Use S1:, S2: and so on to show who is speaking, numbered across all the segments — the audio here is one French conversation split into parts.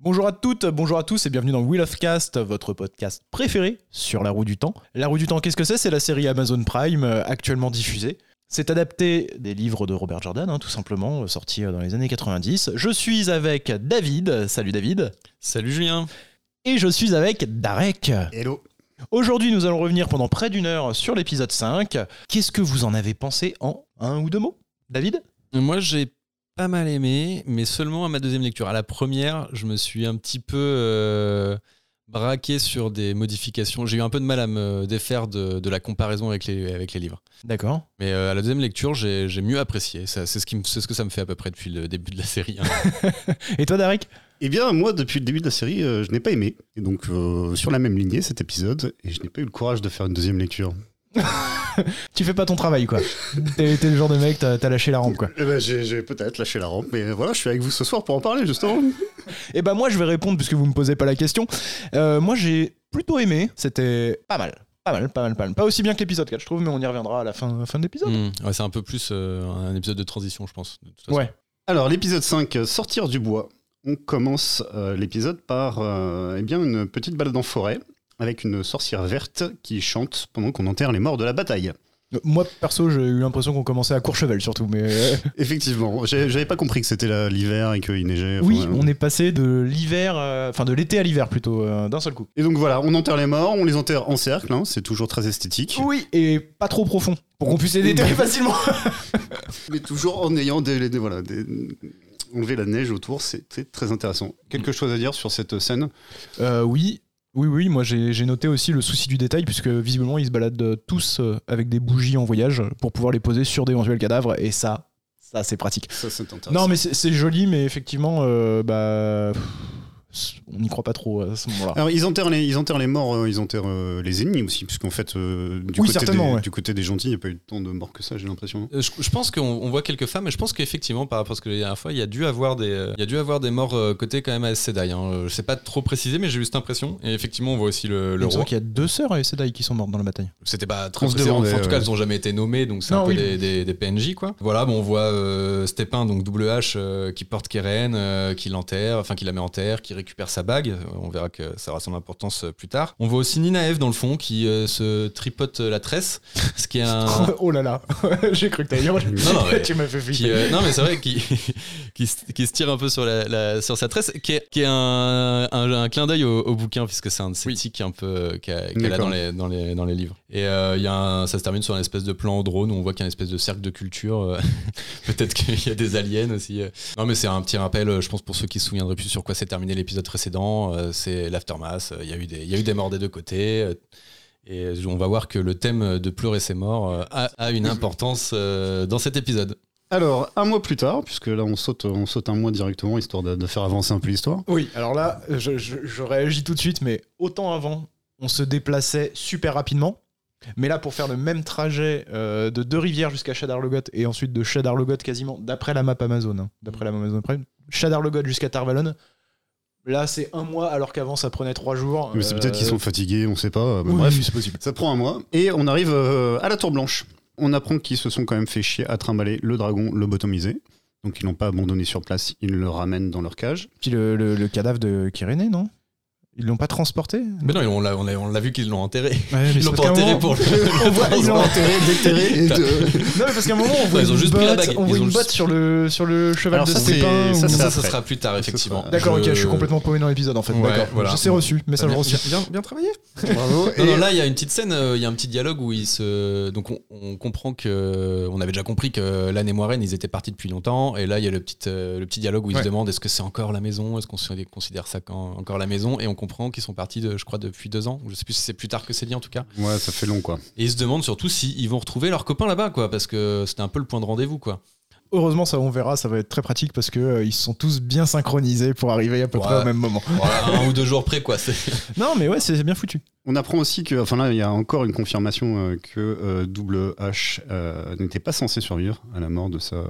S1: Bonjour à toutes, bonjour à tous et bienvenue dans Wheel of Cast, votre podcast préféré sur la roue du temps. La roue du temps, qu'est-ce que c'est C'est la série Amazon Prime euh, actuellement diffusée. C'est adapté des livres de Robert Jordan, hein, tout simplement, euh, sortis euh, dans les années 90. Je suis avec David, salut David,
S2: Salut Julien.
S1: et je suis avec Darek.
S3: Hello.
S1: Aujourd'hui, nous allons revenir pendant près d'une heure sur l'épisode 5. Qu'est-ce que vous en avez pensé en un ou deux mots David
S2: Moi j'ai pas mal aimé, mais seulement à ma deuxième lecture. À la première, je me suis un petit peu euh, braqué sur des modifications. J'ai eu un peu de mal à me défaire de, de la comparaison avec les, avec les livres.
S1: D'accord.
S2: Mais euh, à la deuxième lecture, j'ai j'ai mieux apprécié. Ça, C'est ce, qui me- c'est ce que ça me fait à peu près depuis le début de la série. hein.
S1: Et toi, Darek
S3: Eh bien, moi, depuis le début de la série, euh, je n'ai pas aimé. Et donc, euh, sur la même lignée, cet épisode, et je n'ai pas eu le courage de faire une deuxième lecture.
S1: Tu fais pas ton travail, quoi. T'es t'es le genre de mec, t'as t'as lâché la rampe, quoi.
S3: Eh ben, j'ai j'ai peut-être lâché la rampe, mais voilà, je suis avec vous ce soir pour en parler, justement.
S1: Et ben moi je vais répondre puisque vous me posez pas la question. Euh, moi j'ai plutôt aimé, c'était pas mal. Pas mal, pas mal, pas mal. Pas aussi bien que l'épisode 4, je trouve, mais on y reviendra à la fin, fin de l'épisode.
S2: Mm. Ouais, C'est un peu plus euh, un épisode de transition, je pense. de toute façon.
S1: Ouais.
S3: Alors, l'épisode 5, euh, Sortir du bois. On commence euh, l'épisode par euh, eh bien, une petite balade en forêt avec une sorcière verte qui chante pendant qu'on enterre les morts de la bataille.
S1: Euh, Moi perso, j'ai eu l'impression qu'on commençait à Courchevel surtout, mais. euh,
S3: Effectivement, j'ai- j'avais pas compris que c'était là l'hiver et qu'il neigeait.
S1: oui,
S3: Enfin,
S1: on est passé de l'hiver, euh, enfin de l'été à l'hiver plutôt, euh, d'un seul coup.
S3: Et donc voilà, on enterre les morts, on les enterre en cercle, hein, c'est toujours très esthétique.
S1: Oui, et pas trop profond, pour qu'on puisse les déterrer facilement.
S3: Mais toujours en ayant des, des- voilà, des- enlevé la neige autour, c'était très intéressant. Quelque chose à dire sur cette scène
S1: Euh, oui. Oui, oui, moi j'ai j'ai noté aussi le souci du détail, puisque visiblement ils se baladent euh, tous euh, avec des bougies en voyage pour pouvoir les poser sur d'éventuels cadavres, et ça, ça c'est pratique.
S3: Ça, c'est intéressant.
S1: Non, mais c'est c'est joli, mais effectivement, euh, bah, pff, on n'y croit pas trop à ce
S2: Ah,
S1: moment-là.
S3: Alors, ils enterrent les, ils enterrent les morts, euh, ils enterrent euh, les ennemis aussi, puisqu'en fait, euh, du,
S1: Oui,
S3: côté des,
S1: certainement, ouais.
S3: du côté des gentils, il n'y a pas eu tant de morts que ça, j'ai l'impression.
S2: Euh, Je, je pense qu'on on voit quelques femmes, mais je pense qu'effectivement, par rapport à ce que la dernière fois, il y a dû avoir des, euh, il y a dû avoir des morts euh, côté quand même à Sedai. Hein. Euh, Je sais pas trop préciser, mais j'ai eu cette impression. Et effectivement, on voit aussi
S1: Il
S2: le, le
S1: me
S2: roi.
S1: semble qu'il y a deux sœurs à Sedai qui sont mortes dans la bataille.
S2: C'était pas très
S3: On se
S2: précisé. En, en
S3: demandait,
S2: tout
S3: ouais.
S2: cas, elles ont jamais été nommées, donc c'est
S1: Non,
S2: un peu
S1: oui.
S2: des, des- des PNJ, quoi. Voilà, bon, on voit euh, Stépin, donc double H, euh, qui porte Keren, euh, qui l'enterre, enfin, qui la met en terre, qui récupère sa bague. Euh, On verra que ça aura son importance euh, plus tard. On voit aussi Ninaev, dans le fond, qui euh, se tripote euh, la tresse, ce qui est un.
S1: oh là là, j'ai cru que t'allais dire.
S2: Non, non, mais-
S1: tu m'as fait
S2: qui,
S1: flipper.
S2: euh, non mais c'est vrai qui, qui, se- qui se tire un peu sur, la, la- sur sa tresse qui est, qui est un, un, un clin d'œil au, au bouquin puisque c'est un de ses tics un peu euh, qu'a- qu'elle a
S3: D'accord.
S2: dans les, dans, les, dans les livres et euh, il y a un- ça se termine sur un espèce de plan au drone où on voit qu'il y a une espèce de cercle de culture euh, peut-être qu'il y a des aliens aussi euh. non mais c'est un petit rappel euh, je pense pour ceux qui se souviendraient plus sur quoi s'est terminé l'épisode précédent euh, c'est l'aftermath euh, il y, a eu des- il y a eu des morts des deux côtés euh, et on va voir que le thème de pleurer ses morts euh, a, a une importance euh, dans cet épisode.
S3: Alors, un mois plus tard, puisque là, on saute, on saute un mois directement, histoire de, de faire avancer un peu l'histoire.
S1: Oui, alors là, je, je- je réagis tout de suite, mais autant avant, on se déplaçait super rapidement. Mais là, pour faire le même trajet euh, de Deux-Rivières jusqu'à Shadar-le-Goth et ensuite de Shadar-le-Goth quasiment d'après la map Amazon, hein, d'après la map Amazon Prime, Shadar-le-Goth jusqu'à Tarvalon, là c'est un mois alors qu'avant ça prenait trois jours.
S3: Mais c'est
S1: Euh,
S3: peut-être qu'ils sont fatigués, on sait pas. bah,
S1: oui,
S3: bref.
S1: oui, c'est possible.
S3: Ça prend un mois. Et on arrive euh, à la Tour Blanche. On apprend qu'ils se sont quand même fait chier à trimballer le dragon lobotomisé. Donc ils l'ont pas abandonné sur place, ils le ramènent dans leur cage.
S1: Puis le, le- le cadavre de Kiréné, non Ils l'ont pas transporté
S2: Mais non, on l'a, on l'a- on l'a vu qu'ils l'ont enterré.
S1: Ouais, mais
S2: Ils l'ont
S1: c'est parce
S2: pas
S1: qu'à un
S2: enterré
S1: moment-
S2: pour le.
S1: On voit- ils l'ont-
S2: Non,
S3: Enterré, déterré et de-
S1: Non, mais parce qu'à un moment, on voit
S2: ils ont
S1: une
S2: juste pris la
S1: botte,
S2: bague.
S1: on
S2: Ils
S1: voit
S2: ont
S1: une
S2: juste-
S1: botte sur le, sur le cheval
S3: Alors
S1: de
S3: ça, c'est-
S1: Stépin.
S3: ça,
S1: ou-
S2: Ça,
S3: c'est
S2: ça
S3: après.
S2: sera plus tard,
S3: Ça
S2: effectivement.
S3: sera-
S1: D'accord,
S2: Je-
S1: ok, je suis complètement paumé dans l'épisode en fait.
S2: Ouais,
S1: D'accord,
S2: voilà.
S1: je sais reçu, message
S2: Bien-
S1: reçu.
S2: bien- bien travaillé.
S3: Bravo.
S2: Non,
S3: Et-
S2: non, là, il y a une petite scène, euh, il y a un petit dialogue où il se. Donc, on, on comprend que. On avait déjà compris que l'âne et Moiraine, ils étaient partis depuis longtemps. Et là, il y a le petit, euh, le petit dialogue où ils
S1: Ouais.
S2: se demandent est-ce que c'est encore la maison Est-ce qu'on se considère ça quand- encore la maison Et on comprend qu'ils sont partis, de, je crois, depuis deux ans. Je sais plus si c'est plus tard que c'est dit, en tout cas.
S3: Ouais, ça fait long quoi.
S2: Et ils se demandent surtout s'ils vont retrouver leurs copains là-bas, quoi. Parce que c'était un peu le point de rendez-vous, quoi.
S1: Heureusement, ça on verra, ça va être très pratique parce que euh, ils sont tous bien synchronisés pour arriver à peu
S2: Ouais.
S1: près au même moment.
S2: Voilà, un ou deux jours près, quoi. C'est-
S1: Non, mais ouais, c'est bien foutu.
S3: On apprend aussi que, enfin là, il y a encore une confirmation euh, que euh, Double H euh, n'était pas censé survivre à la mort de sa. euh,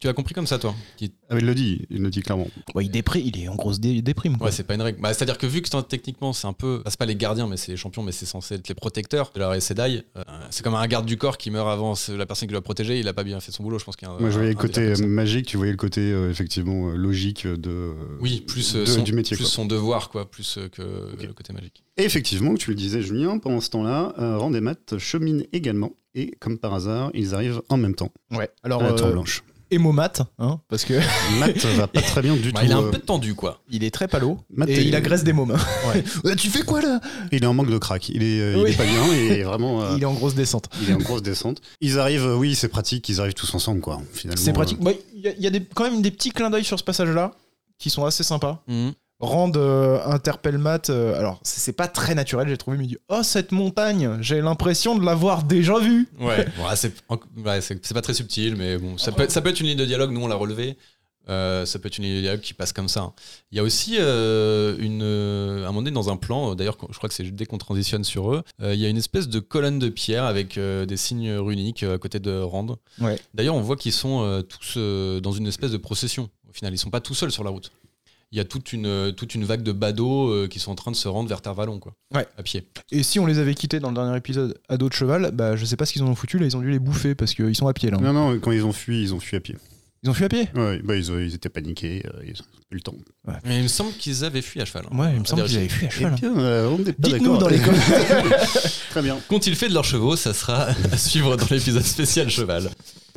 S2: Tu as compris comme ça, toi qui-
S3: Ah, il le dit, il le dit clairement.
S1: Ouais, il, déprime, il est en grosse dé- déprime. Quoi.
S2: Ouais, c'est pas une règle. Bah, C'est-à-dire que vu que t'en- techniquement, c'est un peu. bah, c'est pas les gardiens, mais c'est les champions, mais c'est censé être les protecteurs de la Res Sedai. Euh, c'est comme un garde du corps qui meurt avant ce- la personne qui doit le protéger. Il a pas bien fait son boulot, je pense qu'il y a un-
S3: Moi, je voyais
S2: un
S3: le côté
S2: délire comme ça.
S3: magique, tu voyais le côté euh, effectivement euh, logique de. euh,
S2: Oui, plus, euh,
S3: de-
S2: son,
S3: du métier.
S2: plus
S3: quoi.
S2: son devoir, quoi, plus euh, que
S3: Ok.
S2: le côté magique.
S3: Et effectivement, tu le disais, Julien, pendant ce temps-là, euh, Randemat chemine également. Et comme par hasard, ils arrivent en même temps
S1: Ouais.
S3: à
S1: Alors,
S3: la Tour
S1: euh,
S3: Blanche.
S1: Emomat, hein, parce que
S3: Matt va pas très bien du
S2: Bah,
S3: tout.
S2: il est un
S3: euh,
S2: peu tendu, quoi.
S1: il est très palo
S3: Matt
S1: et
S3: est-
S1: il agresse des mômes. hein.
S2: Ouais.
S1: Ouais, tu fais quoi là
S3: Il est en manque de crack. Il est, euh, il
S1: Oui.
S3: est pas bien. Il est vraiment. euh,
S1: Il est en grosse descente.
S3: Il est en grosse descente. Ils arrivent, euh, oui, c'est pratique, ils arrivent tous ensemble, quoi. Finalement,
S1: C'est pratique.
S3: Euh,
S1: Bah, Il y a, il y a des- quand même des petits clins d'œil sur ce passage-là qui sont assez sympas.
S2: Mhm.
S1: Rand euh, interpelle Matt. euh, alors, c'est c'est pas très naturel, j'ai trouvé, mais il dit Oh, cette montagne, j'ai l'impression de l'avoir déjà vue.
S2: Ouais, ouais, c'est ouais, c'est- c'est pas très subtil, mais bon, ça peut, ça peut être une ligne de dialogue, nous on l'a relevé. Euh, ça peut être une ligne de dialogue qui passe comme ça. hein. Il y a aussi euh, une, euh, à un moment donné dans un plan, euh, d'ailleurs quand- je crois que c'est dès qu'on transitionne sur eux, euh, il y a une espèce de colonne de pierre avec euh, des signes runiques euh, à côté de Rand.
S1: Ouais.
S2: D'ailleurs on voit qu'ils sont euh, tous euh, dans une espèce de procession. Au final, ils sont pas tout seuls sur la route. Il y a toute une, euh, toute une vague de badauds euh, qui sont en train de se rendre vers Tervalon, quoi.
S1: Ouais.
S2: À pied.
S1: Et si on les avait quittés dans le dernier épisode à dos de cheval, bah je sais pas ce qu'ils en ont foutu, là ils ont dû les bouffer parce qu'ils sont à pied là. hein.
S3: Non, non, quand ils ont fui, ils ont fui à pied.
S1: Ils ont fui à pied
S3: Ouais, bah, ils, ont- ils étaient paniqués, euh, ils ont eu le temps.
S2: Mais il me semble qu'ils avaient fui à cheval. hein.
S1: Ouais, il me
S2: À
S1: semble qu'ils
S2: vérifier.
S1: avaient fui à
S3: Eh
S1: cheval. hein.
S3: bien, euh, on n'est pas
S1: Dites-nous
S3: d'accord.
S1: dans les commentaires.
S3: Très bien.
S2: Qu'ont-ils fait de leurs chevaux Ça sera à suivre dans l'épisode spécial cheval.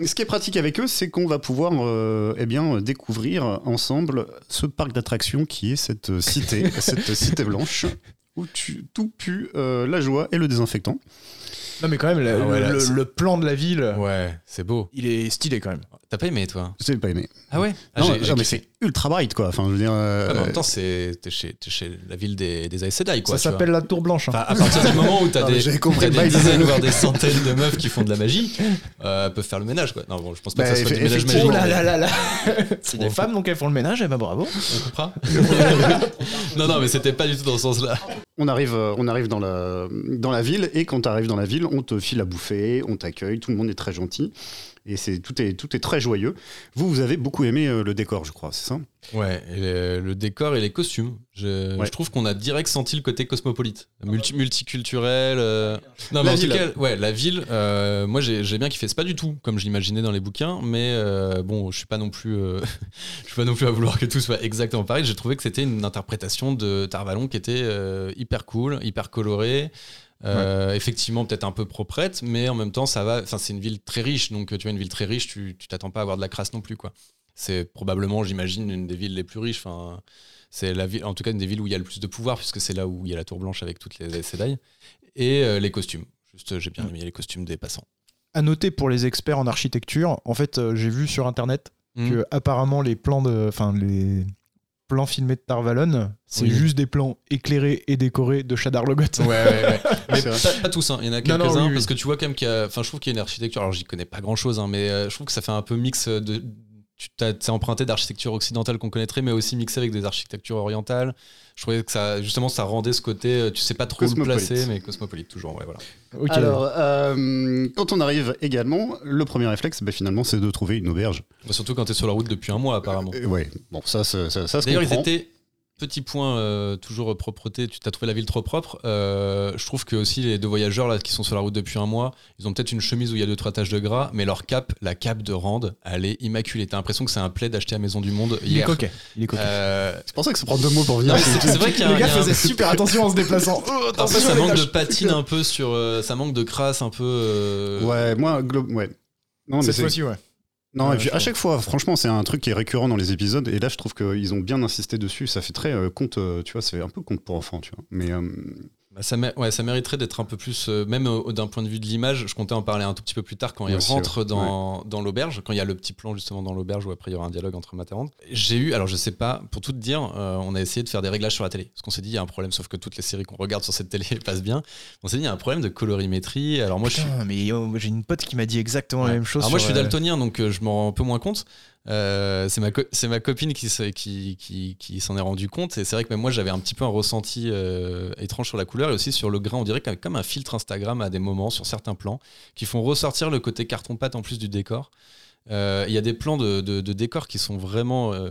S3: Ce qui est pratique avec eux, c'est qu'on va pouvoir euh, eh bien, découvrir ensemble ce parc d'attractions qui est cette euh, cité, cette cité blanche, où tu, tout pue euh, la joie et le désinfectant.
S1: Non, mais quand même, le,
S2: Ah ouais, là,
S1: le-
S2: c'est-
S1: le plan de la ville,
S2: Ouais, c'est beau.
S1: il est stylé quand même.
S2: T'as pas aimé toi
S3: J'ai pas aimé.
S2: Ah ouais
S3: non, non, mais c'est ultra bright, quoi. Enfin, je veux dire. euh,
S2: Ah, bah, en même temps, c'est t'es chez, t'es chez la ville des, des Aes
S1: ça
S2: Sedai, quoi. tu vois.
S1: s'appelle la Tour Blanche. hein.
S2: Enfin, à partir du moment où t'as
S3: Non, mais
S2: des,
S3: j'avais compris
S2: t'as
S3: le
S2: des
S3: bail,
S2: dizaines
S3: désolé.
S2: voire des centaines de meufs qui font de la magie, euh, elles peuvent faire le ménage quoi. Non bon, je pense pas
S3: Bah,
S2: que ça soit
S3: eff-
S2: du ménage magique.
S1: oh
S3: effectivement.
S1: là
S2: mais
S1: là là là C'est des
S2: Bon.
S1: femmes donc elles font le ménage, et bah bravo
S2: On comprend Non non, mais c'était pas du tout dans ce sens-là.
S3: On arrive, euh, on arrive dans, la, dans la ville et quand tu arrives dans la ville, on te file à bouffer, on t'accueille, tout le monde est très gentil et c'est tout est tout est très joyeux. Vous, vous avez beaucoup aimé euh, le décor, je crois, c'est ça
S2: Ouais, et le, le décor et les costumes. Je,
S3: Ouais.
S2: je trouve qu'on a direct senti le côté cosmopolite, multi- multiculturel. euh. Non, mais
S3: Ah bah La
S2: en
S3: ville.
S2: tout cas, ouais, la ville, euh, moi j'ai j'ai bien kiffé. C'est pas du tout comme je l'imaginais dans les bouquins, mais euh, bon, je suis pas non plus, euh, je suis pas non plus à vouloir que tout soit exactement pareil. J'ai trouvé que c'était une interprétation de Tarvalon qui était euh, hyper cool, hyper colorée. Euh, Effectivement, peut-être un peu proprette, mais en même temps, ça va. Enfin, c'est une ville très riche, donc tu vois, une ville très riche, tu tu t'attends pas à avoir de la crasse non plus, quoi c'est probablement, j'imagine, une des villes les plus riches. Enfin, c'est la ville, en tout cas, une des villes où il y a le plus de pouvoir, puisque c'est là où il y a la Tour Blanche avec toutes les Aes Sedai. Et euh, les costumes. Juste, euh, j'ai bien aimé les costumes des passants.
S1: À noter pour les experts en architecture, en fait euh, j'ai vu sur internet
S2: Mm.
S1: que apparemment les plans de enfin les plans filmés de Tarvalon, c'est
S2: Oui.
S1: juste des plans éclairés et décorés de Shadar Logot.
S2: Ouais, ouais, ouais. Mais
S3: C'est vrai.
S2: pas, pas tous, hein. il y en a
S1: Non, non,
S2: quelques-uns,
S1: oui, oui.
S2: parce que tu vois quand même qu'il y a. Enfin, je trouve qu'il y a une architecture, alors j'y connais pas grand-chose, hein, mais euh, je trouve que ça fait un peu mix de. tu t'as- C'est emprunté d'architecture occidentale qu'on connaîtrait, mais aussi mixé avec des architectures orientales. Je trouvais que ça, justement, ça rendait ce côté, euh, tu sais pas trop où le
S3: Cosmopolite.
S2: placer, mais cosmopolite toujours. Ouais, voilà.
S1: Ok.
S3: Alors, euh, quand on arrive également, le premier réflexe, bah, finalement, c'est de trouver une auberge.
S2: Bah, Surtout quand t'es sur la route depuis un mois, apparemment.
S3: Euh, ouais, bon, ça, ça, ça, ça se
S2: D'ailleurs, ils
S3: comprend.
S2: étaient. Petit point, euh, toujours propreté, tu t'as trouvé la ville trop propre. Euh, je trouve que aussi les deux voyageurs là, qui sont sur la route depuis un mois, ils ont peut-être une chemise où il y a deux, trois taches de gras, mais leur cape, la cape de Rand, elle est immaculée. T'as l'impression que c'est un plaid acheté à Maison du Monde
S1: il est
S2: hier.
S1: coquet. Il est coquet.
S2: Euh,
S3: C'est pour ça que ça prend deux mots pour venir.
S2: non, mais c'est c'est vrai qu'il y a,
S1: le
S2: il y a
S1: gars
S2: un-
S1: faisait super attention en se déplaçant. Oh,
S2: Parfois,
S1: attention,
S2: ça
S1: les
S2: manque de
S1: taches.
S2: patine un peu sur. euh, ça manque de crasse un peu. euh,
S3: Ouais, moi, glo- ouais. Non, mais
S1: Cette
S3: c'est-
S1: fois-ci, ouais.
S3: Non,
S1: Ouais,
S3: et puis
S1: je
S3: à
S1: trouve.
S3: chaque fois, franchement, c'est un truc qui est récurrent dans les épisodes. Et là, je trouve qu'ils ont bien insisté dessus. Ça fait très euh, conte, euh, tu vois, c'est un peu conte pour enfants, tu vois. Mais euh,
S2: Bah, ça, mé- ouais, ça mériterait d'être un peu plus, euh, même euh, d'un point de vue de l'image, je comptais en parler un tout petit peu plus tard quand
S3: Moi
S2: il
S3: aussi,
S2: rentre
S3: ouais.
S2: dans, dans l'auberge, quand il y a le petit plan justement dans l'auberge où après il y aura un dialogue entre Matt et Rand. J'ai eu, alors je sais pas, pour tout te dire, euh, on a essayé de faire des réglages sur la télé, parce qu'on s'est dit il y a un problème, sauf que toutes les séries qu'on regarde sur cette télé passent bien. On s'est dit il y a un problème de colorimétrie, alors moi je suis...
S1: Putain, mais oh, j'ai une pote qui m'a dit exactement la
S2: Ouais.
S1: même chose.
S2: Alors moi je
S1: sur,
S2: suis
S1: euh,
S2: daltonien donc euh, je m'en rends un peu moins compte. Euh, c'est ma, co- c'est ma copine qui, s'est- qui, qui, qui s'en est rendu compte. Et c'est vrai que même moi, j'avais un petit peu un ressenti euh, étrange sur la couleur et aussi sur le grain. On dirait qu'il y a comme un filtre Instagram à des moments, sur certains plans, qui font ressortir le côté carton-pâte en plus du décor. Euh, Il y a des plans de, de, de décor qui sont vraiment euh,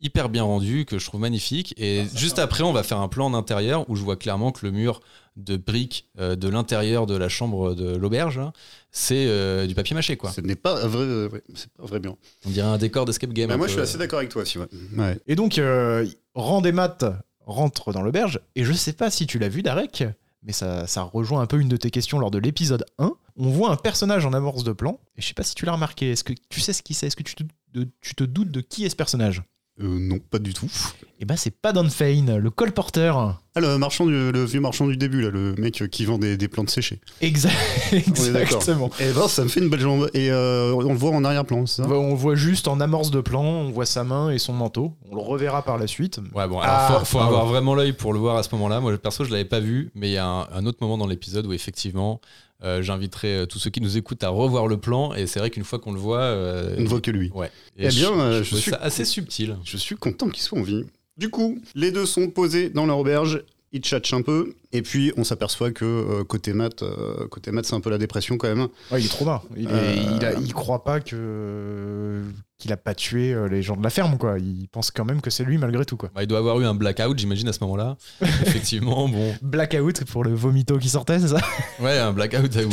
S2: hyper bien rendus, que je trouve magnifiques. Et juste après, on va faire un plan d'intérieur où je vois clairement que le mur de briques euh, de l'intérieur de la chambre de l'auberge, là, c'est euh, du papier mâché. quoi.
S3: Ce n'est pas un vrai, euh, ouais, c'est pas un vrai bien.
S2: On dirait un décor d'escape game. un
S3: Bah, moi,
S2: peu.
S3: je suis assez d'accord avec toi aussi. Ouais. Ouais.
S1: Et donc, euh, rang des maths rentre dans l'auberge. Et je sais pas si tu l'as vu, Darek, mais ça, ça rejoint un peu une de tes questions lors de l'épisode 1. On voit un personnage en amorce de plan. Et je sais pas si tu l'as remarqué. Est-ce que tu sais ce qui c'est Est-ce que tu te, de- tu te doutes de qui est ce personnage
S3: Euh, non, pas du tout.
S1: Eh ben, c'est pas Don Fane, le colporteur.
S3: Ah, le, marchand du- le vieux marchand du début, là, le mec euh, qui vend des, des plantes séchées.
S1: Exa-
S3: On est d'accord.
S1: Exactement.
S3: Eh ben, ça me fait une belle jambe. Et euh, on le voit en arrière-plan, c'est ça
S1: Bah, on voit juste en amorce de plan, on voit sa main et son manteau. On le reverra par la suite.
S2: Ouais, bon,
S1: Ah,
S2: alors faut, faut
S1: ah
S2: avoir vraiment l'œil pour le voir à ce moment-là. Moi, perso, je l'avais pas vu, mais il y a un, un autre moment dans l'épisode où effectivement, euh, j'inviterai euh, tous ceux qui nous écoutent à revoir le plan. Et c'est vrai qu'une fois qu'on le voit, euh,
S3: On ne voit que lui.
S2: ouais.
S3: Mm. Eh
S2: je-
S3: bien,
S2: je,
S3: euh, je
S2: trouvais
S3: suis-
S2: ça assez subtil.
S3: Je suis content qu'ils soient en vie. Du coup, les deux sont posés dans leur auberge, ils tchatchent un peu, et puis on s'aperçoit que euh, côté maths, euh, côté maths, c'est un peu la dépression quand même.
S1: Ouais, il est trop bas. Il, est-
S3: Euh.
S1: il, a- il croit pas que qu'il a pas tué euh, les gens de la ferme, quoi. Il pense quand même que c'est lui malgré tout, quoi.
S2: Bah, il doit avoir eu un blackout, j'imagine, à ce moment-là. effectivement, bon,
S1: Blackout pour le vomito qui sortait, c'est ça
S2: ouais, un blackout. Où...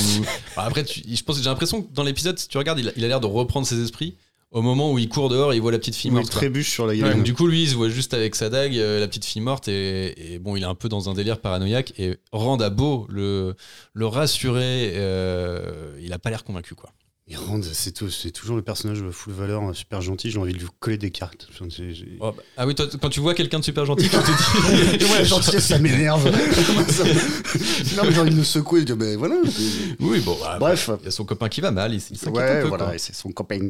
S2: Enfin, après, tu- je pense, j'ai l'impression que dans l'épisode, si tu regardes, il a il a l'air de reprendre ses esprits au moment où il court dehors et il voit la petite fille
S3: Il me
S2: morte. quoi.
S3: trébuche sur la
S2: Et
S3: gueule.
S2: donc, du coup, lui, il se voit juste avec sa dague, euh, la petite fille morte, et, et bon, il est un peu dans un délire paranoïaque. Et Rand a beau le, le rassurer, euh, il a pas l'air convaincu, quoi.
S3: Et Rand, c'est tout- c'est toujours le personnage full valeur, euh, super gentil, j'ai envie de lui coller des cartes. J'ai- j'ai-
S2: Oh, bah, ah oui, toi, t- quand tu vois quelqu'un de super gentil, tu te dis.
S3: Ouais, la gentillesse, ça m'énerve. Ça me- non, mais j'ai envie de le secouer, de dire, ben voilà.
S2: Oui, bon, bah,
S3: Bref.
S2: Il y a son copain qui va mal, il, s- il s'inquiète
S3: Ouais,
S2: un peu.
S3: voilà,
S2: quoi.
S3: et c'est son copain.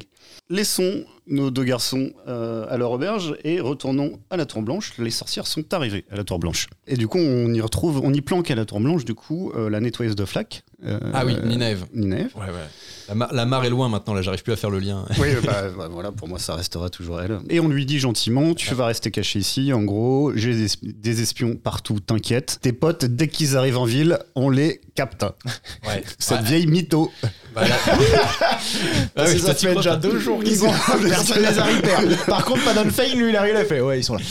S3: Laissons nos deux garçons euh, à leur auberge et retournons à la Tour Blanche. Les sorcières sont arrivées à la Tour Blanche. Et du coup, on y retrouve, on y planque à la Tour Blanche, du coup, euh, la nettoyeuse de flaque. euh,
S2: Ah oui, Ninève.
S3: Ninève.
S2: Ouais, ouais. La, ma- la mare est loin maintenant, là, j'arrive plus à faire le lien.
S3: Oui, bah, bah, voilà, pour moi, ça restera toujours elle. Et on lui dit gentiment, tu vas rester caché ici, en gros, j'ai des, esp- des espions partout, t'inquiète. Tes potes, dès qu'ils arrivent en ville, on les capte.
S2: Ouais.
S3: Cette
S2: Ouais,
S3: vieille mytho.
S2: bah, là- Ah oui, toi,
S1: Ça
S2: t'y
S1: fait
S2: crois,
S1: déjà
S2: toi.
S1: deux jours qu'ils sont là, personne les a repérés. Par contre, pas Don Fane, lui, il arrive, il a fait Ouais, ils sont là.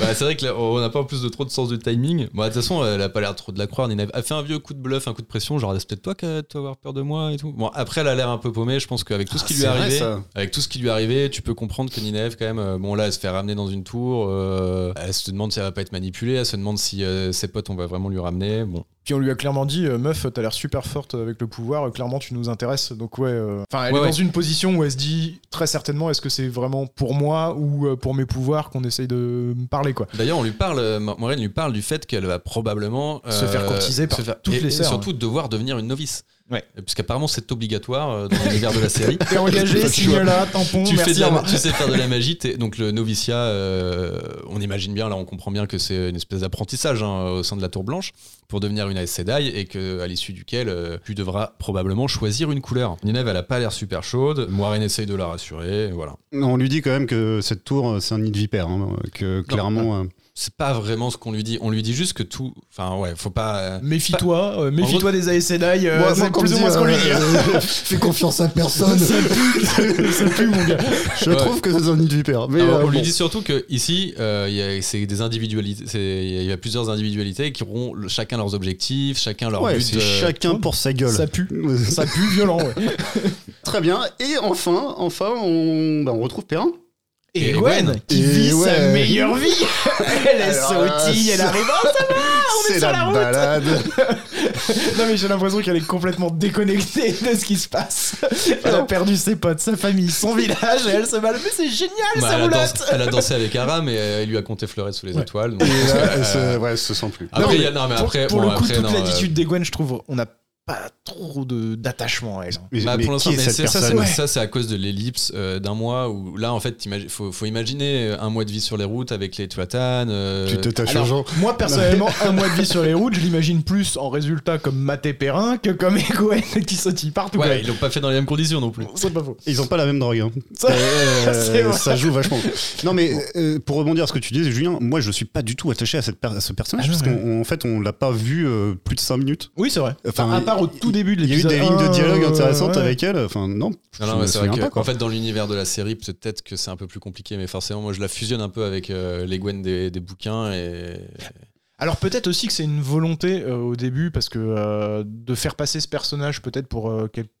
S2: Bah, c'est vrai que là, on n'a pas en plus de trop de sens du timing. Bon, de toute façon, elle a pas l'air trop de la croire. Ninève a fait un vieux coup de bluff, un coup de pression, genre c'est peut-être toi qui as tu vas avoir peur de moi et tout. Bon, après, elle a l'air un peu paumée. Je pense qu'avec tout ce qui lui est
S3: Ah, c'est vrai,
S2: arrivé,
S3: ça.
S2: avec tout ce qui lui est arrivé, tu peux comprendre que Ninève, quand même, euh, bon là, elle se fait ramener dans une tour. euh, elle se demande si elle va pas être manipulée. Elle se demande si euh, ses potes, on va vraiment lui ramener. Bon,
S1: Puis on lui a clairement dit euh, Meuf, t'as l'air super forte avec le pouvoir, euh, clairement, tu nous intéresses. Donc, ouais. euh, Enfin, elle
S2: Ouais,
S1: est
S2: ouais.
S1: dans une position où elle se dit Très certainement, est-ce que c'est vraiment pour moi ou euh, pour mes pouvoirs qu'on essaye de me parler, quoi
S2: D'ailleurs, on lui parle, euh, Ma- Maureen lui parle du fait qu'elle va probablement euh,
S1: Se faire courtiser par toutes
S2: et-
S1: les
S2: et
S1: sœurs, hein.
S2: surtout devoir devenir une novice.
S1: Ouais.
S2: Puisqu'apparemment, c'est obligatoire euh, dans l'univers de la série.
S1: T'es engagé,
S2: Pas de choix.
S1: signe là, tampon,
S2: tu, fais
S1: merci.
S2: de la-
S1: au revoir.
S2: tu sais faire de la magie, t'es- donc le noviciat, euh, on imagine bien, là on comprend bien que c'est une espèce d'apprentissage hein, au sein de la Tour Blanche pour devenir une Aes Sedai et que, à l'issue duquel euh, tu devras probablement choisir une couleur. Ninève, elle a pas l'air super chaude, Moirine essaye de la rassurer, voilà.
S3: On lui dit quand même que cette tour, euh, c'est un nid de vipère, hein, que clairement. euh,
S2: C'est pas vraiment ce qu'on lui dit, on lui dit juste que tout. Enfin ouais, faut pas. euh,
S1: Méfie-toi, euh, méfie-toi des Aes Sedai, euh,
S3: moi,
S1: c'est
S3: qu'on
S1: plus
S3: me
S1: ou
S3: dit,
S1: moins ce qu'on lui dit.
S3: euh, Fais confiance à personne.
S1: Ça pue, mon gars. Ah,
S3: Je trouve que c'est un nid de vipère. Mais,
S2: Alors,
S3: euh,
S2: on lui
S3: bon.
S2: dit surtout que ici, euh, il y a, c'est des individualités, c'est- il y a plusieurs individualités qui auront le- chacun leurs objectifs, chacun leur
S3: Ouais,
S2: but.
S3: c'est
S2: euh,
S3: chacun pour sa gueule.
S1: Ça pue. Ça pue violent, ouais.
S3: Très bien. Et enfin, enfin, on, bah, on retrouve Perrin.
S2: Et
S1: Et, Gwen,
S2: Gwen.
S1: qui
S3: Et
S1: vit sa
S3: ouais.
S1: meilleure vie. elle est
S3: Alors là,
S1: sautille, elle
S3: ça-
S1: arrive. Oh, ça va, on est,
S3: C'est
S1: sur
S3: la,
S1: la, route.
S3: balade.
S1: Non, mais j'ai l'impression qu'elle est complètement déconnectée de ce qui se passe. Elle a perdu ses potes, sa famille, son village, et elle se balade. Mais c'est génial,
S2: Bah,
S1: sa
S2: elle, a dansé,
S1: roulotte.
S2: elle a dansé avec Aram et euh, il lui a compté Fleuret sous les étoiles. donc- euh,
S3: Et là, elle se- ouais, elle se sent plus.
S2: Après, il y a- non, mais
S1: pour
S2: après,
S1: pour
S2: bon,
S1: le coup,
S2: après,
S1: toute
S2: non, euh,
S1: l'attitude des Gwen, je trouve, on n'a pas pas trop de- d'attachement à elle. hein.
S3: Mais,
S2: Bah,
S3: mais
S2: pour l'instant,
S3: qui est
S2: mais
S3: cette
S2: c'est- ça, c'est-
S3: personne
S1: Ouais.
S2: ça, c'est à cause de l'ellipse euh, d'un mois où là, en fait, il faut, faut imaginer euh, un mois de vie sur les routes avec les tuatanes. euh,
S3: Tu t'attaches aux
S1: Alors,
S3: gens.
S1: Moi, personnellement, un mois de vie sur les routes, je l'imagine plus en résultat comme Maté Perrin que comme Egoen qui sautille partout. quoi.
S2: Ouais, ils l'ont pas fait dans les mêmes conditions non plus.
S1: C'est pas faux.
S3: Ils n'ont pas la même drogue. hein.
S1: Ça-
S3: Euh,
S1: c'est vrai.
S3: ça joue vachement. Non, mais euh, pour rebondir à ce que tu disais, Julien, moi je suis pas du tout attaché à, cette per- à ce personnage
S1: Ah,
S3: parce
S1: ouais.
S3: qu'en en fait on l'a pas vu euh, plus de 5 minutes.
S1: Oui, c'est vrai.
S3: Enfin,
S1: à part au tout début de
S3: Il y a eu
S1: l'épisode.
S3: des lignes de
S1: un,
S3: dialogue
S1: euh,
S3: intéressantes
S1: ouais.
S3: avec elle. Enfin, non,
S2: Non, non,
S3: je
S2: mais
S3: me
S2: c'est vrai
S3: souviens
S2: que-
S3: pas, quoi.
S2: en fait, dans l'univers de la série, peut-être que c'est un peu plus compliqué, mais forcément, moi, je la fusionne un peu avec euh, les Gwen des, des bouquins et.
S1: Alors peut-être aussi que c'est une volonté euh, au début parce que euh, de faire passer ce personnage peut-être pour euh, quelqu'un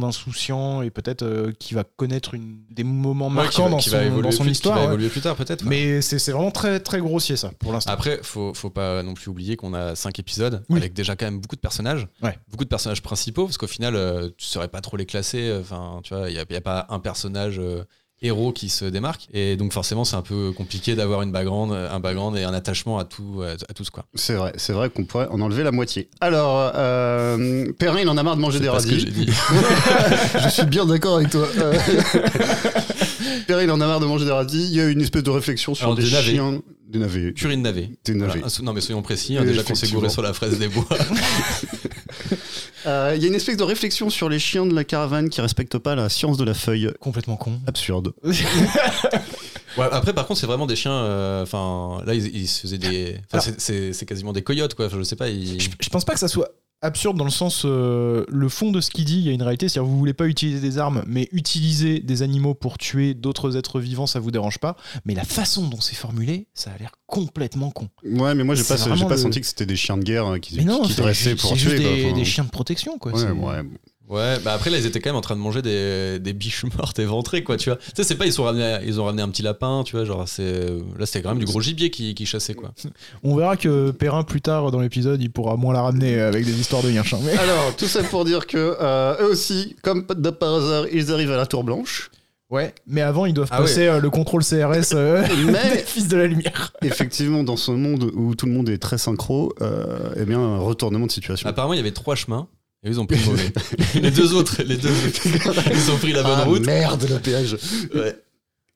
S1: d'insouciant et peut-être euh, qui va connaître une, des moments
S2: Ouais, qui
S1: marquants
S2: va-
S1: dans,
S2: qui
S1: son,
S2: va évoluer
S1: dans son
S2: plus-
S1: histoire.
S2: Qui va
S1: ouais.
S2: évoluer plus tard, peut-être. ouais.
S1: Mais c'est c'est vraiment très très grossier ça pour l'instant.
S2: Après, faut, faut pas non plus oublier qu'on a cinq épisodes
S1: Oui.
S2: avec déjà quand même beaucoup de personnages,
S1: Ouais.
S2: beaucoup de personnages principaux, parce qu'au final, euh, tu saurais pas trop les classer. euh, Enfin, tu vois, il n'y a, y a pas un personnage euh, héros qui se démarque, et donc forcément, c'est un peu compliqué d'avoir une background, euh, un background et un attachement à tout, euh, à, à tous quoi.
S3: C'est vrai, c'est vrai qu'on pourrait en enlever la moitié. Alors, euh, Perrin, il en a marre de manger
S2: C'est
S3: des
S2: pas ce que
S3: radis.
S2: j'ai dit.
S3: Je suis bien d'accord avec toi. Euh, Perrin, il en a marre de manger des radis. Il y a une espèce de réflexion sur
S2: Alors,
S3: des
S2: des navets.
S3: chiens, des navets,
S2: Curine Navé.
S3: des navets.
S2: Voilà. Ah, so- Non mais soyons précis, hein,
S3: Et
S2: déjà qu'on s'est gouré
S3: effectivement.
S2: sur la fraise des bois.
S3: Euh, Il y a une espèce de réflexion sur les chiens de la caravane qui respectent pas la science de la feuille.
S1: Complètement con.
S3: Absurde.
S2: Ouais, après par contre c'est vraiment des chiens, euh, enfin là ils, ils se faisaient des... enfin,
S1: Alors-
S2: c'est- c'est c'est quasiment des coyotes quoi, Enfin, je sais pas. Ils...
S1: Je, je pense pas que ça soit absurde dans le sens euh, le fond de ce qu'il dit, il y a une réalité, c'est-à-dire vous voulez pas utiliser des armes, mais utiliser des animaux pour tuer d'autres êtres vivants, ça vous dérange pas, mais la façon dont c'est formulé, ça a l'air complètement con.
S3: Ouais, mais moi j'ai
S1: C'est
S3: pas, j'ai
S1: vraiment
S3: pas
S1: le-
S3: senti que c'était des chiens de guerre euh, qui,
S1: Mais non,
S3: qui
S1: c'est
S3: dressaient
S1: ju-
S3: pour
S1: c'est juste
S3: tuer.
S1: des,
S3: quoi. Enfin,
S1: des chiens de protection quoi. c'est-
S3: ouais, ouais, bon.
S2: Ouais, bah après là ils étaient quand même en train de manger des, des biches mortes éventrées quoi, tu vois. Tu sais c'est pas ils sont ramenés ils ont ramené un petit lapin, tu vois, genre c'est là c'était quand même du gros gibier qui, qui chassait quoi.
S1: On verra que Perrin plus tard dans l'épisode, il pourra moins la ramener avec des histoires de yinchins. Mais...
S3: Alors, tout ça pour dire que euh, eux aussi, comme de par hasard, ils arrivent à la Tour Blanche.
S1: Ouais, mais avant ils doivent
S2: Ah
S1: passer euh, le contrôle CRS euh, des
S3: Mais
S1: fils de la lumière.
S3: effectivement, dans ce monde où tout le monde est très synchro, euh, eh bien, un retournement de situation.
S2: Apparemment il y avait trois chemins et ils ont pris le mauvais. les deux autres, les deux autres, ils ont pris la bonne
S3: Ah,
S2: route.
S3: merde, le péage.
S2: Ouais.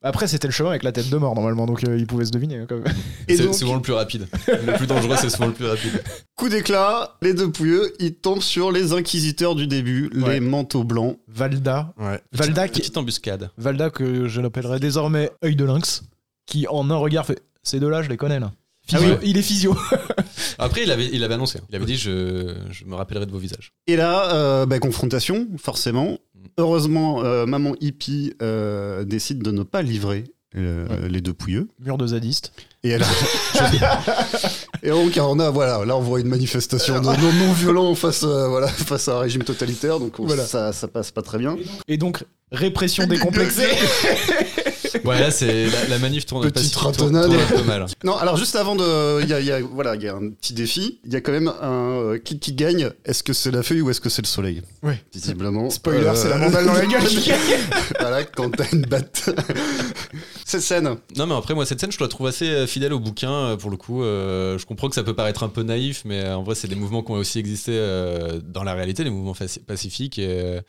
S1: Après c'était le chemin avec la tête de mort normalement, donc euh, ils pouvaient se deviner. Quand même.
S3: Et
S2: C'est
S3: donc-
S2: souvent le plus rapide. Le plus dangereux c'est souvent le plus rapide.
S3: Coup d'éclat, les deux pouilleux, ils tombent sur les inquisiteurs du début,
S1: Ouais.
S3: les manteaux blancs.
S1: Valda,
S2: Ouais.
S1: Valda qui-
S2: Petite embuscade.
S1: Valda que je l'appellerai désormais œil de lynx, qui en un regard fait ces deux-là, je les connais là. Physio,
S2: Ah oui.
S1: Il est physio.
S2: Après il avait il avait annoncé, hein. il avait dit je, je me rappellerai de vos visages.
S3: Et là, euh, bah, confrontation, forcément. Heureusement, euh, maman hippie euh, décide de ne pas livrer euh, les deux pouilleux.
S1: Mur de zadiste.
S3: Et elle a- Et donc, on a, voilà, là, on voit une manifestation de non- non-violent face, euh, voilà, face à un régime totalitaire, donc on-
S1: Voilà.
S3: ça, ça passe pas très bien.
S1: Et donc, répression décomplexée.
S2: Ouais là c'est la, la manif tourne pas
S3: Petite
S2: si- tourne-
S3: ratonnade.
S2: tourne un peu mal.
S3: Non, alors, juste avant de. il Y a, il y a- voilà, il y a un petit défi. Il y a quand même un. euh, qui, qui gagne Est-ce que c'est la feuille ou est-ce que c'est le soleil
S1: Oui.
S3: Visiblement. euh,
S1: Spoiler, c'est la mandale dans la gueule.
S3: voilà, quand t'as une batte. Cette scène.
S2: Non, mais après, moi, cette scène, je la trouve assez euh, fidèle au bouquin, euh, pour le coup. Euh, je comprends que ça peut paraître un peu naïf, mais euh, en vrai, c'est des mouvements qui ont aussi existé euh, dans la réalité, les mouvements faci- pacifiques. Et, euh,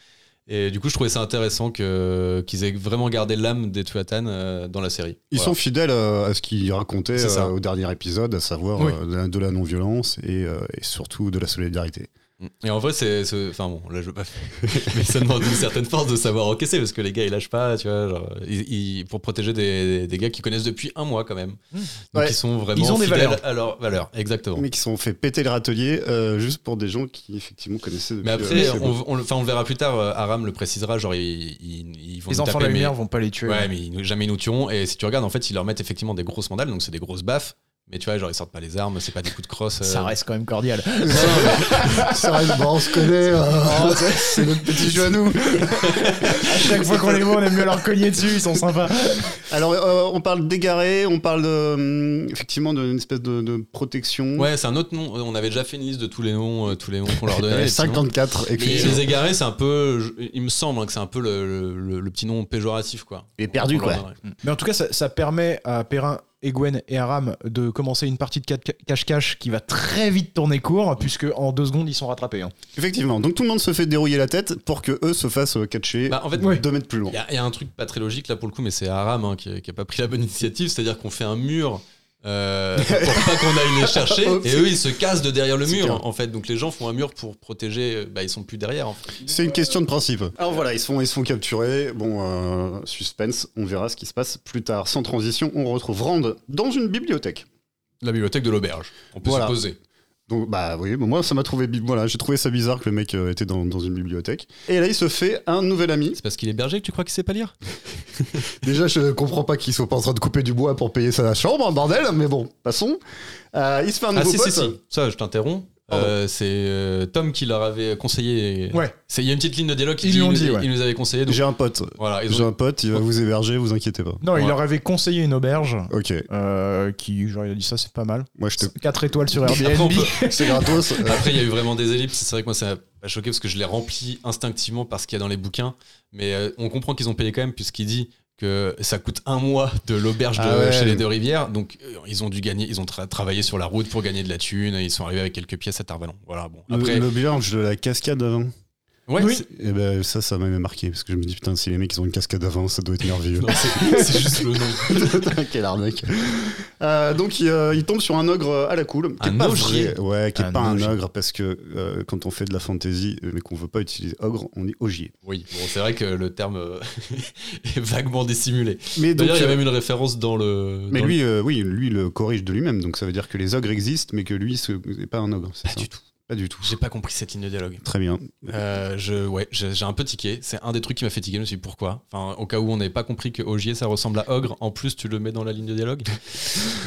S2: et du coup, je trouvais ça intéressant que- qu'ils aient vraiment gardé l'âme des Tuathan euh, dans la série.
S3: Ils
S2: Voilà.
S3: sont fidèles euh, à ce qu'ils racontaient
S2: C'est ça.
S3: euh, au dernier épisode, à savoir
S1: Oui.
S3: euh, de la- de la non-violence et, euh, et surtout de la solidarité.
S2: Mm. Et en vrai, c'est. c'est- Enfin bon, là, je veux pas. mais ça demande une certaine force de savoir encaisser, parce que les gars, ils lâchent pas, tu vois. genre, ils- ils- pour protéger des, des gars qu'ils connaissent depuis un mois, quand même.
S1: Mm.
S2: Donc,
S3: Ouais.
S2: ils sont vraiment
S1: Ils ont des
S2: fidèles
S1: valeurs.
S2: à leurs valeurs. Exactement.
S3: Mais qui sont fait péter le râtelier euh, juste pour des gens qui effectivement connaissaient. Depuis,
S2: Mais après,
S3: euh, c'est
S2: on,
S3: bon.
S2: on le- enfin, on le verra plus tard, euh, Aram le précisera, genre ils, ils- ils vont
S1: Les
S2: nous
S1: enfants de
S2: taper,
S1: la
S2: mais-
S1: lumière vont pas les tuer.
S2: Ouais, mais ils nous- jamais ils nous tueront. Et si tu regardes, en fait, ils leur mettent effectivement des grosses mandales, donc c'est des grosses baffes. Mais tu vois, genre ils sortent pas les armes, c'est pas des coups de crosse. euh.
S1: Ça reste quand même cordial.
S3: ça reste bon, on se connaît.
S2: Ah.
S3: euh, c'est notre petit jeu à nous.
S1: À chaque fois qu'on les voit, on aime mieux leur cogner dessus, ils sont sympas.
S3: Alors, euh, on parle d'égaré, on parle de, hum, effectivement d'une espèce de, de protection.
S2: Ouais, c'est un autre nom. On avait déjà fait une liste de tous les noms, euh, tous les noms qu'on leur donnait.
S3: Euh,
S2: effectivement.
S3: 54
S2: Mais
S3: effectivement.
S2: les égarés, c'est un peu, je- il me semble hein, que c'est un peu le, le- le- le petit nom péjoratif quoi.
S3: Les perdus,
S2: On leur
S3: quoi.
S2: donnerait.
S1: Mais en tout cas, ça, ça permet à Perrin Egwen et Aram de commencer une partie de ca- ca- cache-cache qui va très vite tourner court, puisque en deux secondes, ils sont rattrapés. hein.
S3: Effectivement, donc tout le monde se fait dérouiller la tête pour que eux se fassent euh, catcher
S2: Bah, en fait,
S1: Ouais.
S3: deux mètres plus loin.
S2: Il y a- il y, a un truc pas très logique là pour le coup, mais c'est Aram hein, qui, qui a pas pris la bonne initiative, c'est-à-dire qu'on fait un mur euh, pour pas qu'on aille les chercher, et eux ils se cassent de derrière le
S3: C'est
S2: mur
S3: clair.
S2: en fait. Donc les gens font un mur pour protéger, euh, bah ils sont plus derrière. En fait.
S3: C'est une question de principe. Alors voilà, ils se font, ils se font capturer. Bon, euh, suspense, on verra ce qui se passe plus tard. Sans transition, on retrouve Rand dans une bibliothèque.
S2: La bibliothèque de l'auberge, on peut
S3: Voilà.
S2: supposer.
S3: Donc bah oui, bon, moi ça m'a trouvé, bi- voilà, j'ai trouvé ça bizarre que le mec euh, était dans, dans une bibliothèque. Et là, il se fait un nouvel ami.
S2: C'est parce qu'il est berger que tu crois qu'il sait pas lire
S3: Déjà, je comprends pas qu'il soit pas en train de couper du bois pour payer sa chambre, hein, bordel. Mais bon, passons. Euh, il se fait un
S2: Ah
S3: nouveau
S2: si,
S3: pote.
S2: si, si, ça je t'interromps.
S3: Pardon.
S2: Euh, c'est euh, Tom qui leur avait conseillé. et-
S1: Ouais.
S2: C'est- Il y a une petite ligne de dialogue qui
S1: Ils
S2: dit,
S1: lui ont
S2: il
S1: dit,
S2: nous-
S1: ouais.
S2: il nous avait conseillé. Donc,
S3: J'ai un pote.
S2: voilà, ils
S3: J'ai
S2: ont...
S3: un pote. Il va vous héberger. Vous inquiétez pas.
S1: Non, il
S2: Ouais.
S1: leur avait conseillé une auberge,
S3: Ok,
S1: euh, qui, genre, il a dit ça, c'est pas mal.
S3: moi je te.
S1: 4 étoiles sur
S2: Après,
S1: Airbnb.
S2: on peut-
S3: C'est gratos. Euh,
S2: Après, il y a eu vraiment des ellipses. C'est vrai que moi, ça m'a choqué parce que je l'ai rempli instinctivement par ce qu'il y a dans les bouquins. Mais euh, on comprend qu'ils ont payé quand même, puisqu'il dit que ça coûte un mois de l'auberge de
S3: Ah ouais.
S2: chez les Deux Rivières. Donc, euh, ils ont dû gagner, ils ont tra- travaillé sur la route pour gagner de la thune. et ils sont arrivés avec quelques pièces à Tarvalon. Voilà, bon. Après,
S3: Le, le bilange de la cascade avant.
S2: ouais,
S1: Oui.
S2: c'est-
S3: Et ben ça, ça m'a même marqué parce que je me dis putain, si les mecs ils ont une cascade avant, ça doit être merveilleux.
S2: non, c'est c'est juste le nom.
S3: Quelle arnaque. Euh, donc il, euh, il tombe sur un ogre euh, à la cool. Qui est
S2: Un
S3: pas
S2: augier.
S3: vrai. Ouais, qui est
S1: Un
S3: pas
S1: augier.
S3: un ogre parce que euh, quand on fait de la fantasy euh, mais qu'on veut pas utiliser ogre, on dit ogier.
S2: Oui, bon, c'est vrai que le terme euh, est vaguement dissimulé.
S3: Mais donc.
S2: D'ailleurs, il y a
S3: euh,
S2: même une référence dans le.
S3: Mais
S2: dans
S3: lui, euh, oui, lui le corrige de lui-même, donc ça veut dire que les ogres existent, mais que lui, ce n'est pas un ogre. c'est
S2: le-
S3: ça
S2: Pas du tout.
S3: Pas du tout.
S2: Ah, J'ai pas compris cette ligne de dialogue.
S3: Très bien.
S2: Euh, je, ouais, je- j'ai un peu tiqué. C'est un des trucs qui m'a fait tiquer. Je me suis dit pourquoi enfin, Au cas où on n'avait pas compris que Ogier ça ressemble à Ogre, en plus tu le mets dans la ligne de dialogue.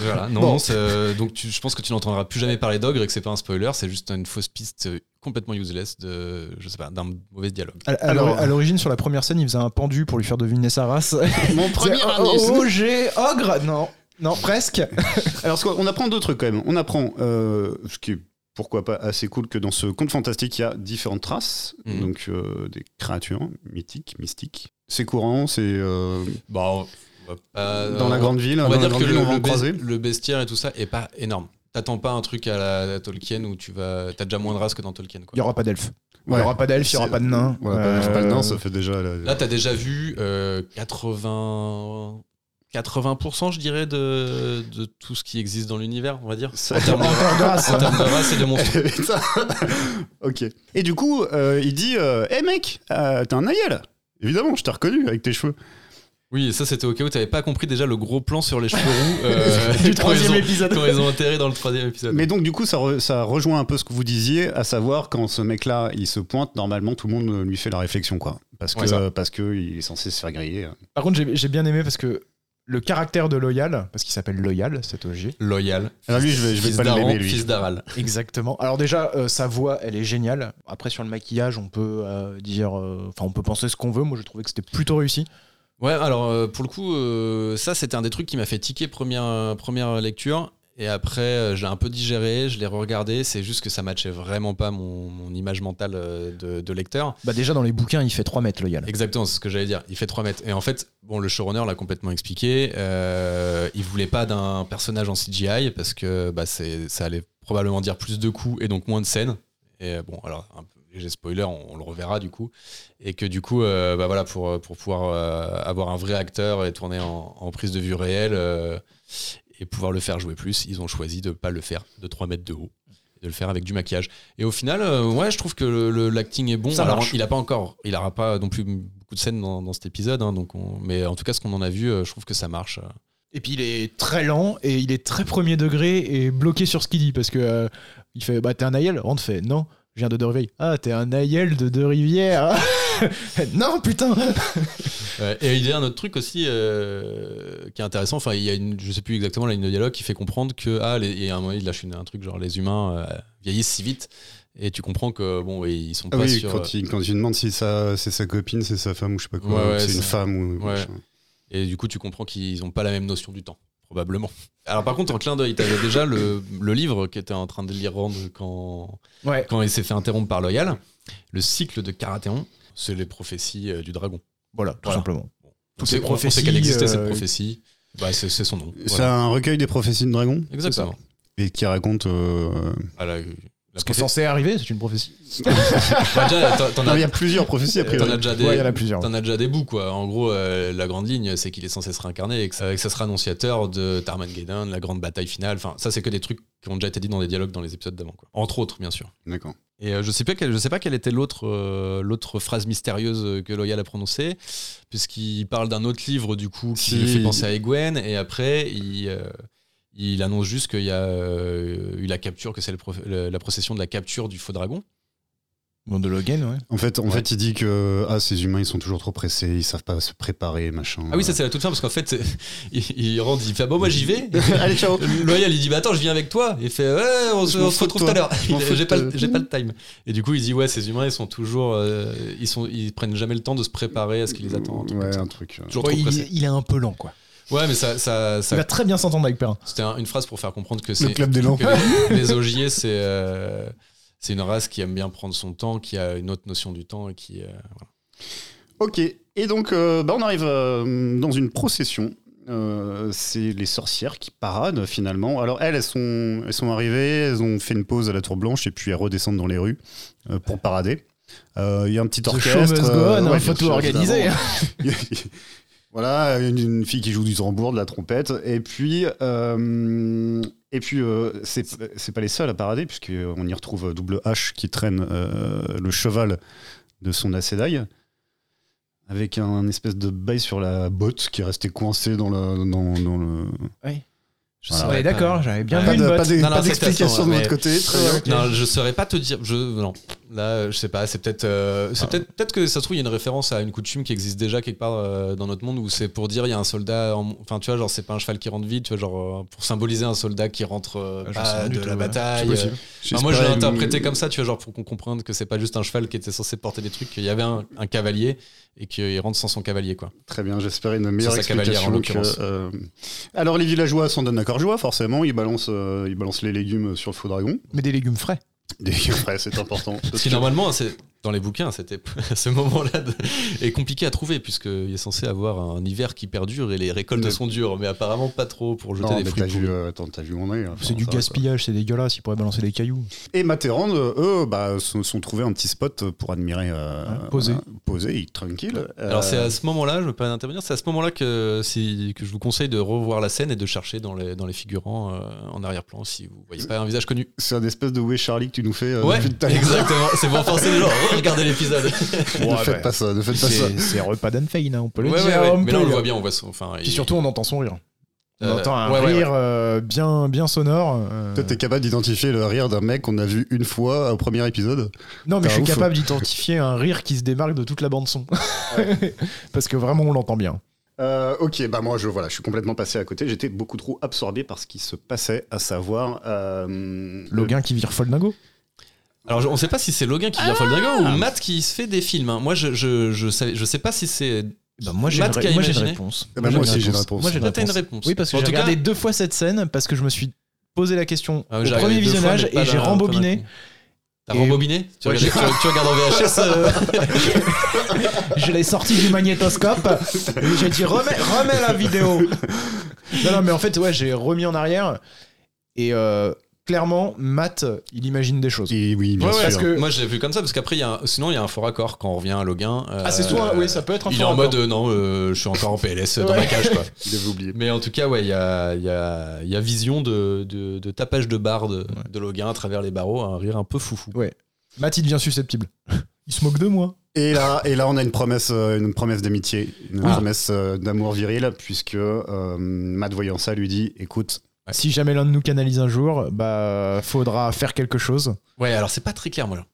S2: voilà, non,
S3: Bon.
S2: non, c'est, euh, donc tu- je pense que tu n'entendras plus jamais parler d'Ogre et que c'est pas un spoiler, c'est juste une fausse piste euh, complètement useless de, je sais pas, d'un mauvais dialogue.
S1: À- à l'or-
S3: Alors-
S1: à l'origine, sur la première scène, il faisait un pendu pour lui faire deviner sa race.
S3: Mon premier
S1: C'est- oh,
S3: indice.
S1: oh, j'ai ogre Non, non, presque.
S3: oh. Alors, ce qu'on- on apprend deux trucs quand même. On apprend, euh, ce qui est pourquoi pas assez cool, que dans ce conte fantastique, il y a différentes traces,
S2: Mhm.
S3: donc euh, des créatures mythiques, mystiques. C'est courant, c'est euh,
S2: Bon, on va pas-
S3: dans la grande ville.
S2: Euh, on
S3: dans
S2: va
S3: la
S2: dire
S3: grande
S2: que
S3: ville,
S2: le,
S3: on va en
S2: le bes-
S3: croiser.
S2: le bestiaire et tout ça est pas énorme. T'attends pas un truc à la, la Tolkien où tu vas, t'as déjà moins de race que dans Tolkien. Quoi.
S1: Il n'y aura pas d'elfe. Il
S3: Ouais.
S1: n'y aura pas d'elfe, il n'y aura
S3: C'est-
S1: pas de nain.
S3: Voilà, pas-
S1: Euh,
S3: pas de nain, ça fait déjà. la-
S2: Là, t'as déjà vu euh, 80... 80%, je dirais, de, de tout ce qui existe dans l'univers, on va dire.
S3: Ça-
S2: En termes de,
S1: Encore grâce.
S2: en termes de race et de monstres.
S3: Putain. ok. Et du coup, euh, il dit euh, Hé mec, euh, t'es un aïeul Évidemment, je t'ai reconnu avec tes cheveux.
S2: Oui, et ça, c'était au cas où t'avais pas compris déjà le gros plan sur les cheveux roux euh, quand ils
S1: du troisième
S2: ont-
S1: épisode.
S2: Quand ils ont enterré dans le troisième épisode.
S3: Mais donc, du coup, ça, re- ça rejoint un peu ce que vous disiez, à savoir, quand ce mec-là, il se pointe, normalement, tout le monde euh, lui fait la réflexion, quoi. Parce que,
S2: Ouais, ça.
S3: euh, parce que il est censé se faire griller.
S1: Par contre, j'ai j'ai bien aimé parce que le caractère de Loyal, parce qu'il s'appelle Loyal, cet OG.
S2: Loyal.
S3: Alors Ah, lui, je vais, je vais
S2: Fils
S3: pas l'aimer,
S2: d'Aran,
S3: lui.
S2: fils d'Aral.
S1: Exactement. Alors déjà, euh, sa voix, elle est géniale. Après, sur le maquillage, on peut euh, dire, euh, enfin, on peut penser ce qu'on veut. Moi, je trouvais que c'était plutôt réussi.
S2: Ouais, alors euh, pour le coup, euh, ça c'était un des trucs qui m'a fait tiquer première, euh, première lecture. Et après, euh, je l'ai un peu digéré, je l'ai regardé. C'est juste que ça matchait vraiment pas mon, mon image mentale euh, de- de lecteur.
S1: Bah déjà, dans les bouquins, il fait 3 mètres, Loyal.
S2: Exactement, c'est ce que j'allais dire. Il fait 3 mètres. Et en fait, bon, le showrunner l'a complètement expliqué. Euh, il voulait pas d'un personnage en CGI parce que bah, c'est, ça allait probablement dire plus de coups et donc moins de scènes. Et euh, bon, alors, un peu léger spoiler, on, on le reverra du coup. Et que du coup, euh, bah, voilà, pour, euh, pour pouvoir euh, avoir un vrai acteur et tourner en, en prise de vue réelle euh, et pouvoir le faire jouer plus, ils ont choisi de pas le faire de 3 mètres de haut et de le faire avec du maquillage. Et au final, euh, ouais, je trouve que le- le- l'acting est bon.
S1: Ça
S2: Alors,
S1: marche.
S2: il a pas encore, il aura pas non plus beaucoup de scènes dans, dans cet épisode, hein, donc on- mais en tout cas, ce qu'on en a vu, euh, je trouve que ça marche.
S1: Et puis il est très lent et il est très premier degré et bloqué sur ce qu'il dit parce que euh, il fait bah t'es un aïeul on te fait non je viens de Deux Rivières ah t'es un aïeul de Deux Rivières non putain
S2: Ouais, Euh, et il y a un autre truc aussi euh, qui est intéressant. Enfin, il y a une, je sais plus exactement la ligne de dialogue qui fait comprendre que ah, les, et à un moment il lâche une- un truc genre les humains euh, vieillissent si vite. Et tu comprends que bon, ils sont
S3: Ah
S2: pas euh,
S3: oui,
S2: sur.
S3: quand, il, quand il demande si ça- c'est sa copine, c'est sa femme ou je sais pas quoi,
S2: Ouais,
S3: ou
S2: ouais,
S3: c'est
S2: c'est-
S3: une femme ou.
S2: Ouais.
S3: machin.
S2: Et du coup, tu comprends qu'ils n'ont pas la même notion du temps, probablement. Alors, par contre, en clin d'œil, t'avais déjà le, le livre qui était en train de lire Rand quand,
S1: ouais
S2: quand il s'est fait interrompre par Loyal. Le cycle de Karatéon, c'est les prophéties euh, du dragon.
S1: voilà tout
S2: Voilà.
S1: simplement
S2: Toutes
S1: les
S2: on sait qu'elle
S1: prophéties,
S2: existait,
S1: euh,
S2: cette prophétie. Bah, c'est c'est son nom.
S3: C'est
S2: voilà.
S3: un recueil des prophéties de dragon
S2: Exactement.
S3: et qui raconte. euh,
S2: Ah, la- la
S1: Ce qui est
S2: prophétie-
S1: censé arriver, c'est une prophétie.
S2: Bah, déjà, t'en- t'en
S3: Non,
S2: as-
S3: il y a plusieurs prophéties a priori.
S2: T'en as déjà des.
S1: Ouais, il y en a plusieurs.
S2: T'en as déjà des bouts, quoi. En gros, euh, la grande ligne, c'est qu'il est censé se réincarner et que, ça- que ça sera annonciateur de Tarmageddon, la grande bataille finale. Enfin, ça, c'est que des trucs qui ont déjà été dit dans des dialogues dans les épisodes d'avant, quoi. Entre autres, bien sûr.
S3: D'accord.
S2: Et euh, je sais pas quelle, je sais pas quelle était l'autre euh, l'autre phrase mystérieuse que Loyal a prononcée, puisqu'il parle d'un autre livre du coup qui
S3: Si.
S2: lui fait penser à Egwen, et après il euh, il annonce juste qu'il y a euh, eu la capture, que c'est le prof- le- la procession de la capture du faux dragon.
S1: Bon, de Logan, ouais.
S3: En fait, en
S2: Ouais.
S3: fait, il dit que ah, ces humains, ils sont toujours trop pressés, ils savent pas se préparer, machin.
S2: Ah oui, ça c'est la toute fin parce qu'en fait c'est- il, il rentre, il fait Ah bon moi j'y vais.
S3: Allez, ciao.
S2: Loyal il dit bah attends je viens avec toi. Il fait ouais on se,
S3: Je m'en
S2: on se
S3: fous de
S2: retrouve tout
S3: toi.
S2: à l'heure.
S3: Je m'en
S2: Il-
S3: fous de
S2: J'ai pas, le-
S3: toi.
S2: j'ai pas le time. Et du coup il dit ouais ces humains ils sont toujours euh, ils sont ils prennent jamais le temps de se préparer à ce qui les attend. un truc comme
S3: Ouais,
S2: ça.
S3: un truc. euh.
S2: Toujours
S1: Ouais,
S2: trop pressé.
S1: il, il est un peu lent, quoi.
S2: Ouais, mais ça, ça,
S1: Il
S2: ça-
S1: va très bien s'entendre avec Perrin.
S2: c'était un- une phrase pour faire comprendre que c'est
S3: des lents.
S2: que les, les augiers, c'est euh, c'est une race qui aime bien prendre son temps, qui a une autre notion du temps et qui. euh,
S3: Ok. Et donc, euh, bah, on arrive euh, dans une procession. Euh, c'est les sorcières qui paradent finalement. Alors elles, elles sont, elles sont arrivées, elles ont fait une pause à la Tour Blanche et puis elles redescendent dans les rues euh, pour parader. Euh, Il y a un petit
S1: The show
S3: orchestre.
S1: must go
S3: euh,
S1: on,
S3: ouais,
S1: hein, faut
S3: bien
S1: tout
S3: sûr,
S1: organiser.
S3: évidemment. voilà, une, une fille qui joue du tambour, de la trompette. Et puis, euh, et puis euh, c'est c'est pas les seuls à parader, puisqu'on y retrouve euh, Double H qui traîne euh, le cheval de son acédaille. Avec un, espèce de bail sur la botte qui est resté coincé dans le. Dans, dans le...
S2: je
S3: Voilà.
S2: saurais
S1: Ouais,
S2: pas-
S1: d'accord, j'avais bien
S2: Ah,
S1: vu
S3: Pas
S1: une
S3: de-
S1: botte.
S3: pas des-
S2: Non, non,
S3: pas
S2: c'est
S3: d'explication
S2: intéressant,
S3: de
S2: ouais,
S3: notre côté. Très bien.
S1: Ok.
S2: Non, je saurais pas te dire. Je non. Là, je sais pas. C'est peut-être. euh, c'est
S3: Ah.
S2: peut-être. Peut-être que ça se trouve il y a une référence à une coutume qui existe déjà quelque part euh, dans notre monde où c'est pour dire il y a un soldat. en- Enfin, tu vois, genre c'est pas un cheval qui rentre vide. Tu vois, genre euh, pour symboliser un soldat qui rentre euh,
S1: Ah, j'en
S2: pas
S1: sais rien
S2: de
S1: du
S2: la
S1: tout, ouais.
S2: bataille.
S3: C'est possible.
S2: euh, Enfin, moi, je l'ai
S3: J'espère-
S2: interprété comme ça, tu vois, genre pour qu'on comprenne que c'est pas juste un cheval qui était censé porter des trucs, qu'il y avait un, un cavalier et qu'il rentre sans son cavalier, quoi.
S3: Très bien, j'espère une meilleure
S2: sa cavalière, en
S3: explication.
S2: l'occurrence.
S3: que, euh, Alors les villageois s'en donnent d'accord joie, forcément, ils balancent, euh, ils balancent les légumes sur le faux dragon.
S1: Mais des légumes frais.
S3: Des frais, c'est important.
S2: Parce
S3: Parce
S2: que
S3: que-
S2: normalement, c'est dans les bouquins, c'était à ce moment-là de- est compliqué à trouver puisqu'il est censé avoir un hiver qui perdure et les récoltes
S3: Mais-
S2: sont dures, mais apparemment pas trop pour jeter
S3: Non,
S2: des
S3: mais t'as
S2: fruits.
S3: vu, euh, attends, t'as vu mon œil. hein.
S1: C'est
S3: Enfin,
S1: du
S3: ça va,
S1: gaspillage, c'est dégueulasse, ils pourraient balancer des cailloux.
S3: quoi. Et Materand, eux, bah, se sont trouvés un petit spot pour admirer. euh,
S1: Ouais, posé.
S3: voilà, posé, ils- tranquille.
S2: Ah, Alors c'est
S3: Euh,
S2: à ce moment-là, je veux pas intervenir, c'est à ce moment-là que, si- que je vous conseille de revoir la scène et de chercher dans les, dans les figurants euh, en arrière-plan si vous voyez pas un visage connu.
S3: c'est un espèce de way Charlie que tu nous fais euh,
S2: ouais,
S3: depuis tout à l'heure.
S2: exactement, c'est pour forcer les gens, regardez l'épisode.
S3: Ne
S1: Ouais,
S2: ben,
S3: faites
S1: bah,
S3: pas ça, ne faites pas ça.
S1: C'est c'est repas d'Anne Faye, hein, on peut le
S2: Ouais,
S1: dire.
S2: ouais, ouais.
S1: on
S2: Mais
S1: peut
S2: là, on le
S1: le-
S2: voit bien, on voit son. Enfin,
S1: Puis
S2: il-
S1: surtout, on entend son rire. On
S2: Euh,
S1: entend un
S2: ouais, ouais, ouais.
S1: rire euh, bien, bien sonore. euh.
S3: Toi, t'es capable d'identifier le rire d'un mec qu'on a vu une fois au premier épisode
S1: Non, mais
S3: T'es
S1: je suis
S3: un ouf.
S1: capable d'identifier un rire qui se démarque de toute la bande son. Parce que vraiment, on l'entend bien.
S3: Euh, ok, bah moi je voilà, je suis complètement passé à côté. J'étais beaucoup trop absorbé par ce qui se passait, à savoir euh,
S1: Logan qui vire folle dingo.
S2: Alors, je- on sait pas si c'est Logan qui vient faire le dragon ou Matt qui se fait des films. hein. Moi, je, je, je, sais, je sais pas si c'est.
S1: Bah, moi,
S2: j'ai Matt une ré- qui a moi, j'ai une imaginé.
S1: réponse.
S3: Eh ben, moi aussi, j'ai une réponse.
S1: Moi, j'ai une
S2: Toi, t'as une
S1: réponse.
S2: réponse.
S1: Oui, parce que
S2: En
S1: j'ai
S2: tout cas,
S1: regardé deux fois cette scène parce que je me suis posé la question
S2: euh,
S1: au
S2: j'ai regardé
S1: premier
S2: deux fois,
S1: visionnage
S2: mais pas
S1: et j'ai
S2: la-
S1: rembobiné.
S2: T'as
S1: Et-
S2: rembobiné tu,
S1: Ouais,
S2: regardes, tu- tu regardes en VHS euh,
S1: Je l'ai sorti du magnétoscope et j'ai dit remets, remets la vidéo. Non, non, mais en fait, ouais, j'ai remis en arrière et euh, clairement, Matt, il imagine des choses.
S3: Et oui, bien
S1: Ouais, ouais,
S3: sûr.
S1: parce que-
S2: Moi, j'ai vu comme ça parce qu'après, il y a un- sinon, il y a un faux raccord quand on revient à Logan. euh,
S1: ah, c'est soit, oui, ça peut être un
S2: Il est
S1: faux
S2: en mode
S1: raccord.
S2: euh, non, euh, je suis encore en PLS dans ma
S1: Ouais.
S2: cage, quoi.
S3: Il avait oublié.
S2: Mais en tout cas, ouais, il y a, il y, a, il y a vision de, de, de tapage de barre de, de Logan à travers les barreaux, un rire un peu foufou.
S1: Matt, il devient susceptible. Il se moque de moi.
S3: Et là, et là, on a une promesse, euh, une promesse d'amitié, une
S2: Ah.
S3: promesse euh, d'amour viril, puisque euh, Matt voyant ça lui dit, écoute,
S2: Ouais.
S1: Si jamais l'un de nous canalise un jour, bah, faudra faire quelque chose.
S2: Ouais, alors c'est pas très clair, moi. là.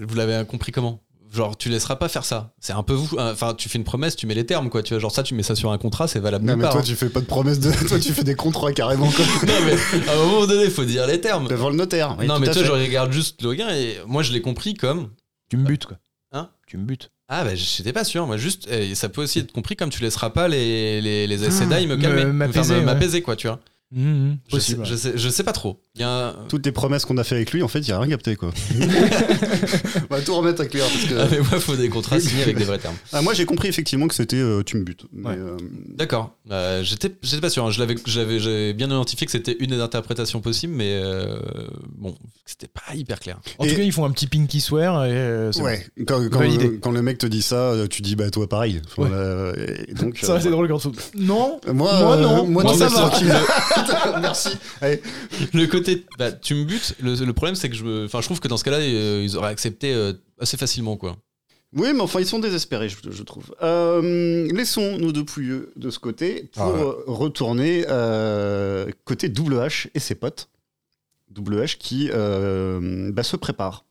S2: Vous l'avez compris comment Genre, tu laisseras pas faire ça. C'est un peu vous. Enfin, tu fais une promesse, tu mets les termes, quoi. Tu vois, genre ça, tu mets ça sur un contrat, c'est valable
S3: non
S2: nulle
S3: mais
S2: part.
S3: toi
S2: hein.
S3: tu fais pas de promesse, de... toi tu fais des contrats carrément quoi,
S2: Non, mais à un moment donné, faut dire les termes.
S3: devant le notaire. Oui,
S2: non,
S3: tout
S2: mais
S3: à
S2: toi,
S3: fait.
S2: je regarde juste Logan et moi, je l'ai compris comme.
S1: Tu me butes, quoi.
S2: Hein
S1: Tu me butes.
S2: Ah, bah, j'étais pas sûr. Moi, juste, eh, ça peut aussi être compris comme tu laisseras pas les, les, les Sedai me
S1: Ah, me-
S2: calmer. enfin,
S1: m'apaiser, ouais.
S2: m'apaiser, quoi, tu vois.
S1: Mhm.
S2: Je sais,
S1: Possible.
S2: je, sais, je sais pas trop. Il y a un-
S3: Toutes les promesses qu'on a fait avec lui, en fait, il a rien capté, quoi. On va Bah, tout remettre à clair. Parce que...
S2: Ah, mais moi, faut des contrats signés avec des vrais termes.
S3: Ah, moi, j'ai compris effectivement que c'était euh, tu me butes. Mais,
S1: Ouais. Bah,
S3: euh,
S2: D'accord. Euh, J'étais j'étais pas sûr. hein. Je l'avais- J'avais j'avais bien identifié que c'était une des interprétations possibles, mais euh, bon, c'était pas hyper clair.
S1: En
S3: Et-
S1: tout cas, ils font un petit pinky swear. Et, euh, c'est
S3: ouais, quand, quand,
S1: Bonne idée.
S3: quand le mec te dit ça, euh, tu dis bah toi pareil. Enfin,
S1: Ouais.
S3: là, et donc,
S1: bon. Ça,
S3: euh,
S1: c'est drôle quand Non
S3: Moi,
S1: Moi,
S3: euh,
S1: non.
S3: moi,
S1: Moi,
S3: tu
S1: ça
S3: m'as
S1: va.
S3: sorti le- Merci. Allez.
S2: Le côté, bah, tu me butes. Le, le problème, c'est que je, me- enfin, je trouve que dans ce cas-là, euh, ils auraient accepté euh, assez facilement, quoi.
S3: Oui, mais enfin, ils sont désespérés, je, je trouve. Euh, laissons nos deux pouilleux de ce côté pour
S2: Ah ouais.
S3: euh, retourner euh, côté Double H et ses potes. Double H qui euh, bah, se prépare.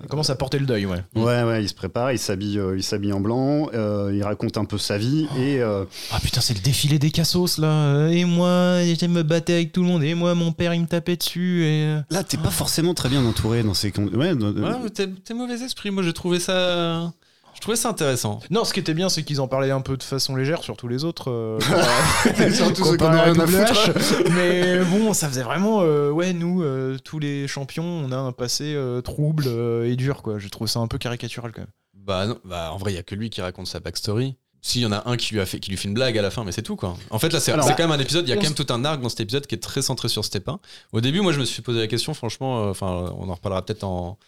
S1: Il commence à porter le deuil, ouais.
S2: Mm.
S3: Ouais, ouais, il se prépare, il s'habille, euh, il s'habille en blanc, euh, il raconte un peu sa vie et euh,
S1: Ah putain, c'est le défilé des cassos là. Euh, Et moi, j'étais me battre avec tout le monde. Et moi, mon père, il me tapait dessus. Et. euh,
S3: là, t'es pas forcément très bien entouré dans ces. con- Ouais, dans- euh,
S2: Ouais, mais t'es t'es mauvais esprit. Moi, j'ai trouvé ça. Je trouvais ça intéressant.
S1: Non, ce qui était bien, c'est qu'ils en parlaient un peu de façon légère sur tous les autres. euh,
S3: Surtout ceux qui en ont
S1: comparé à
S3: rien à
S1: WH.
S3: foutre.
S1: Mais bon, ça faisait vraiment. euh, ouais, nous, euh, tous les champions, on a un passé euh, trouble euh, et dur, quoi. Je trouve ça un peu caricatural quand même.
S2: Bah non, bah en vrai, il y a que lui qui raconte sa backstory. S'il y en a un qui lui, a fait, qui lui fait une blague à la fin, mais c'est tout quoi. En fait, là, c'est
S3: Alors,
S2: c'est quand même un épisode, il y a
S1: on
S2: quand
S1: s-
S2: même tout un arc dans cet épisode qui est très centré sur Stepin. Au début, moi, je me suis posé la question, franchement, euh, enfin, on en reparlera peut-être en,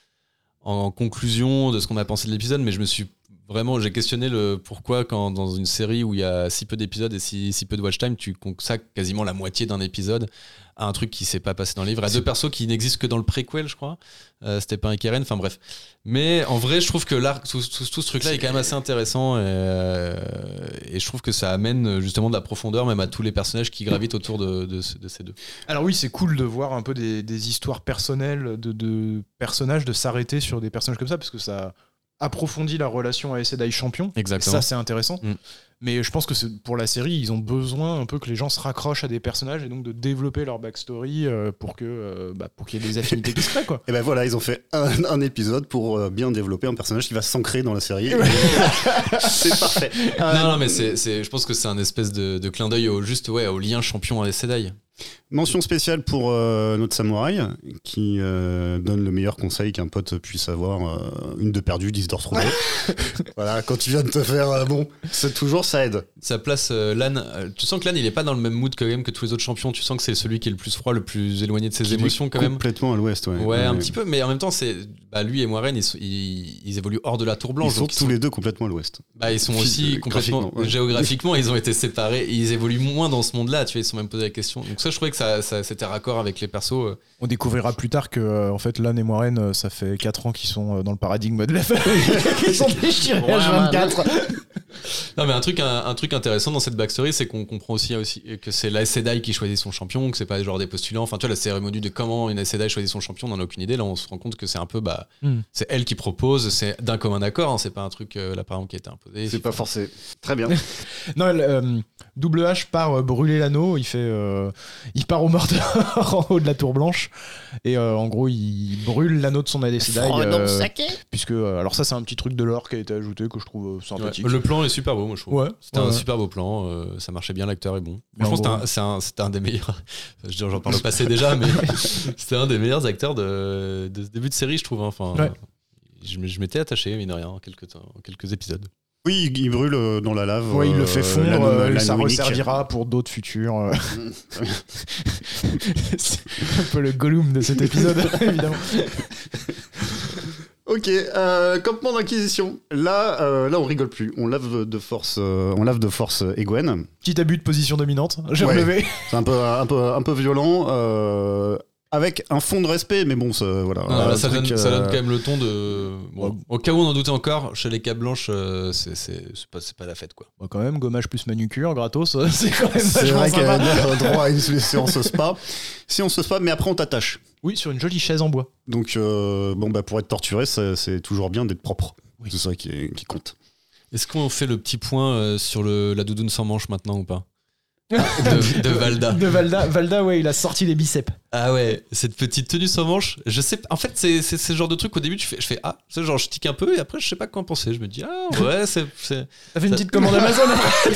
S2: en conclusion de ce qu'on a pensé de l'épisode, mais je me suis vraiment, j'ai questionné le pourquoi, quand dans une série où il y a si peu d'épisodes et si, si peu de watch time, tu consacres quasiment la moitié d'un épisode à un truc qui s'est pas passé dans le livre, à deux persos qui n'existent que dans le préquel, je crois, euh, Stepin et Keren, enfin bref. Mais en vrai, je trouve que l'arc, tout, tout- tout ce truc-là est quand même assez intéressant et, euh, et je trouve que ça amène euh, justement de la profondeur même à tous les personnages qui gravitent autour de, de ce- de ces deux.
S1: Alors oui, c'est cool de voir un peu des, des histoires personnelles de, de personnages, de s'arrêter sur des personnages comme ça, parce que ça approfondit la relation à Sedai champion.
S2: Exactement.
S1: Ça, c'est intéressant.
S2: Mm.
S1: Mais je pense que c'est- pour la série, ils ont besoin un peu que les gens se raccrochent à des personnages et donc de développer leur backstory euh, pour que euh, bah, pour qu'il y ait des affinités qui se créent quoi.
S3: Et ben voilà, ils ont fait un, un épisode pour euh, bien développer un personnage qui va s'ancrer dans la série. c'est parfait. Euh,
S2: non, non, mais c'est, c'est- je pense que c'est un espèce de, de clin d'œil au juste ouais, au lien champion à Sedai.
S3: Mention spéciale pour euh, notre samouraï qui euh, donne le meilleur conseil qu'un pote puisse avoir. euh, une de perdue, dix de retrouvée. voilà, quand tu viens de te faire euh, bon, c'est toujours ça aide.
S2: Ça place euh, Lan. euh, tu sens que Lan, il est pas dans le même mood quand même que tous les autres champions. Tu sens que c'est celui qui est le plus froid, le plus éloigné de ses
S3: Qui lui
S2: émotions quand même.
S3: Complètement à l'ouest, ouais.
S2: Ouais, un petit peu, mais en même temps, c'est bah, lui et Moiraine, ils, sont- ils, ils évoluent hors de la tour
S3: Ils
S2: blanche.
S3: sont
S2: donc
S3: tous les deux complètement à l'ouest.
S2: Bah, ils sont
S3: Physi-
S2: aussi
S3: euh,
S2: complètement
S3: graphiquement, ouais.
S2: géographiquement, ils ont été séparés. et Ils évoluent moins dans ce monde-là, tu vois. Ils se sont même posé la question. Donc ça, je trouvais que ça, ça- c'était raccord avec les persos. euh.
S1: On découvrira plus tard que euh, en fait Lan et Moiraine, euh, ça fait 4 ans qu'ils sont euh, dans le paradigme de la famille. Ils sont déchirés
S2: Ouais, man.
S1: H24.
S2: Non, mais un truc, un, un truc intéressant dans cette backstory, c'est qu'on comprend aussi, aussi que c'est la Sedai qui choisit son champion, que c'est pas genre des postulants. Enfin, tu vois, la cérémonie de comment une Sedai choisit son champion, on en a aucune idée. Là, on se rend compte que c'est un peu, bah,
S1: Hmm.
S2: c'est elle qui propose. C'est d'un commun accord. hein, c'est pas un truc euh, là par exemple qui a été imposé.
S3: C'est pas forcé. Très bien.
S1: Non, elle, euh, Double H part euh, brûler l'anneau, il fait, euh, il part au mordor en haut de la Tour Blanche et euh, en gros il brûle l'anneau de son adécidaille. puisque euh, alors ça c'est un petit truc de l'or qui a été ajouté que je trouve euh,
S2: Ouais.
S1: sympathique.
S2: Le plan est super beau, moi je trouve.
S1: Ouais,
S2: C'était
S1: ouais,
S2: un
S1: ouais.
S2: super beau plan, euh, ça marchait bien, l'acteur est bon.
S1: Mais
S2: je pense
S1: en
S2: que
S1: gros-
S2: c'est un- c'était un, des meilleurs. je dis- J'en parle au passé déjà, mais c'était un des meilleurs acteurs de, de ce début de série, je trouve. hein. Enfin,
S1: Ouais.
S2: je, m- je m'étais attaché, mine de rien, en quelques, temps, en quelques épisodes.
S3: Oui, il il brûle euh, dans la lave.
S1: Ouais, il
S3: euh,
S1: le fait fondre,
S3: l'anneau-
S1: euh,
S3: l'anneau
S1: ça
S3: unique.
S1: resservira pour d'autres futurs. euh. c'est un peu le Gollum de cet épisode, évidemment.
S3: Ok, euh, campement d'inquisition. Là, euh, là, on rigole plus. On lave de force, euh, on lave de force euh, Egwen.
S1: Petit abus de position dominante, j'ai
S3: Ouais.
S1: relevé.
S3: C'est un peu, un peu, un peu violent, euh, avec un fond de respect, mais bon, ça, voilà.
S2: Non,
S1: Ah,
S3: Euh,
S2: là, ça,
S3: truc,
S2: donne, ça
S3: euh,
S2: donne quand même le ton de. bon,
S1: Ouais.
S2: Au cas où on en doutait encore, chez les cas blanches, euh, c'est c'est- c'est pas, c'est pas la fête, quoi.
S1: Bon, quand même, gommage plus manucure, gratos, euh, c'est quand même
S3: C'est
S1: vachement
S3: vrai qu'elle
S1: sympa.
S3: a droit à une séance spa. Séance spa, mais après on t'attache.
S1: Oui, sur une jolie chaise en bois.
S3: Donc, euh, bon, bah, pour être torturé, ça- c'est toujours bien d'être propre.
S1: Oui.
S3: C'est ça qui, est- qui compte.
S2: Est-ce qu'on fait le petit point euh, sur le, la doudoune sans manche maintenant ou pas de, de Valda.
S1: De Valda, Valda, ouais, il a sorti les biceps.
S2: Ah ouais, cette petite tenue sans manche. Je sais, en fait, c'est c'est- c'est ce genre de truc. Au début, tu fais, je fais ah, c'est genre je tique un peu et après je sais pas quoi en penser. Je me dis ah ouais, c'est c'est-
S1: T'as fait une petite commande Amazon hein.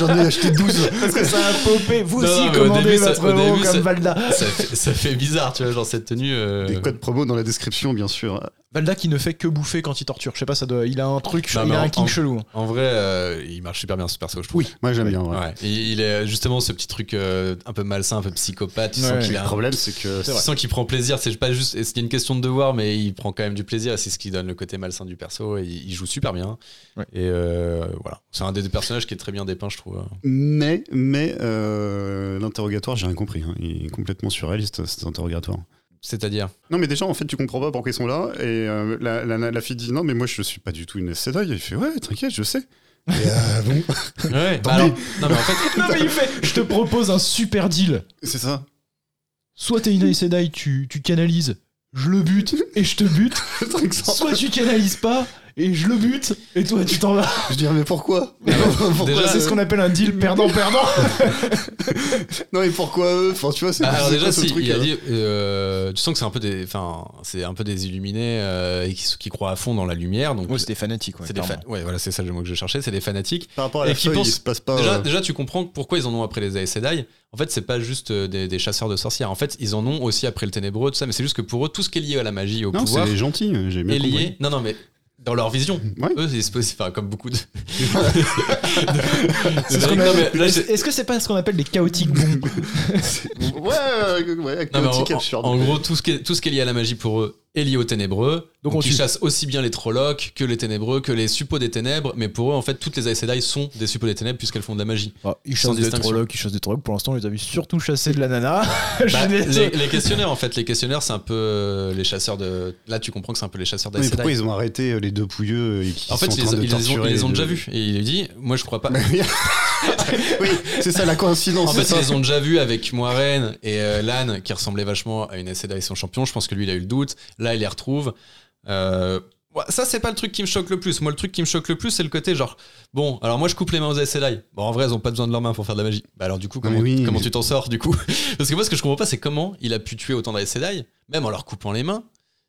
S3: J'en ai acheté 12.
S1: parce que ça a popé. Vous
S2: Non,
S1: aussi
S2: mais au
S1: commandez
S2: début, ça-
S1: votre
S2: au début,
S1: euro comme
S2: ça-
S1: Valda.
S2: ça, fait, ça fait bizarre, tu vois, genre cette tenue. euh,
S3: Des codes promo dans la description, bien sûr.
S1: Valda qui ne fait que bouffer quand il torture. Je sais pas, ça doit. Il a un truc,
S2: Non,
S1: il
S2: mais
S1: a
S2: en-
S1: un king
S2: en-
S1: chelou. hein.
S2: En vrai, euh, il marche super bien ce perso, je trouve.
S3: Moi, j'aime bien. ouais.
S2: Ouais. Et il est justement ce petit truc euh, un peu malsain, un peu psychopathe. Tu
S1: Ouais.
S2: sens qu'il
S3: Le
S2: a un
S3: problème, c'est que
S2: Tu sens qu'il prend plaisir, c'est pas juste, c'est une question de devoir, mais il prend quand même du plaisir et c'est ce qui donne le côté malsain du perso. Et il il joue super bien.
S1: Ouais.
S2: Et euh, voilà, c'est un des deux personnages qui est très bien dépeint, je trouve.
S3: Mais, mais euh, l'interrogatoire, j'ai rien compris. hein. Il est complètement surréaliste, cet interrogatoire.
S2: C'est-à-dire,
S3: Non, mais déjà, en fait, tu comprends pas pourquoi ils sont là. Et euh, la, la- la fille dit Non, mais moi, je suis pas du tout une SCDI. Il fait Ouais, t'inquiète, je sais. Et euh, bon,
S2: ouais,
S3: Tant
S2: bah alors-
S3: pis.
S2: non mais en fait,
S1: Non, mais il fait. Je te propose un super deal.
S3: c'est ça.
S1: Soit t'es une Sedai, tu, tu canalises, je le bute et je te bute.
S3: Le truc sans-
S1: Soit tu canalises pas et je le bute et toi tu t'en vas.
S3: Je dirais Mais pourquoi, Pourquoi
S2: déjà,
S1: C'est ce qu'on appelle un deal perdant-perdant.
S3: Non, mais pourquoi eux Enfin, tu vois, c'est
S2: Bah, alors
S3: c'est
S2: déjà,
S3: quoi ce
S2: si,
S3: truc.
S2: il a
S3: hein
S2: dit, euh, tu sens que c'est un peu des, enfin, c'est un peu des illuminés euh, et qui, qui croient à fond dans la lumière, donc.
S1: c'était fanatique,
S2: c'est des fans. Ouais, voilà, c'est ça le mot que je cherchais. C'est des fanatiques.
S3: Par rapport à
S2: et
S3: la
S2: qui
S3: feuille,
S2: pense-
S3: il se passe pas.
S2: Déjà,
S3: euh,
S2: déjà, tu comprends pourquoi ils en ont après les Aes Sedai. En fait, c'est pas juste euh, des, des chasseurs de sorcières. En fait, ils en ont aussi après le Ténébreux, tout ça. Mais c'est juste que pour eux, tout ce qui est lié à la magie, au
S3: Non,
S2: pouvoir,
S3: c'est gentil, j'ai bien
S2: est lié.
S3: compris.
S2: Non, non, mais dans leur vision.
S3: Ouais.
S2: Eux, ils se posent, enfin, comme beaucoup de.
S1: C'est ce qu'on
S2: Non, mais
S1: appelle-
S2: là,
S1: Est-ce
S2: j'ai-
S1: est-ce que c'est pas ce qu'on appelle des chaotiques bons
S3: Ouais, ouais, ouais,
S2: Non, mais
S3: chaotique
S2: en,
S3: absurde.
S2: en gros, tout ce, qui est, tout ce qui est lié à la magie pour eux est lié aux ténébreux.
S1: Donc on
S2: Donc, ils
S1: tue.
S2: chassent aussi bien les trollocs que les ténébreux, que les suppôts des ténèbres. Mais pour eux, en fait, toutes les Aes Sedai sont des suppôts des ténèbres puisqu'elles font de la magie.
S1: Ils
S2: chassent des trollocs,
S1: ils chassent des trollocs. Pour l'instant, on les a vu surtout chasser de la nana. Je suis
S2: Bah, les,
S1: désolé.
S2: les questionnaires, en fait, les questionnaires, c'est un peu euh, les chasseurs de. Là, tu comprends que Bah, c'est un peu les chasseurs
S3: Non, mais
S2: d'Aes
S3: pourquoi
S2: Sedai.
S3: ils ont arrêté euh, les deux pouilleux et qui
S2: En fait,
S3: sont
S2: ils,
S3: en train
S2: ils
S3: de
S2: les ont,
S3: torturer
S2: ils les ont
S3: deux-
S2: déjà vus. Et il lui dit Moi, je crois pas.
S3: oui, c'est ça la coïncidence.
S2: En fait,
S3: c'est
S2: ils
S3: ça.
S2: les ont déjà vus avec Moiraine et euh, Lan, qui ressemblait vachement à une Aceda et son champion. Je pense que lui, il a eu le doute. Là, il les retrouve. Euh, ouais, ça, c'est pas le truc qui me choque le plus. Moi, le truc qui me choque le plus, c'est le côté genre, bon, alors moi, je coupe les mains aux Aceda. Bon, en vrai, elles ont pas besoin de leurs mains pour faire de la magie. Bah, alors, du coup,
S3: Non,
S2: comment,
S3: mais oui,
S2: comment
S3: mais-
S2: tu t'en sors, du coup Parce que moi, ce que je comprends pas, c'est comment il a pu tuer autant d'Aceda, même en leur coupant les mains.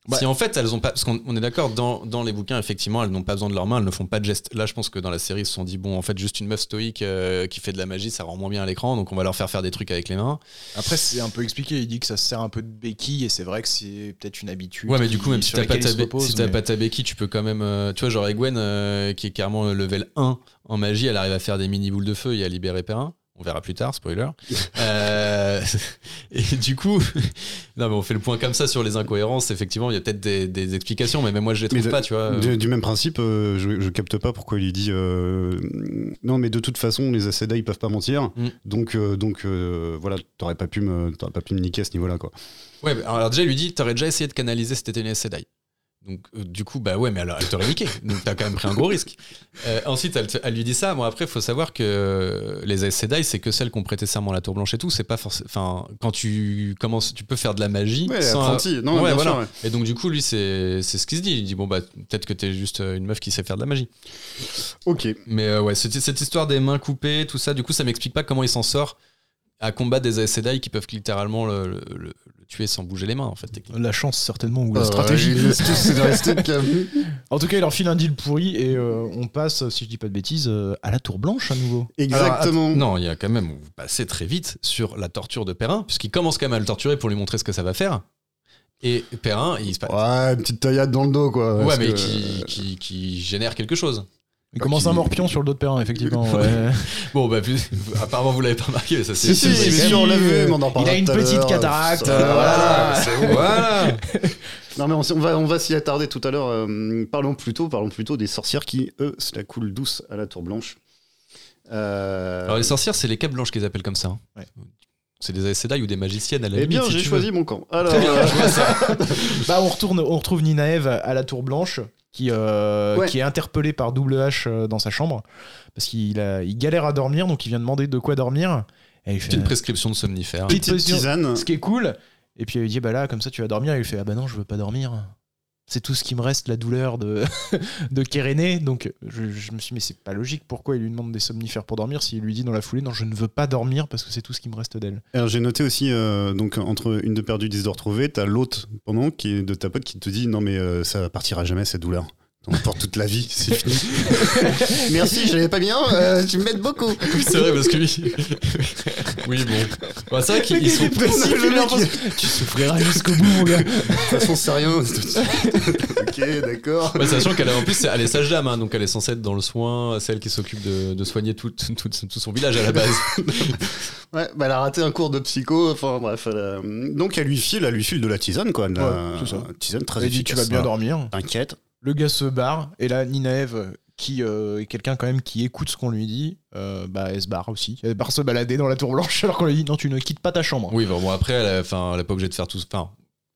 S1: Bah-
S2: Si en fait elles ont pas, parce qu'on on est d'accord dans, dans les bouquins effectivement elles n'ont pas besoin de leurs mains, elles ne font pas de gestes. Là je pense que dans la série ils se sont dit bon en fait juste une meuf stoïque euh, qui fait de la magie ça rend moins bien à l'écran donc on va leur faire faire des trucs avec les mains.
S1: Après, c'est un peu expliqué. Il dit que ça sert un peu de béquille et c'est vrai que c'est peut-être une habitude.
S2: Ouais mais du coup même
S1: qui-
S2: si
S1: sur
S2: t'as pas,
S1: laquelle
S2: ta
S1: il se
S2: bé-
S1: repose,
S2: si t'as
S1: mais-
S2: pas ta béquille tu peux quand même euh, tu vois genre Egwen euh, qui est carrément level 1 en magie elle arrive à faire des mini boules de feu et à libérer Perrin. On verra plus tard, spoiler. Euh, et du coup, non, mais on fait le point comme ça sur les incohérences. Effectivement, il y a peut-être des, des explications, mais même moi, je les
S3: Mais
S2: trouve
S3: de-
S2: pas, tu vois.
S3: Du, du même principe, euh, je, je capte pas pourquoi il dit euh, non, mais de toute façon, les Aseda ils peuvent pas mentir,
S2: Mm.
S3: donc euh, donc euh, voilà, t'aurais pas pu me t'aurais pas pu me niquer à ce niveau-là quoi.
S2: Ouais, mais alors déjà, il lui dit T'aurais déjà essayé de canaliser si t'étais une Sedai. Donc, euh, du coup, bah ouais, mais alors, elle t'aurait niqué. Donc, t'as quand même pris un gros risque. Euh, ensuite, elle, te- elle lui dit ça. Bon, après, il faut savoir que euh, les Aes Sedai, c'est que celles qui ont prêté serment à la Tour Blanche et tout. C'est pas forcément. Enfin, quand tu commences, tu peux faire de la magie.
S3: Ouais,
S2: sans-
S3: apprenti.
S2: euh,
S3: Non,
S2: ouais,
S3: bien
S2: voilà.
S3: sûr, ouais.
S2: Et donc, du coup, lui, c'est c'est ce qu'il se dit. Il dit Bon, bah, peut-être que t'es juste euh, une meuf qui sait faire de la magie.
S3: Ok.
S2: Mais euh, ouais, cette, cette histoire des mains coupées, tout ça, du coup, ça m'explique pas comment il s'en sort à combattre des Aes Sedai qui peuvent littéralement le, le- le- le tuer sans bouger les mains, en fait, techniquement.
S1: La chance, certainement, ou
S3: Euh,
S1: la stratégie.
S3: une astuce scénaristique.
S1: En tout cas, il leur file un deal pourri et euh, on passe, si je dis pas de bêtises, euh, à la Tour Blanche à nouveau.
S3: Exactement.
S2: Non, il y a quand même, vous passez très vite sur la torture de Perrin, puisqu'il commence quand même à le torturer pour lui montrer ce que ça va faire. Et Perrin, il se passe.
S3: Ouais, une petite taillade dans le dos quoi.
S2: Ouais,
S3: parce
S2: mais
S3: que-
S2: qui, qui- qui génère quelque chose.
S1: Il commence un morpion sur le dos de Perrin, effectivement. ouais.
S2: Bon, bah, plus- apparemment, vous l'avez pas remarqué, mais ça c'est.
S3: Si, si,
S2: c'est- Ah,
S3: si,
S1: si,
S3: on l'a vu,
S1: euh,
S3: mais on en
S1: il
S3: parlera
S1: a une
S3: tout à
S1: petite
S3: l'heure.
S1: cataracte,
S3: Ça,
S1: euh, voilà.
S3: Ah, c'est bon.
S2: Voilà
S3: Non mais on, s- on va, on va s'y attarder tout à l'heure. euh, parlons plutôt, parlons plutôt des sorcières qui, eux, se la coulent douce à la Tour Blanche. Euh,
S2: Alors, les sorcières, c'est les capes blanches qu'ils appellent comme ça. hein.
S1: Ouais.
S2: C'est des Aes Sedai ou des magiciennes à la
S3: eh
S2: limite,
S3: bien,
S2: si
S3: j'ai
S2: tu
S3: choisi
S2: veux.
S3: mon camp. Alors,
S2: Très bien,
S3: euh,
S2: je vois ça.
S1: Bah, on, retourne, on retrouve Ninaev à la Tour Blanche, qui, euh,
S3: Ouais.
S1: qui est interpellé par Double H euh, dans sa chambre, parce qu'il a- il galère à dormir, donc il vient demander de quoi dormir. Et il fait, euh,
S2: Petite prescription de somnifère.
S1: Petite
S3: petite
S1: position.
S3: tisane.
S1: ce qui est cool. Et puis il dit, bah là, comme ça, tu vas dormir. Et il fait, ah bah non, je veux pas dormir. c'est tout ce qui me reste, la douleur de, de Kéréné. Donc je, je me suis dit, mais c'est pas logique, pourquoi il lui demande des somnifères pour dormir s'il lui dit dans la foulée, non, je ne veux pas dormir parce que c'est tout ce qui me reste d'elle.
S3: Alors j'ai noté aussi, euh, donc entre une de perdue, dix de retrouvée, t'as l'autre pendant qui est de ta pote qui te dit non mais euh, ça partira jamais cette douleur. Donc pour toute la vie, c'est fini. Merci, je l'avais pas bien, euh, tu m'aides beaucoup.
S2: Oui, c'est vrai, parce que oui. oui, bon. Bah, c'est vrai qu'ils sont
S3: précis, le mec.
S1: Tu souffriras jusqu'au bout, mon gars.
S3: De toute façon, c'est rien. ok, d'accord.
S2: Ouais, sachant qu'elle est en plus, elle est sage dame, hein, donc elle est censée être dans le soin, celle qui s'occupe de, de soigner tout, tout, tout son village à la base.
S3: Ouais, bah, elle a raté un cours de psycho. Enfin bref, elle a- donc elle lui file, elle lui file de la tisane quoi. de la-
S1: Ouais, c'est ça.
S3: Tisane très
S1: Elle dit, tu
S3: efficace.
S1: vas bien
S3: hein.
S1: dormir.
S3: T'inquiète.
S1: Le gars se barre, et là, Ninaev, euh, qui euh, est quelqu'un quand même qui écoute ce qu'on lui dit, euh, bah, elle se barre aussi. Elle part se balader dans la tour blanche alors qu'on lui dit non, tu ne quittes pas ta chambre.
S2: Oui, bah, bon, après, elle a- enfin, elle n'est pas obligée de faire tout. Enfin,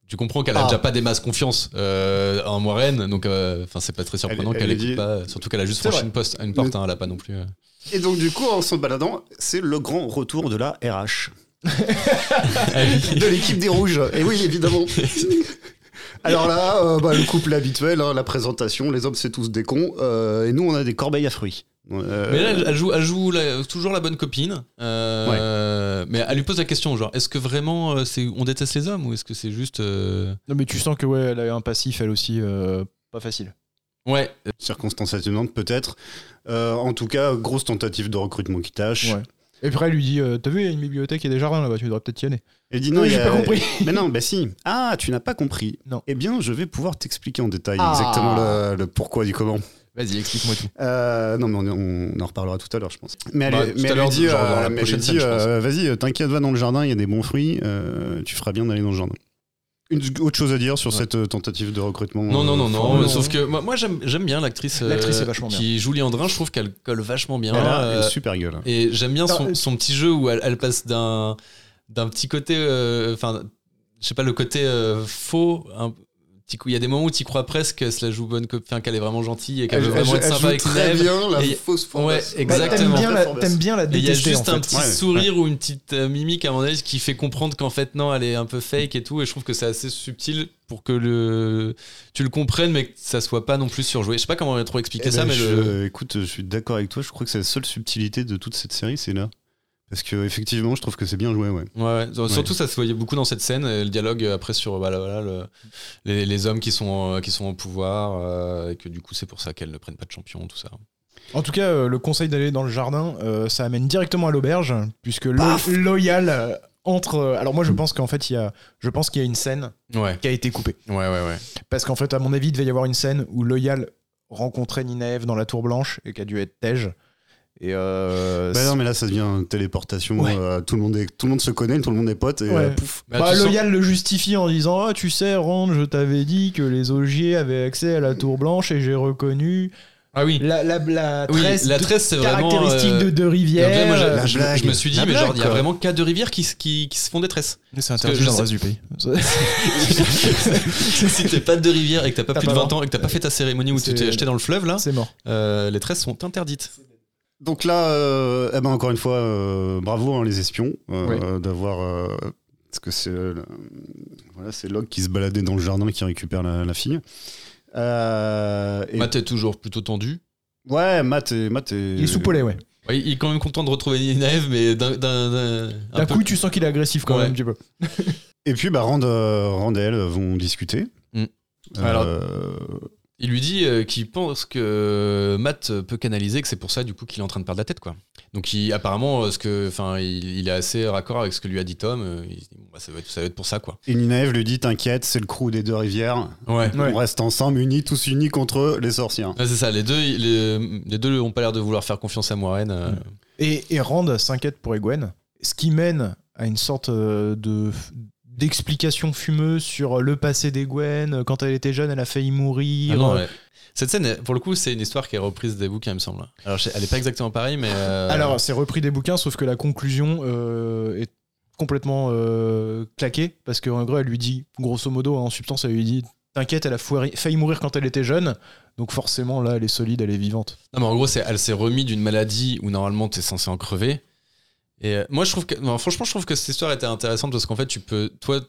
S2: tu comprends qu'elle a
S3: Ah.
S2: déjà pas des masses confiance euh, en Warren, donc euh, enfin, c'est pas très surprenant
S3: Elle- elle
S2: qu'elle
S3: lui
S2: écoute
S3: dit-
S2: pas. Surtout qu'elle a juste
S3: C'est
S2: franchi
S3: vrai.
S2: une, poste, une porte, hein, elle a pas non plus. euh.
S3: Et donc du coup, en se baladant, c'est le grand retour de la RH, de l'équipe des rouges. Et oui, évidemment. Alors là, euh, bah, le couple habituel, hein, la présentation, les hommes c'est tous des cons, euh, et nous on a des corbeilles à fruits. Euh,
S2: Mais là, elle- elle joue, elle joue la- toujours la bonne copine. euh, Mais elle lui pose la question genre, est-ce que vraiment euh, c'est on déteste les hommes ou est-ce que c'est juste euh,
S1: Non, mais tu sens que ouais, elle a eu un passif, elle aussi, euh, pas facile.
S2: ouais
S3: circonstances atténuantes peut-être. Euh, en tout cas, grosse tentative de recrutement qui tâche.
S1: Ouais. Et après, elle lui dit euh, T'as vu, il y a une bibliothèque et des jardins là-bas, tu devrais peut-être y aller.
S3: Elle dit non, il y
S1: j'ai
S3: a-
S1: pas compris.
S3: Mais non, bah si. Ah, tu n'as pas compris.
S1: Non.
S3: Eh bien, je vais pouvoir t'expliquer en détail
S1: Ah.
S3: exactement le, le pourquoi du comment.
S1: Vas-y, explique-moi tout.
S3: Euh, non, mais on, on en reparlera tout à l'heure, je pense. Mais elle,
S2: Bah,
S3: mais
S2: tout à
S3: elle
S2: l'heure,
S3: lui dit,
S2: genre dans la
S3: euh, mais elle lui
S2: prochaine
S3: dit,
S2: scène, je pense.
S3: euh, vas-y, euh, t'inquiète, va dans le jardin, il y a des bons fruits, euh, tu feras bien d'aller dans le jardin. Une autre chose à dire sur
S2: Ouais.
S3: cette euh, tentative de recrutement
S2: Non, non,
S3: euh,
S2: non, non,
S1: non,
S2: euh,
S1: non.
S2: Sauf que moi, moi, j'aime j'aime bien l'actrice euh,
S1: L'actrice est vachement bien.
S2: qui joue Liandrin. Je trouve qu'elle colle vachement bien.
S3: Elle a
S2: euh,
S3: une super gueule.
S2: et j'aime bien
S1: Non, euh,
S2: son, son petit jeu où elle, elle passe d'un d'un petit côté, euh, enfin, je sais pas, le côté euh, faux. un petit coup- Il y a des moments où tu crois presque qu'elle se la joue bonne copine, enfin, qu'elle est vraiment gentille et qu'elle veut vraiment être sympa avec
S3: très
S2: Neve.
S3: bien la
S2: Et-
S3: fausse
S2: formation.
S3: formation.
S2: Ouais, exactement.
S1: T'aimes Bah, bien, la, t'aimes bien la
S2: Et il y a
S1: détester.
S2: juste
S1: en
S2: un
S1: fait.
S2: petit
S3: Ouais, ouais.
S2: sourire ou une petite euh, mimique à mon avis qui fait comprendre qu'en fait non elle est un peu fake et tout et je trouve que c'est assez subtil pour que le tu le comprennes mais que ça soit pas non plus surjoué je sais pas comment trop expliquer
S3: Eh
S2: ça
S3: ben,
S2: mais
S3: je-
S2: le-
S3: euh, écoute, je suis d'accord avec toi. Je crois que c'est la seule subtilité de toute cette série, c'est là. Parce que effectivement, je trouve que c'est bien joué, ouais.
S2: Ouais, ouais. Sur- Surtout, ça se voyait beaucoup dans cette scène. euh, Le dialogue euh, après sur bah, là, voilà, le- les, les hommes qui sont, euh, qui sont au pouvoir euh, et que du coup, c'est pour ça qu'elles ne prennent pas de champion, tout ça.
S1: En tout cas, euh, le conseil d'aller dans le jardin, euh, ça amène directement à l'auberge, puisque Lo-
S3: Paf
S1: Loyal euh, entre. euh, alors moi, je pense qu'en fait, il y a, je pense qu'il y a une scène
S2: Ouais,
S1: qui a été coupée,
S2: ouais, ouais. ouais.
S1: parce qu'en fait, à mon avis, il devait y avoir une scène où Loyal rencontrait Ninaev dans la tour blanche et qui a dû être Tej. Et euh,
S3: Bah non, mais là, ça devient une téléportation.
S1: Ouais.
S3: euh, tout le monde est, tout le monde se connaît, tout le monde est pote. Et,
S1: Ouais.
S3: euh, pouf.
S2: Bah,
S1: Bah,
S2: tu sens-
S1: Loyal le justifie en disant Ah, tu sais, Rand, je t'avais dit que les Augiers avaient accès à la Tour Blanche et j'ai reconnu.
S2: Ah oui.
S1: La, la, la
S2: Oui,
S1: tresse
S2: la
S1: de-
S2: tresse, c'est vraiment.
S1: caractéristique
S2: euh,
S1: de Deux
S2: donc là,
S1: Rivières.
S2: moi, j'ai-
S3: La
S2: je,
S3: blague.
S2: je me suis dit,
S3: La
S2: mais genre,
S3: blague,
S2: il y a
S3: quoi.
S2: vraiment cas de rivière qui, se- qui, qui se font des tresses.
S1: C'est
S2: interdit dans le reste
S1: du pays.
S2: si t'es pas de rivière et que t'as pas
S1: T'as
S2: plus
S1: pas
S2: de
S1: le
S2: 20 ans et que t'as pas fait ta cérémonie où tu
S1: C'est-
S2: t'es acheté dans le fleuve, là,
S1: C'est mort.
S2: euh, les tresses sont interdites.
S3: Donc là, euh, eh ben encore une fois, euh, bravo hein, les espions euh, d'avoir. euh, parce que c'est euh, le- voilà, c'est Locke qui se baladait dans le jardin qui récupère la, la fille. Euh, et-
S2: Bah, t'es toujours plutôt tendu.
S3: ouais, Matt est, Matt est-
S1: Il est sous poulet, ouais.
S2: Ouais, il est quand même content de retrouver Ninaev, mais d'un- d'un. d'un- un
S1: D'un
S2: peu-
S1: coup, tu sens qu'il est agressif quand
S2: Ouais.
S1: même, tu peux.
S3: Et puis, bah, Rand, euh, Rand et elle vont discuter.
S2: Mm.
S3: Euh,
S2: Il lui dit euh, qu'il pense que Matt peut canaliser, que c'est pour ça du coup qu'il est en train de perdre la tête, quoi. Donc il- apparemment, euh, ce que, enfin, il, il est assez raccord avec ce que lui a dit Tom. euh, il se dit, Bon, bah, ça, va être, ça va être pour ça, quoi.
S3: et Ninaev lui dit T'inquiète, c'est le crew des deux rivières.
S2: Ouais.
S1: Ouais.
S3: On reste ensemble, unis, tous unis contre les sorcières.
S2: c'est ça. Les deux, ils- les, les deux ont pas l'air de vouloir faire confiance à Moiraine. euh.
S1: Et, et Rand s'inquiète pour Egwen, ce qui mène à une sorte euh, de d'explication fumeuse sur le passé d'Egwen. Quand elle était jeune, elle a failli mourir.
S2: Ah non, ouais. Cette scène, elle- pour le coup, c'est une histoire qui est reprise des bouquins, il me semble. Alors, je sais- elle est pas exactement pareille, mais. euh,
S1: Alors, c'est repris des bouquins, sauf que la conclusion euh, est complètement euh, claquée, parce qu'en gros, elle lui dit, grosso modo, hein, en substance, elle lui dit T'inquiète, elle a foiri- failli mourir quand elle était jeune, donc forcément, là, elle est solide, elle est vivante.
S2: Non, mais en gros, c'est, elle s'est remise d'une maladie où normalement t'es censé en crever. Et euh, moi, je trouve que, non, franchement, je trouve que cette histoire était intéressante parce qu'en fait, tu peux, toi,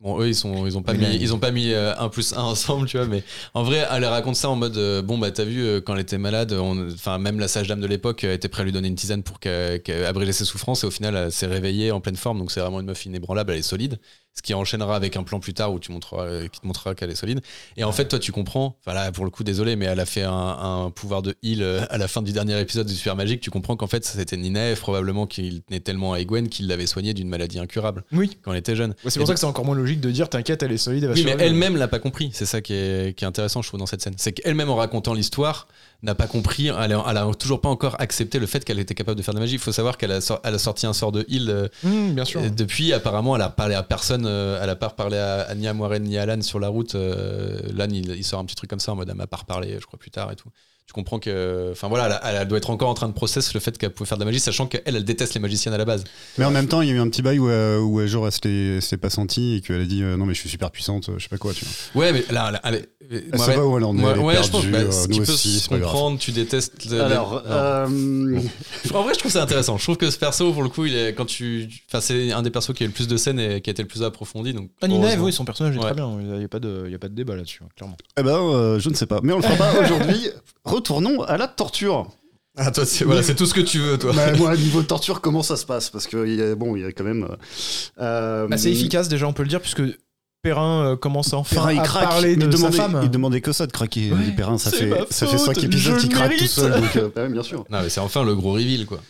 S2: Bon, eux, ils, sont, ils ont pas
S4: Mais
S2: mis,
S4: là,
S2: ils ont pas mis euh, un plus un ensemble, tu vois, mais en vrai, elle raconte ça en mode euh, Bon, bah, t'as vu, euh, quand elle était malade, on- enfin, même la sage dame de l'époque euh, était prête à lui donner une tisane pour qu'elle qu'elle abréger ses souffrances, et au final, elle s'est réveillée en pleine forme, donc c'est vraiment une meuf inébranlable, elle est solide. Ce qui enchaînera avec un plan plus tard où tu montreras, euh, qui te montrera qu'elle est solide. Et en fait, toi, tu comprends, enfin là, pour le coup, désolé, mais elle a fait un, un pouvoir de heal euh, à la fin du dernier épisode du Super Magique, tu comprends qu'en fait, ça c'était Ninève, probablement qu'il tenait tellement à Egwen qu'il l'avait soignée d'une maladie incurable
S1: Oui.
S2: quand elle était jeune.
S1: c'est pour
S2: Et
S1: ça que c'est encore moins logique de dire t'inquiète, elle est solide, elle va
S2: Oui, mais
S1: survivre.
S2: elle-même l'a pas compris. C'est ça qui est, qui est intéressant, je trouve, dans cette scène. C'est qu'elle-même, en racontant l'histoire, n'a pas compris. Elle, a- elle a toujours pas encore accepté le fait qu'elle était capable de faire de la magie. Il faut savoir qu'elle a, sor- elle a sorti un sort de heal. euh,
S1: Mmh, bien sûr.
S2: et depuis, apparemment, elle a parlé à personne. euh, elle a pas parlé à, à ni à Moiraine ni à Alan sur la route. euh, Lan, il, il sort un petit truc comme ça en mode elle m'a pas reparlé, je crois, plus tard et tout. Tu comprends que. Enfin voilà, elle a- elle, doit être encore en train de process le fait qu'elle pouvait faire de la magie, sachant qu'elle, elle déteste les magiciennes à la base.
S3: Mais en même temps, il y a eu un petit bail où, euh, où euh, genre, elle se l'est- s'est pas sentie et qu'elle a dit euh, non, mais je suis super puissante, euh, je sais pas quoi, tu vois.
S2: Ouais, mais là, là, elle est-
S3: Elle sait
S2: Moiraine-
S3: pas où elle en est, elle est
S2: ouais, je pense.
S3: perdue,
S2: bah,
S3: euh,
S2: ce qui
S3: nous
S2: peut
S3: aussi,
S2: se
S3: c'est pas grave.
S2: comprendre, tu détestes. le-
S3: Alors,
S2: le-
S3: euh,
S2: En vrai, je trouve ça intéressant. Je trouve que ce perso, pour le coup, il est quand tu, enfin, c'est un des persos qui a eu le plus de scènes et qui a été le plus approfondi. Donc,
S1: Ah, Nina,
S2: heureusement.
S1: oui, son personnage est
S2: Ouais.
S1: très bien. Il n'y a, pas de- il y a pas de débat là-dessus, hein, clairement.
S3: eh ben, euh, je ne sais pas. Mais on le fera pas aujourd'hui. Retournons à la torture.
S2: Ah, toi, c'est voilà,
S3: Oui.
S2: c'est tout ce que tu veux, toi.
S3: Bah, moi, niveau torture, comment ça se passe Parce que, il y a- bon, il y a quand même. euh, euh,
S1: Bah, c'est efficace déjà, on peut le dire, puisque Perrin euh, commence enfin
S3: Perrin, il
S1: à
S3: craque.
S1: parler
S3: il,
S1: de
S3: demandait,
S1: sa femme.
S3: il demandait que ça de craquer.
S1: Ouais,
S3: Les Perrin, ça
S1: c'est
S3: fait,
S1: ma
S3: ça fait
S1: faute,
S3: 5 épisodes
S1: je
S3: qu'il
S1: le
S3: craque tout
S1: mérite.
S3: seul. Donc, euh, bah ouais, bien sûr.
S2: Non, mais c'est enfin le gros reveal, quoi.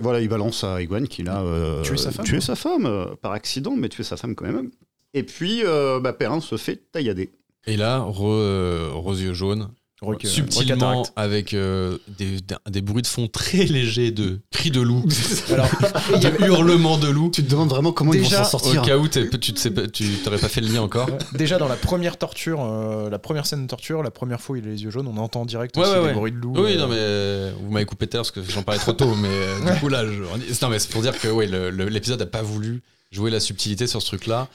S3: Voilà, il balance à Ewan qu'il a euh,
S1: Tué sa femme,
S3: tué
S1: ouais.
S3: sa femme, euh, par accident, mais tué sa femme quand même. Et puis, euh, bah, Perrin se fait taillader.
S2: Et là, re, euh, re yeux jaunes,
S1: Roque-
S2: subtilement
S1: Rocataracte.
S2: avec euh, des, des bruits de fond très légers de cris de loup,
S1: Alors,
S2: de hurlements de loup.
S3: Tu te demandes vraiment comment ils vont
S1: Déjà,
S3: s'en
S2: Au
S3: sortir.
S2: cas où t'es- tu te sais pas- tu t'aurais pas fait le lien encore.
S1: déjà dans la première torture, euh, la première scène de torture, la première fois où il a les yeux jaunes, on entend direct
S2: Ouais,
S1: aussi
S2: ouais,
S1: des
S2: ouais.
S1: bruits de loup.
S2: Oui,
S1: euh,
S2: non, mais euh, vous m'avez coupé tout à l'heure parce que j'en parlais trop tôt, mais euh, du coup, là, je- non, mais c'est pour dire que ouais, le- le- l'épisode n'a pas voulu jouer la subtilité sur ce truc-là.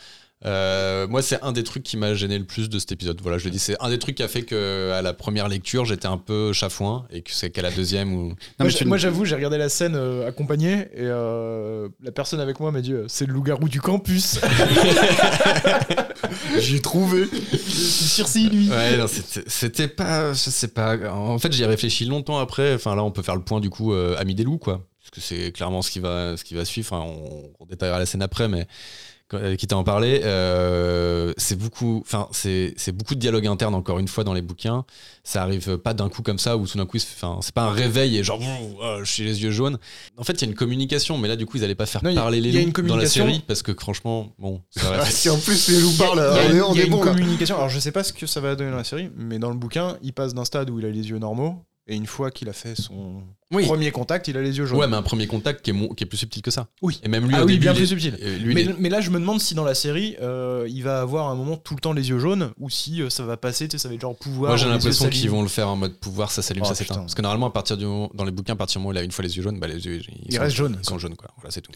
S2: Euh, moi, c'est un des trucs qui m'a gêné le plus de cet épisode. Voilà, je le dis, c'est un des trucs qui a fait que à la première lecture, j'étais un peu chafouin et que c'est qu'à la deuxième ou.
S3: Non,
S1: moi,
S3: mais
S1: j'-
S3: tu-
S1: moi, j'avoue, j'ai regardé la scène euh, accompagnée et euh, la personne avec moi m'a dit euh, c'est le loup-garou du campus.
S3: J'ai trouvé.
S1: Circi lui.
S2: Ouais, non, c'était- c'était pas, je sais pas. En fait, j'y ai réfléchi longtemps après. Enfin, là, on peut faire le point du coup, euh, ami des loups, quoi. Parce que c'est clairement ce qui va, ce qui va suivre. Enfin, on, on détaillera la scène après, mais quand- euh, quitte à en parler, euh, c'est beaucoup, enfin, c'est c'est beaucoup de dialogue interne encore une fois dans les bouquins. Ça arrive pas d'un coup comme ça ou tout d'un coup, il se fait- enfin, c'est pas un réveil et genre, Ouh, ah, je suis les yeux jaunes. En fait, il y a une communication, mais là, du coup, ils allaient pas faire
S1: Non, il y a-
S2: parler les
S1: il y a une
S2: loups dans la
S1: communication.
S2: série parce que franchement, bon, ça aurait-
S3: si en plus les loups parlent,
S1: Il y a,
S3: on est, on
S1: il y a
S3: est
S1: une
S3: bon là.
S1: communication. Alors je sais pas ce que ça va donner dans la série, mais dans le bouquin, il passe d'un stade où il a les yeux normaux et une fois qu'il a fait son
S2: Oui.
S1: premier contact, il a les yeux jaunes.
S2: Ouais, mais un premier contact qui est, mon- qui est plus subtil que ça.
S1: Oui.
S2: Et même lui,
S1: ah
S2: au
S1: oui,
S2: début,
S1: bien
S2: il
S1: plus
S2: est-
S1: subtil.
S2: euh, lui, il
S1: Mais,
S2: est-
S1: mais là, je me demande si dans la série, euh, il va avoir à un moment tout le temps les yeux jaunes ou si euh, ça va passer, tu sais, ça va être genre pouvoir.
S2: moi j'ai
S1: les yeux
S2: l'impression qu'ils
S1: salés.
S2: vont le faire en mode pouvoir, ça s'allume,
S1: Oh,
S2: ça s'éteint.
S1: putain.
S2: Parce que normalement, à partir du moment, dans les bouquins, à partir du moment où il a une fois les yeux jaunes, bah, les yeux ils,
S1: Ils
S2: sont-
S1: restent jaunes,
S2: Ils sont jaunes, quoi. Voilà, c'est tout.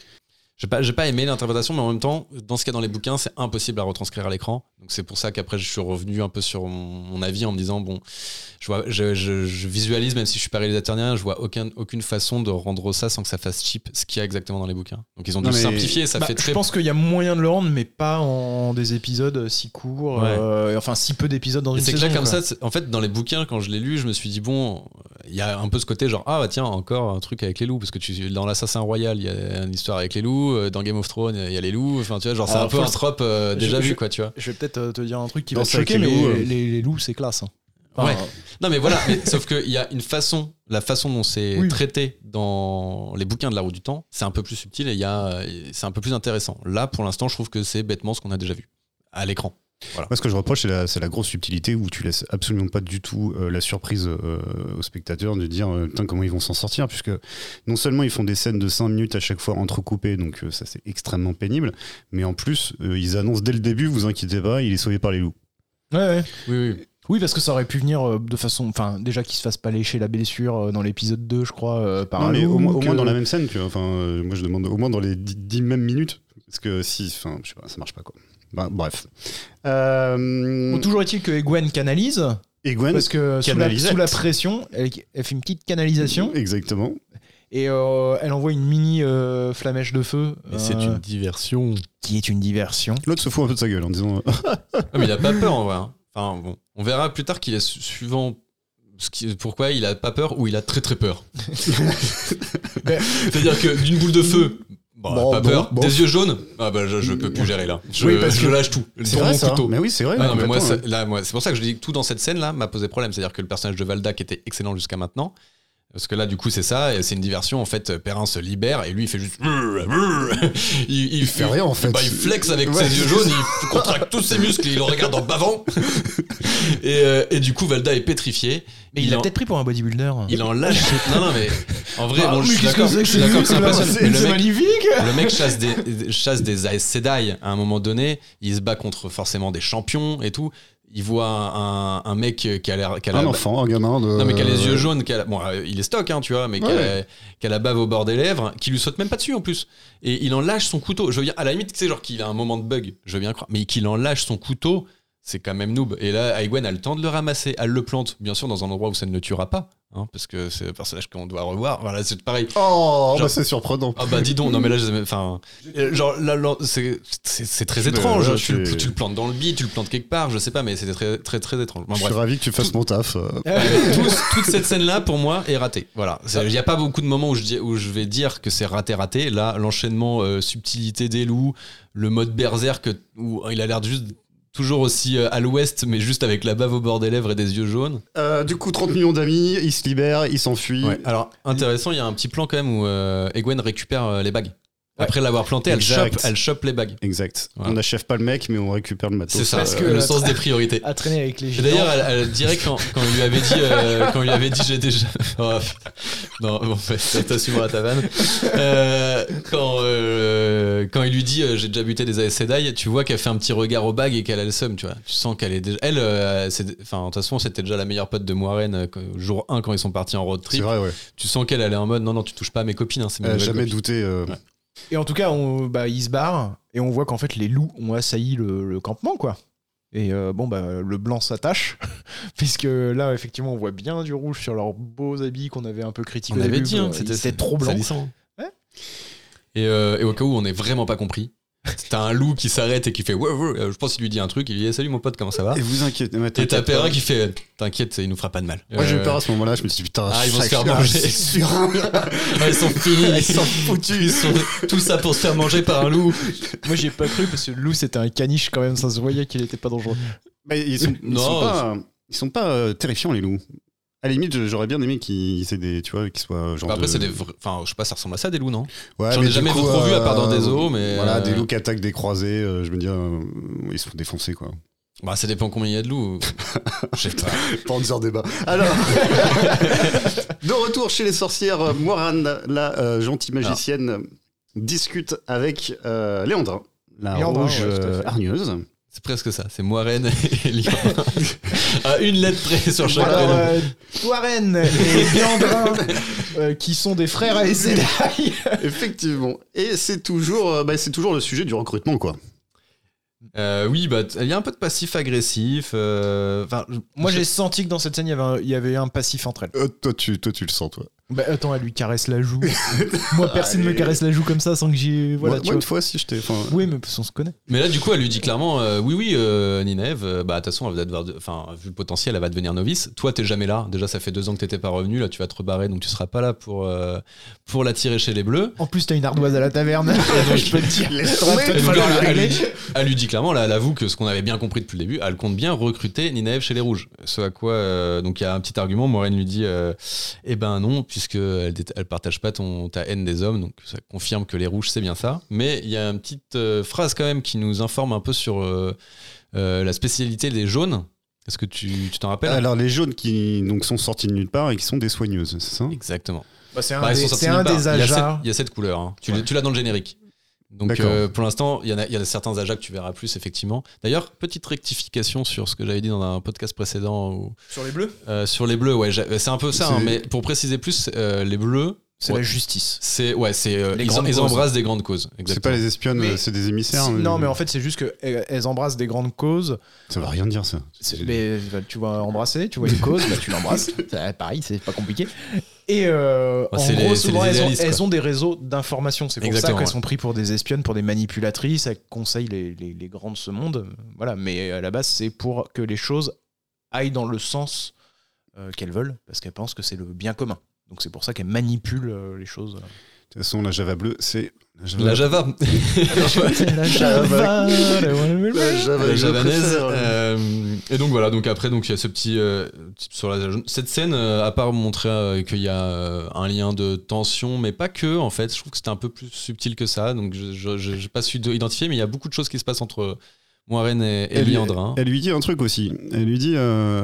S2: J'ai pas, j'ai pas aimé l'interprétation, mais en même temps, dans ce qu'il y a dans les bouquins, c'est impossible à retranscrire à l'écran. Donc c'est pour ça qu'après, je suis revenu un peu sur mon, mon avis en me disant, bon, je, vois, je, je- je visualise, même si je suis pas réalisateur ni rien, je vois aucun, aucune façon de rendre ça sans que ça fasse cheap ce qu'il y a exactement dans les bouquins. Donc ils ont dû
S3: Non, mais-
S2: simplifier, ça
S1: Bah,
S2: fait
S1: Je
S2: très
S1: pense qu'il y a moyen de le rendre, mais pas en des épisodes si courts,
S2: Ouais.
S1: euh, et enfin si peu d'épisodes dans
S2: Et
S1: une
S2: C'est que
S1: saison.
S2: là, comme
S1: quoi.
S2: ça, c'est- en fait, dans les bouquins, quand je l'ai lu, je me suis dit, bon, il y a un peu ce côté genre, ah, bah, tiens, encore un truc avec les loups, parce que tu, dans l'Assassin Royal, il y a une histoire avec les loups, euh, dans Game of Thrones, il y a les loups, enfin, tu vois, genre, c'est
S1: Alors,
S2: un peu
S1: faut-
S2: un trope euh,
S1: je-
S2: déjà
S1: je-
S2: vu, quoi, tu vois.
S1: Je vais peut-être euh, te dire un truc qui
S3: Dans
S1: va te choquer,
S3: Sacré
S1: mais
S3: Loup, euh.
S1: les, les loups, c'est classe. hein. Enfin,
S2: Ouais. Non, mais voilà, mais, sauf qu'il y a une façon, la façon dont c'est
S1: Oui.
S2: traité dans les bouquins de la roue du temps, c'est un peu plus subtil et il y a, euh, c'est un peu plus intéressant. Là, pour l'instant, je trouve que c'est bêtement ce qu'on a déjà vu à l'écran.
S3: Moi, ce que je reproche, c'est la, c'est la grosse subtilité où tu laisses absolument pas du tout euh, la surprise euh, au spectateur de dire euh, Putain, comment ils vont s'en sortir, puisque non seulement ils font des scènes de 5 minutes à chaque fois entrecoupées, donc euh, ça c'est extrêmement pénible, mais en plus euh, ils annoncent dès le début, vous inquiétez pas, il est sauvé par les loups.
S1: euh, ouais, ouais.
S2: Oui, oui.
S1: Oui, parce que ça aurait pu venir euh, de façon. Enfin, déjà qu'il se fasse pas lécher la blessure euh, dans l'épisode 2, je crois, euh, par
S3: Non,
S1: un
S3: mais
S1: loup,
S3: au, moins- au
S1: que-
S3: moins dans la même scène, tu vois. Enfin, euh, moi je demande au moins dans les 10 mêmes minutes, parce que si, enfin, je sais pas, ça marche pas quoi. Bah, bref. Euh,
S1: Bon, toujours est-il que Egwen canalise,
S3: et Gwen,
S1: parce que sous la,
S3: canalisette.
S1: sous la pression, elle, elle fait une petite canalisation,
S3: exactement.
S1: Et euh, elle envoie une mini euh, flamèche de feu.
S2: Mais c'est
S1: euh,
S2: une diversion.
S1: Qui est une diversion.
S3: L'autre se fout un peu de sa gueule en disant euh,
S2: Ah, mais il a pas peur en vrai. hein. Enfin, bon, on verra plus tard qu'il est su- suivant ce qui- pourquoi il a pas peur ou il a très très peur. C'est-à-dire que d'une boule de feu, bah,
S1: Bon,
S2: pas
S1: bon,
S2: peur.
S1: bon.
S2: Des yeux jaunes, ah bah, je, je peux plus gérer là. Je,
S1: Oui, parce
S2: je
S1: que-
S2: lâche tout.
S3: C'est
S2: Dans
S3: vrai
S2: mon
S3: ça
S2: couteau.
S3: Mais oui, c'est vrai.
S2: Ah non, mais moi,
S3: complètement, hein.
S2: ça- là, moi, c'est pour ça que je dis que tout dans cette scène-là m'a posé problème. C'est-à-dire que le personnage de Valda, qui était excellent jusqu'à maintenant, parce que là, du coup, c'est ça, et c'est une diversion. En fait, Perrin se libère et lui, il fait juste. Il, il
S3: fait rien, en fait.
S2: bah, il flex avec
S3: Ouais.
S2: ses yeux jaunes, il contracte tous ses muscles, et il le regarde en bavant. Et, euh, et du coup, Valda est pétrifié.
S1: Mais il, l'a
S2: en-
S1: peut-être pris pour un bodybuilder.
S2: Il en lâche. Non, non, mais en vrai,
S1: Ah,
S2: bon,
S1: mais
S2: je suis
S1: qu'est-ce
S2: d'accord.
S1: que c'est que
S2: Je suis
S1: ces
S2: d'accord que c'est
S1: muscles-là
S2: impressionnant.
S1: C'est-
S2: Mais le
S1: c'est
S2: mec,
S1: magnifique
S2: le mec chasse des, chasse des Aes Sedai à un moment donné. Il se bat contre forcément des champions et tout. Il voit un, un mec qui a l'air.
S1: Ah,
S2: qui a la-
S3: Un enfant, un gamin de.
S2: Ah, bah. Non, mais qui a les yeux jaunes. qui a la- Bon, euh, il est stock, hein, tu vois, mais qui, a, la- qui a la bave au bord des lèvres, qui lui saute même pas dessus en plus. Et il en lâche son couteau. Je veux bien, à la limite, c'est genre qu'il a un moment de bug, je veux bien croire, mais qu'il en lâche son couteau. C'est quand même noob. Et là, Aigwen a le temps de le ramasser. Elle le plante, bien sûr, dans un endroit où ça ne le tuera pas. hein, parce que c'est un personnage qu'on doit revoir. Voilà, c'est pareil.
S3: Oh,
S2: Genre-
S3: bah, c'est surprenant.
S2: Ah bah dis donc, non mais là, je- enfin, euh, genre là, là, c'est c'est- c'est très
S3: Mais
S2: étrange.
S3: là,
S2: tu, le,
S3: c'est-
S2: tu le plantes dans le bide, tu le plantes quelque part, je sais pas, mais c'était très très très étrange. Enfin,
S3: je suis
S2: bref.
S3: ravi que tu fasses mon taf. euh.
S2: Tous- toute cette scène là pour moi est ratée. Voilà, C'est- il n'y a pas beaucoup de moments où je, dis- où je vais dire que c'est raté raté. Là, l'enchaînement euh, subtilité des loups, le mode berserk où hein, il a l'air juste toujours aussi euh, à l'ouest, mais juste avec la bave au bord des lèvres et des yeux jaunes.
S3: Euh, du coup, 30 millions d'amis, il se libère, il s'enfuit.
S1: Mm.
S2: Ouais. Alors intéressant, il y a un petit plan quand même où euh, Egwen récupère euh, les bagues. Après l'avoir planté, elle chope,
S3: Exact.
S2: elle chope les bagues.
S3: Exact.
S2: Voilà.
S3: On n'achève pas le mec, mais on récupère le matos. Euh,
S2: C'est ça,
S1: Parce que-
S2: le sens des priorités.
S1: À traîner avec les
S2: Et D'ailleurs, elle, elle dirait quand, quand il lui avait dit, euh, quand il lui avait dit, j'ai déjà. Oh, putain. non, bon, bah, ça t'assumera ta vanne. Euh, quand, euh, quand il lui dit, euh, j'ai déjà buté des Aes Sedai, tu vois qu'elle fait un petit regard aux bagues et qu'elle a le seum, tu vois. Tu sens qu'elle est déjà. Elle, euh, c'est- enfin, de toute façon, c'était déjà la meilleure pote de Moiraine euh, quand- jour 1 quand ils sont partis en road
S3: C'est
S2: trip.
S3: vrai, ouais.
S2: Tu sens qu'elle, elle est en mode, non, non, tu touches pas à mes copines, hein, c'est mes
S3: Elle a
S2: nouvelles
S3: jamais
S2: copines.
S3: douté. euh,
S2: Ouais.
S1: Et en tout cas, on, bah, ils se barrent et on voit qu'en fait les loups ont assailli le, le campement, quoi. Et euh, bon, bah, le blanc s'attache, puisque là, effectivement, on voit bien du rouge sur leurs beaux habits qu'on avait un peu critiqués.
S2: On
S1: au
S2: avait
S1: début,
S2: dit hein,
S1: pour-
S2: que c'était
S1: ils étaient trop blanc.
S2: salissant.
S1: Ouais.
S2: Et, euh, et au cas où on n'est vraiment pas compris, t'as un loup qui s'arrête et qui fait ouais, ouais, euh, je pense qu'il lui dit un truc, il lui dit salut mon pote, comment ça va
S3: Et vous inquiétez. mais
S2: Et
S3: t'inquiète
S2: t'as Perrin
S3: pas.
S2: qui fait t'inquiète, il nous fera pas de mal.
S3: Moi, j'ai eu
S2: Euh,
S3: peur à ce moment-là, je me suis dit putain,
S2: Ah, ils vont se faire
S3: sacré-
S2: manger.
S3: c'est sûr.
S2: ah, ils sont finis,
S3: Ils sont foutus.
S2: Ils sont- tout ça pour se faire manger par un loup.
S1: Moi, j'ai pas cru, parce que le loup, c'était un caniche quand même, ça se voyait qu'il était pas dangereux.
S3: Mais ils sont, ils
S2: Non,
S3: sont pas, ils sont pas euh, terrifiants, les loups. À la limite, j'aurais bien aimé qu'ils aient des, tu vois, qu'ils soient genre.
S2: Bah, après,
S3: de-
S2: c'est des. vra- Enfin, je sais pas, ça ressemble à ça des loups, non
S3: Ouais,
S2: J'en
S3: mais
S2: ai
S3: du
S2: jamais trop vu à part dans des zoos, mais,
S3: Voilà,
S2: euh,
S3: des loups qui attaquent des croisés, euh, je me dis, euh, ils sont défoncés quoi.
S2: Bah, ça dépend combien il y a de loups. Je sais pas.
S3: Pas en disant débat. Alors, de retour chez les sorcières, euh, Moirane, la euh, gentille magicienne, discute avec euh, Léandrin, la
S1: Léandrin,
S3: rouge
S1: ouais, tout à
S3: euh,
S1: fait.
S3: hargneuse.
S2: C'est presque ça. C'est Moiraine et Lyon. à une lettre près sur chaque
S1: Alors,
S2: prénom.
S1: euh, Warren et Biandrin, euh, qui sont des frères à Sedai.
S3: Effectivement. Et c'est toujours, euh, bah, c'est toujours le sujet du recrutement quoi.
S2: Euh, oui, bah, t- il y a un peu de passif agressif. euh, Enfin, je-
S1: Moi,
S2: je-
S1: j'ai senti que dans cette scène, il y avait un- il y avait un passif entre elles.
S3: Euh, toi, tu, toi, tu le sens toi.
S1: Bah, attends, elle lui caresse la joue. Moi, personne me
S3: Allez.
S1: caresse la joue comme ça sans que j'ai. Voilà,
S3: moi,
S1: tu
S3: moi,
S1: vois.
S3: une fois si je t'ai. enfin,
S1: Oui, mais parce qu'on se connaît.
S2: Mais là, du coup, elle lui dit clairement euh, Oui, oui, euh, Ninève, euh, bah, de toute façon, elle va devoir de- enfin, vu le potentiel, elle va devenir novice. Toi, t'es jamais là. Déjà, ça fait deux ans que t'étais pas revenu. Là, tu vas te rebarrer, donc tu seras pas là pour, euh, pour la tirer chez les Bleus.
S1: En plus, t'as une ardoise à la taverne. je peux te dire.
S3: Laisse tomber,
S1: Ouais,
S2: Et donc,
S1: Voilà,
S2: elle, elle
S1: réglé.
S2: lui dit, elle lui dit clairement, là, elle avoue que ce qu'on avait bien compris depuis le début, elle compte bien recruter Ninaev chez les Rouges. Ce à quoi, euh, donc il y a un petit argument, Maureen lui dit, euh, eh ben non, puisque elle, dé- elle partage pas ton, ta haine des hommes, donc ça confirme que les Rouges c'est bien ça. Mais il y a une petite euh, phrase quand même qui nous informe un peu sur euh, euh, la spécialité des jaunes. Est-ce que tu tu t'en rappelles
S3: Alors les jaunes qui donc sont sortis de nulle part et qui sont des soigneuses, c'est ça
S2: Exactement.
S1: c'est un,
S2: Bah, ils
S1: des,
S2: sont sortis
S1: c'est un
S2: nulle part.
S1: des
S2: Il y a sept-
S1: ajas.
S2: Il y a cette couleur. hein. Tu
S3: Ouais.
S2: l'as- tu l'as dans le générique. Donc
S3: D'accord.
S2: euh, pour l'instant, il y, en a- il y a certains ajas que tu verras plus, effectivement. D'ailleurs, petite rectification sur ce que j'avais dit dans un podcast précédent où-
S1: Sur les bleus
S2: euh, sur les bleus. Ouais, j'a- c'est un peu ça,
S3: C'est-
S2: hein, mais pour préciser plus, euh, les bleus,
S1: C'est
S2: Ouais.
S1: la justice.
S2: C'est ouais, c'est euh,
S1: Les
S2: ils,
S1: grandes
S2: ils
S1: causes.
S2: embrassent des grandes causes.
S3: C'est pas
S2: Exactement.
S3: les espionnes,
S1: Mais-
S3: euh, c'est des émissaires.
S1: Si- non, mais en fait, c'est juste qu'elles embrassent des grandes causes.
S3: Ça va rien dire, ça.
S1: C'est- Mais bah, tu vas embrasser, tu vois une cause, bah, tu l'embrasses. Ça, Pareil, c'est pas compliqué. Et euh,
S2: Ouais,
S1: en
S2: c'est
S1: gros,
S2: les- c'est
S1: souvent,
S2: les
S1: elles ont,
S2: idéalistes,
S1: elles
S2: quoi.
S1: ont des réseaux d'information. C'est pour ça
S2: Exactement,
S1: qu'elles
S2: ouais.
S1: sont prises pour des espionnes, pour des manipulatrices. Elles conseillent les, les- les grands de ce monde. Voilà. Mais euh, à la base, c'est pour que les choses aillent dans le sens euh, qu'elles veulent, parce qu'elles pensent que c'est le bien commun. Donc c'est pour ça qu'elles manipulent euh, les choses.
S3: De toute façon, la Java bleue, c'est. La Java,
S2: La Java.
S1: La Java,
S3: La
S1: la-
S3: Java,
S2: la
S3: Ah je
S2: javanaise.
S3: préfère.
S2: Euh, et donc voilà, donc après, donc il y a ce petit euh, type sur la cette scène, euh, à part montrer euh, qu'il y a euh, un lien de tension, mais pas que en fait. Je trouve que c'était un peu plus subtil que ça. Donc je je- je- j'ai pas su identifier, mais il y a beaucoup de choses qui se passent entre Moirène et, et
S3: Elle lui-
S2: Liandrin.
S3: Elle lui dit un truc aussi. Elle lui dit.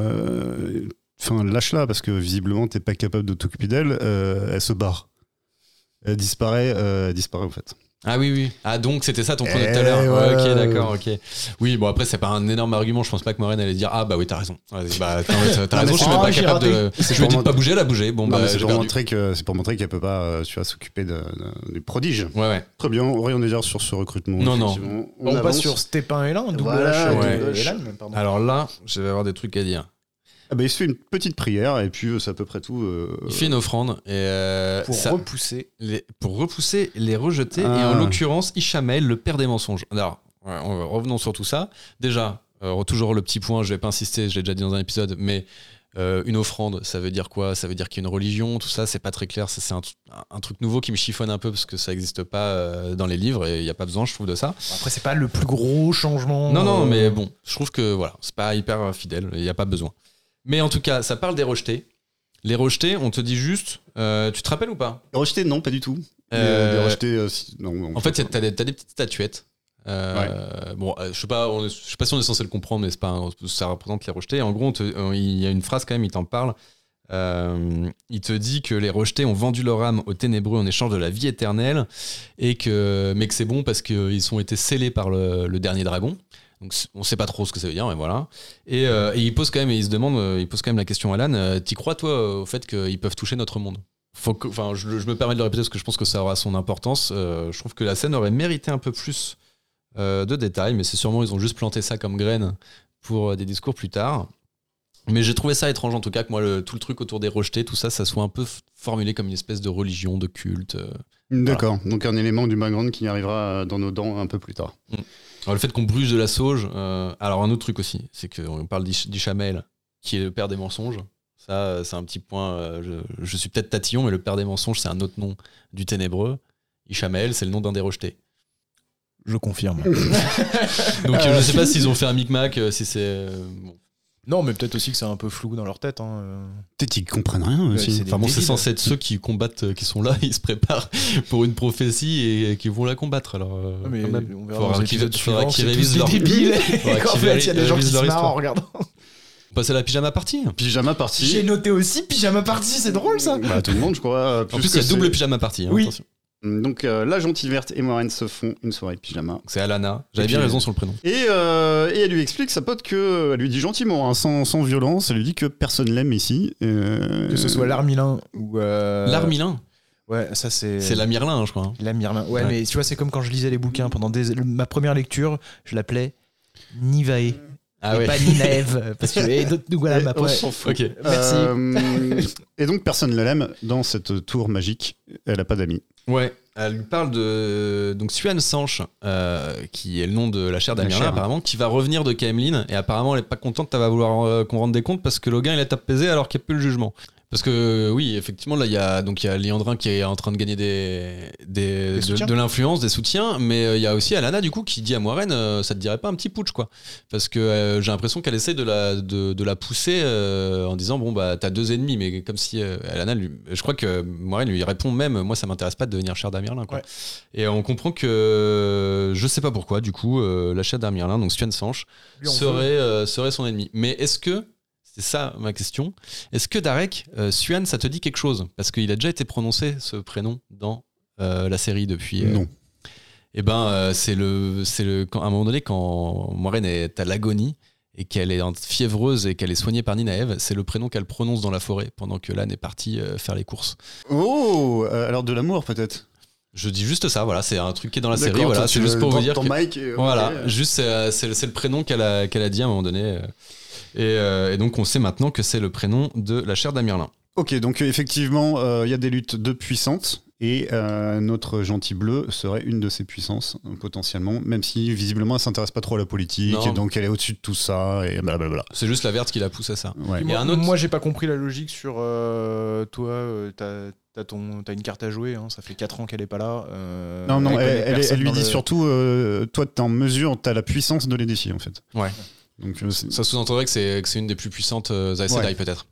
S3: euh, Enfin, lâche-la, parce que visiblement, t'es pas capable de t'occuper d'elle. Euh, elle se barre. Elle disparaît, euh, elle disparaît en fait.
S2: Ah oui, oui. Ah donc c'était ça ton point de
S3: Eh
S2: tout à l'heure. Ouais,
S3: ouais.
S2: ok, d'accord, ok. Oui, bon après c'est pas un énorme argument. Je pense pas que Moirène allait dire ah bah oui t'as raison. Ah, Bah t'as- t'as t'as
S3: Non, mais
S2: raison. Je suis
S1: c'est-
S2: même
S1: Ah,
S2: pas
S1: j'ai
S2: capable de.
S3: C'est
S2: Je lui ai dit
S3: pour
S2: de pas
S3: mon-
S2: bouger, elle a bougé. Bon
S3: Non,
S2: bah
S3: mais c'est
S2: j'ai
S3: pour
S2: perdu.
S3: montrer que- c'est pour montrer qu'elle peut pas euh, tu vois, s'occuper de- de- du prodige.
S2: Ouais, ouais.
S3: Très bien, rien à dire sur ce recrutement.
S2: Non, non.
S3: effectivement.
S1: On, passe
S3: avance.
S1: sur Stépin et Lin, double
S3: Voilà,
S1: H,
S2: ouais.
S1: euh, Elan, pardon.
S2: Alors là, je vais avoir des trucs à dire.
S3: Ah bah, il se fait une petite prière et puis euh, c'est à peu près tout. euh,
S2: Il fait une offrande et euh,
S1: pour
S2: ça-
S1: repousser.
S2: les- pour repousser les rejetés et
S3: Ah.
S2: en l'occurrence Ishamel, le père des mensonges. Alors ouais, on- revenons sur tout ça. Déjà, euh, toujours le petit point, je vais pas insister, je l'ai déjà dit dans un épisode, mais euh, une offrande, ça veut dire quoi Ça veut dire qu'il y a une religion, tout ça, c'est pas très clair. ça, C'est un, tr- un truc nouveau qui me chiffonne un peu parce que ça n'existe pas euh, dans les livres et il n'y a pas besoin, je trouve, de ça.
S1: Après, c'est pas le plus gros changement.
S2: Non, non,
S1: euh,
S2: mais bon, je trouve que voilà, c'est pas hyper euh, fidèle, il n'y a pas besoin. Mais en tout cas, ça parle des rejetés. Les rejetés, on te dit juste, euh, tu te rappelles ou pas
S3: Rejeté, non, pas du tout. Mais,
S2: Euh,
S3: euh, rejeté, euh, si- non, non.
S2: En fait, t'as des, t'as des petites statuettes. Euh, Bon, euh, je sais pas, on est- je sais pas si on est censé le comprendre, mais c'est pas, un- ça représente les rejetés. En gros, on te- euh, il y a une phrase quand même, il t'en parle. Euh, il te dit que les rejetés ont vendu leur âme aux ténébreux en échange de la vie éternelle, et que, mais que c'est bon parce qu'ils ont été scellés par le, le dernier dragon. Donc c'est- on sait pas trop ce que ça veut dire, mais voilà. Et, euh, et il pose quand même, et il se demande, euh, il pose quand même la question à Alan. euh, T'y crois toi euh, au fait qu'ils peuvent toucher notre monde Faut que- Enfin, je, le- je me permets de le répéter parce que je pense que ça aura son importance. Euh, je trouve que la scène aurait mérité un peu plus euh, de détails, mais c'est sûrement ils ont juste planté ça comme graine pour euh, des discours plus tard. Mais j'ai trouvé ça étrange en tout cas que moi le- tout le truc autour des rejetés, tout ça, ça soit un peu f- formulé comme une espèce de religion, de culte. euh.
S3: D'accord, donc un élément du background qui arrivera euh, dans nos dents un peu plus tard.
S2: Alors, le fait qu'on bruge de la sauge. euh, alors un autre truc aussi, c'est qu'on parle d'Ish- d'Ishamel, qui est le père des mensonges. Ça, euh, c'est un petit point. euh, je, je suis peut-être tatillon, mais le père des mensonges, c'est un autre nom du ténébreux. Ishamel, c'est le nom d'un des rejetés.
S1: Je confirme.
S2: Donc euh, je sais pas s'ils ont fait un micmac, euh, si c'est. euh, bon,
S1: non, mais peut-être aussi que c'est un peu flou dans leur tête. hein, euh.
S3: Peut-être ils comprennent rien
S1: aussi.
S3: aussi.
S1: c'est des-
S2: Enfin bon, c'est
S1: débiles.
S2: censé être ceux qui combattent, euh, qui sont là, ils se préparent pour une prophétie et, et qui vont la combattre. Alors, euh,
S1: Ouais, mais
S2: quand même.
S1: on verra
S2: Faudra
S1: dans les
S2: qu'ils-
S1: épisodes
S2: faudra
S1: suivants,
S2: qu'ils
S1: c'est
S2: révisent
S1: tous
S2: leur-
S1: des débiles.
S2: Faudra
S1: et qu'en
S2: qu'ils
S1: fait, il y a des gens qui
S2: révisent
S1: se
S2: leur
S1: marrent en
S2: histoire.
S1: regardant.
S2: On passe à la pyjama partie.
S3: Pyjama party.
S1: J'ai noté aussi pyjama party, c'est drôle ça.
S3: Bah, tout le monde, je crois. euh,
S2: En plus,
S3: puisque
S2: il y a double
S3: c'est-
S2: pyjama partie. hein,
S1: Oui.
S2: attention.
S3: Donc euh, la gentille verte et Moiraine se font une soirée de pyjama.
S2: Donc, C'est Alana. J'avais
S3: Et
S2: bien
S3: puis-
S2: raison sur le prénom.
S3: Et, euh, et elle lui explique sa pote que elle lui dit gentiment, hein, sans, sans violence, elle lui dit que personne l'aime ici. euh,
S1: Que ce soit l'Armilin ou. euh,
S2: L'Armilin,
S1: Ouais, ça c'est.
S2: c'est la Myrlin, hein, je crois. hein.
S1: La Myrlin. Ouais,
S2: Ouais.
S1: mais tu vois, c'est comme quand je lisais les bouquins. Pendant des- ma première lecture, je l'appelais Nivae.
S2: Ah
S1: et pas Ninaev. Parce que. Et d'autres- voilà, ma
S3: on s'en fout.
S2: Ok.
S1: Merci.
S3: Euh, et donc personne ne l'aime dans cette tour magique. Elle a pas d'amis.
S2: Ouais, elle lui parle de donc Suan Sanche, euh, qui est le nom de la chair
S3: La
S2: d'Amirlin
S3: chair.
S2: apparemment, qui va revenir de Camelin et apparemment elle est pas contente, elle va vouloir euh, qu'on rende des comptes parce que Logan il est apaisé alors qu'il n'y a plus le jugement. Parce que euh, oui, effectivement là il y a donc il y a Liandrin qui est en train de gagner des, des- de-
S1: soutiens.
S2: de, l'influence, des soutiens, mais euh, il y a aussi Alana du coup qui dit à Moiraine euh, ça te dirait pas un petit putsch quoi parce que euh, j'ai l'impression qu'elle essaie de la, de, de la pousser euh, en disant bon bah t'as deux ennemis mais comme si euh, Alana lui, je crois que Moiraine lui répond même moi ça m'intéresse pas de devenir chère d'Amirlin quoi
S1: Ouais.
S2: et on comprend que euh, je sais pas pourquoi du coup euh, la chère d'Amirlin donc Stuan Sanche
S1: Lui, on
S2: serait, euh, serait son ennemi mais est-ce que c'est ça ma question est-ce que Darek euh, Suan ça te dit quelque chose parce qu'il a déjà été prononcé ce prénom dans euh, la série depuis euh,
S3: Non.
S2: eh ben, euh, c'est le, c'est le, quand- à un moment donné, quand Moiraine est à l'agonie et qu'elle est en- fiévreuse et qu'elle est soignée par Ninaev, c'est le prénom qu'elle prononce dans la forêt pendant que Lan est parti euh, faire les courses.
S3: Oh euh, Alors de l'amour peut-être.
S2: Je dis juste ça, voilà, Ah, c'est un truc qui est dans la
S3: D'accord,
S2: série, voilà,
S3: toi,
S2: c'est
S3: tu
S2: juste
S3: le
S2: pour vous
S3: portes
S2: dire.
S3: ton
S2: que-
S3: mic et-
S2: Voilà,
S3: ok.
S2: juste c'est, euh, c'est, c'est le prénom qu'elle a, qu'elle a dit à un moment donné. euh, Et, euh, et donc on sait maintenant que c'est le prénom de la chère d'Amirlin.
S3: Ok, donc euh, effectivement, euh, il y a des luttes de puissance et euh, notre gentil bleu serait une de ces puissances euh, potentiellement, même si visiblement elle s'intéresse pas trop à la politique
S2: Non.
S3: et donc elle est au-dessus de tout ça et blablabla.
S2: C'est juste la verte qui la pousse à ça.
S3: Ouais.
S2: Il y a
S1: Moi,
S2: un autre-
S1: moi, j'ai pas compris la logique sur euh, toi, euh, t'as t'as ton- t'as une carte à jouer, hein, ça fait 4 ans qu'elle est pas là. euh,
S3: Non, non,
S1: connaît
S3: elle, elle- elle
S1: personne
S3: lui
S1: dans
S3: dit
S1: le-
S3: surtout, euh, toi, t'es en mesure, t'as la puissance de les défier, en fait.
S2: Ouais.
S3: Donc, euh, c'est-
S2: Ça sous-entendrait que c'est, que c'est une des plus puissantes euh, Aes
S3: Ouais.
S2: Sedai, peut-être.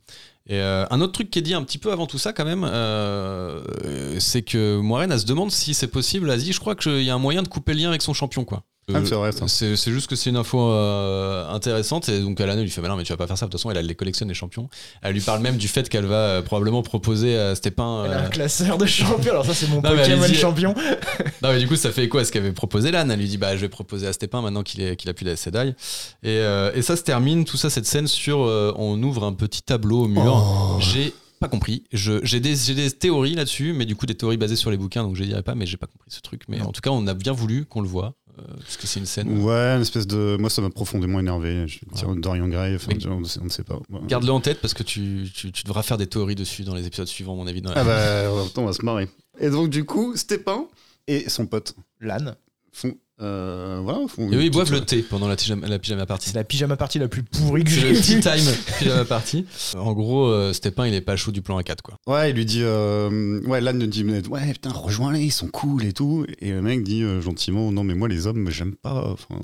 S2: Et euh, un autre truc qui est dit un petit peu avant tout ça quand même, euh, euh, c'est que Moiraine elle se demande si c'est possible. Elle se dit, je crois qu'il y a un moyen de couper le lien avec son champion, quoi.
S3: Ah,
S2: Euh,
S3: c'est vrai, ça.
S2: C'est c'est juste que c'est une info euh, intéressante et donc Alana lui fait mais non mais tu vas pas faire ça de toute façon elle, elle les collectionne les champions elle lui parle même du fait qu'elle va euh, probablement proposer à Stépin
S1: Elle a
S2: euh,
S1: un classeur de champions, alors ça c'est mon
S2: Non, mais
S1: Pokémon
S2: allez-y.
S1: champion.
S2: non mais du coup ça fait quoi ce qu'avait proposé Lan Elle lui dit bah je vais proposer à Stépin maintenant qu'il est qu'il a plus la Sedai. Et, euh, et ça se termine tout ça cette scène sur euh, on ouvre un petit tableau au mur.
S3: Oh.
S2: J'ai pas compris. Je- J'ai des, j'ai des théories là-dessus, mais du coup des théories basées sur les bouquins, donc je les dirai pas, mais j'ai pas compris ce truc. Mais en tout cas, on a bien voulu qu'on le voit, euh, parce que c'est une scène.
S3: Ouais, une espèce de. Moi, ça m'a profondément énervé. Je veux dire, Dorian Gray, enfin,
S2: Mais-
S3: genre, on ne sait- on ne sait pas. Ouais.
S2: Garde-le en tête parce que tu, tu, tu devras faire des théories dessus dans les épisodes suivants, à mon avis. dans la-
S3: Ah bah, on va se marrer. Et donc, du coup, Stépin et son pote
S1: Lan,
S3: font. euh, voilà, font
S2: Et
S3: une
S2: eux, ils
S3: petite-
S2: boivent le thé pendant la, pyjama- la pyjama party.
S1: c'est la pyjama partie la plus pourrie que
S2: C'est
S1: j'ai
S2: le tea
S1: vue.
S2: time pyjama party. En gros, euh, Stépin, il est pas chaud du plan A4, quoi.
S3: Ouais, il lui dit. euh, ouais, Lan lui dit mais, Ouais, putain, rejoins-les, ils sont cool et tout. Et le mec dit euh, gentiment Non, mais moi, les hommes, j'aime pas. Enfin,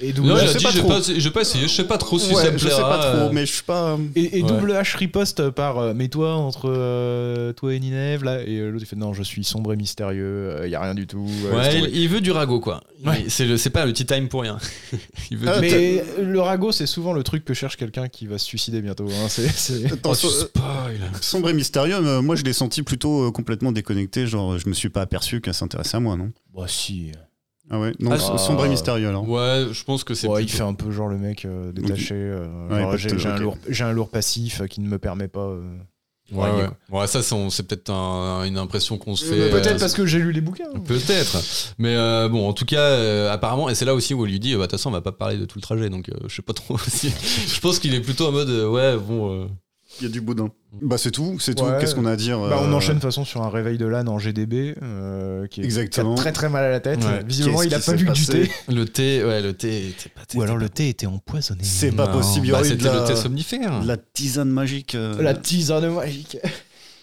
S1: Et
S2: Non,
S1: double,
S3: je
S2: il a
S3: sais
S2: dit,
S3: pas
S2: j'ai
S3: trop.
S2: pas, j'ai pas essayé, je sais pas trop si
S3: ouais,
S2: ça me
S3: je sais
S2: plaira,
S3: pas trop,
S2: euh.
S3: mais je suis pas.
S1: et, et
S2: Ouais.
S1: double H riposte par euh, mais toi entre euh, toi et Ninève là et euh, l'autre il fait non je suis sombre et mystérieux il y a rien du tout euh, laisse
S2: Ouais,
S1: tomber.
S2: il, il veut du ragot, quoi.
S1: Ouais.
S2: Il- C'est le- c'est pas le tea time pour rien. Il veut
S3: Ah,
S2: du-
S3: t'as-
S1: mais le ragot c'est souvent le truc que cherche quelqu'un qui va se suicider bientôt hein, c'est- c'est-
S2: Oh,
S3: Attends,
S2: tu
S3: so-
S2: spoil.
S3: Sombre et mystérieux, euh, moi je l'ai senti plutôt euh, complètement déconnecté, genre je me suis pas aperçu qu'elle s'intéressait à moi, non
S1: Bah si.
S3: Ah ouais Non,
S2: Ah,
S3: so- sombre et mystérieux alors.
S2: Ouais, je pense que c'est.
S1: Ouais, il
S2: plutôt-
S1: fait un peu genre le mec euh, détaché. euh,
S3: Ouais,
S1: genre,
S3: pas de-
S1: j'ai j'ai un
S3: ok.
S1: lourd- j'ai un, lourd passif euh, qui ne me permet pas. euh.
S2: Ouais,
S1: Ouais,
S2: ouais. Ouais, ça, c'est on- c'est peut-être un- une impression qu'on se fait.
S1: Mais Peut-être
S2: euh,
S1: parce que j'ai lu les bouquins.
S2: Peut-être. Mais euh, bon, en tout cas, euh, apparemment, et c'est là aussi où elle lui dit, euh, bah, de toute façon, on va pas parler de tout le trajet, donc euh, je sais pas trop si. je pense qu'il est plutôt en mode, euh, ouais, bon. euh,
S3: Il y a du boudin. Bah c'est tout, c'est tout,
S1: Ouais.
S3: qu'est-ce qu'on a à dire
S1: Bah, on
S3: euh,
S1: enchaîne de toute façon sur un réveil de l'âne en GDB euh, qui est
S3: Exactement.
S1: qui a très très mal à la tête.
S2: Ouais.
S1: Visiblement,
S3: Qu'est-ce
S1: il a
S3: qui
S1: pas
S3: s'est
S1: vu que du
S3: passé
S1: thé.
S2: le thé, ouais, le thé, était pas thé. était
S1: thé était empoisonné.
S3: C'est
S2: pas-
S3: pas possible, il y
S2: Bah,
S3: aurait eu de
S2: C'était le
S3: la,
S2: thé somnifère.
S3: de la tisane magique. euh,
S1: La tisane magique.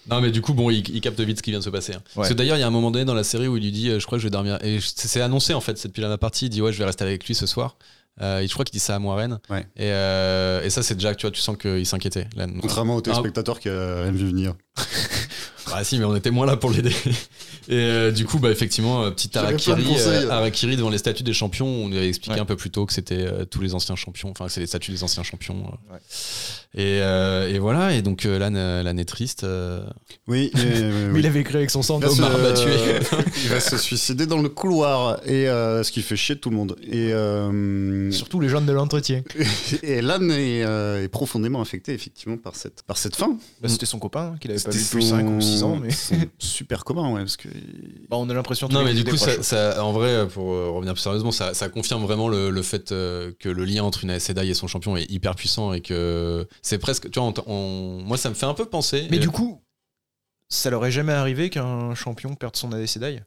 S2: Non, mais du coup, bon, il, il capte vite ce qui vient de se passer. hein. Parce que d'ailleurs, il y a un moment donné dans la série où il lui dit, euh, je crois que je vais dormir. Et je- c'est c'est annoncé en fait, cette pyjama partie. Il dit, ouais, je vais rester avec lui ce soir. Euh, et je crois qu'il dit ça à Moiraine.
S3: Ouais.
S2: Et, euh, et ça, c'est déjà, tu vois, tu sens qu'il s'inquiétait. là.
S3: Contrairement aux téléspectateurs qui euh, aiment venir.
S2: Ah si, mais on était moins là pour l'aider. Et euh, du coup, bah effectivement, euh, petite
S3: J'avais plein de
S2: Harakiri,
S3: conseils.
S2: euh, Harakiri devant les statues des champions. On nous avait expliqué
S1: Ouais.
S2: un peu plus tôt que c'était euh, tous les anciens champions. Enfin, que c'est les statues des anciens champions. euh.
S1: Ouais.
S2: Et, euh, et voilà. Et donc euh, Lan, euh, Lan est triste. euh.
S3: Oui, et- oui,
S1: Mais
S3: oui.
S1: il avait écrit avec son sang.
S3: Il va, se,
S2: Omar m'a tué.
S3: il va se suicider dans le couloir, et euh, ce qui fait chier tout le monde. Et, euh,
S1: Surtout les jeunes de l'entretien.
S3: et Lan est, euh, est profondément affecté effectivement par cette, par cette fin.
S1: Bah, C'était son copain hein, qu'il avait pas
S3: C'était
S1: vu depuis
S3: son-
S1: 5 ou 6 ans. Mais...
S3: son super commun, ouais, parce que.
S2: Oh,
S1: Bah, on a l'impression
S2: Non,
S1: tous
S2: mais
S1: les
S2: du
S1: deux
S2: coup,
S1: des
S2: ça,
S1: proches.
S2: ça- en vrai, pour euh, revenir plus sérieusement, ça, ça confirme vraiment le, le fait euh, que le lien entre une Aes Sedai et son champion est hyper puissant et que c'est presque. Tu vois, on t- on- moi, ça me fait un peu penser. euh,
S1: Mais
S2: et-
S1: du coup, ça leur est jamais arrivé qu'un champion perde son ADC d'ail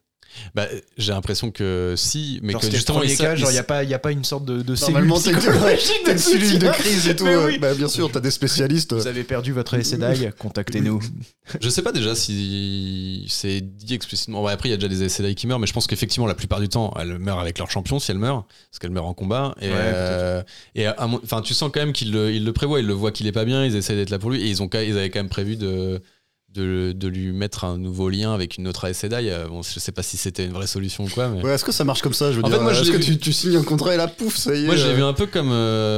S2: bah, j'ai l'impression que si, mais
S1: genre,
S2: que
S1: c'était le
S2: justement,
S1: premier
S2: il sa-
S1: cas,
S2: il
S1: genre,
S2: sa-
S1: il n'y a, pas- y a pas une sorte de, de cellule
S3: Normalement, t'as une,
S1: psychologique
S3: t'as une cellule de
S1: soutien.
S3: crise et tout.
S1: Mais
S3: euh,
S1: oui.
S3: Bah, bien sûr, t'as des spécialistes.
S1: Vous avez perdu votre ASEDAI, contactez-nous.
S2: Je sais pas déjà si c'est dit explicitement. Ouais, après, il y a déjà des Sedai qui meurent, mais je pense qu'effectivement, la plupart du temps, elles meurent avec leur champion si elles meurent, parce qu'elles meurent en combat. Et,
S1: Ouais,
S2: euh, et à mon- enfin, tu sens quand même qu'ils le, ils le prévoient, ils le voient qu'il est pas bien, ils essaient d'être là pour lui, et ils, ont, ca- ils avaient quand même prévu de, de, de lui mettre un nouveau lien avec une autre Aes Sedai. Euh, Bon, je sais pas si c'était une vraie solution ou quoi, mais.
S3: Ouais, est-ce que ça marche comme ça Je veux
S2: En
S3: dire,
S2: fait, moi, je
S3: est-ce que
S2: l'ai vu.
S3: tu, tu signes un contrat et là, pouf, ça y est.
S2: Moi, je l'ai
S3: euh,
S2: vu un peu comme.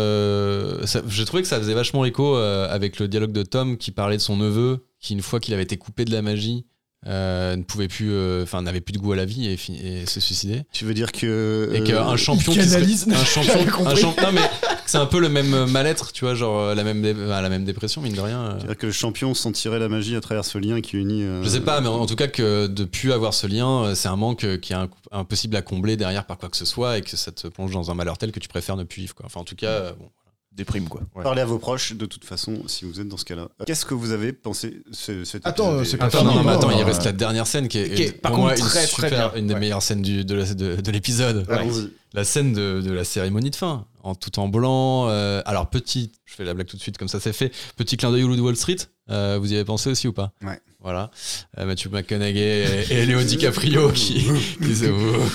S2: euh, ça- J'ai trouvé que ça faisait vachement écho euh, avec le dialogue de Tom qui parlait de son neveu, qui, une fois qu'il avait été coupé de la magie, euh, ne pouvait plus. euh, Enfin, n'avait plus de goût à la vie et, fi- et se suicidait.
S3: Tu veux dire que.
S2: Et qu'un
S3: euh,
S2: champion.
S1: il
S2: qui serait-
S1: canalise.
S2: un champion.
S1: J'avais compris.
S2: un champ- non, mais c'est un peu le même mal-être, tu vois, genre euh, la même, dé- euh, la même dépression, mine de rien. euh.
S3: C'est-à-dire que le champion sentirait la magie à travers ce lien qui unit. euh,
S2: Je sais pas, mais en en tout cas que de plus avoir ce lien, euh, c'est un manque euh, qui est inc- impossible à combler derrière par quoi que ce soit et que ça te plonge dans un malheur tel que tu préfères ne plus vivre. Quoi. Enfin, en tout cas, euh, bon.
S4: Déprime, quoi.
S2: Ouais.
S3: Parlez à vos proches, de toute façon, si vous êtes dans ce cas-là. Euh, Qu'est-ce que vous avez pensé ce- cet
S1: Attends,
S3: épisode
S1: c'est
S3: est-
S1: pas
S2: Attends,
S1: fini,
S2: non, mais
S1: non,
S2: attends,
S1: non,
S2: il
S1: euh,
S2: reste la dernière scène qui est,
S1: qui est,
S2: est,
S1: par
S2: pour moi,
S1: contre,
S2: une
S1: très, très
S2: super-
S1: bien.
S2: une des
S1: Ouais.
S2: meilleures scènes du- de la- de- de l'épisode.
S3: Allons-y.
S2: La scène de, de la cérémonie de fin, en tout en blanc. euh, alors, petit, je fais la blague tout de suite, comme ça c'est fait. Petit clin d'œil au loup de Wall Street. euh, vous y avez pensé aussi ou pas
S3: Ouais.
S2: Voilà. Euh, Matthew McConaughey et, et Léo DiCaprio qui, qui se-
S1: Moi,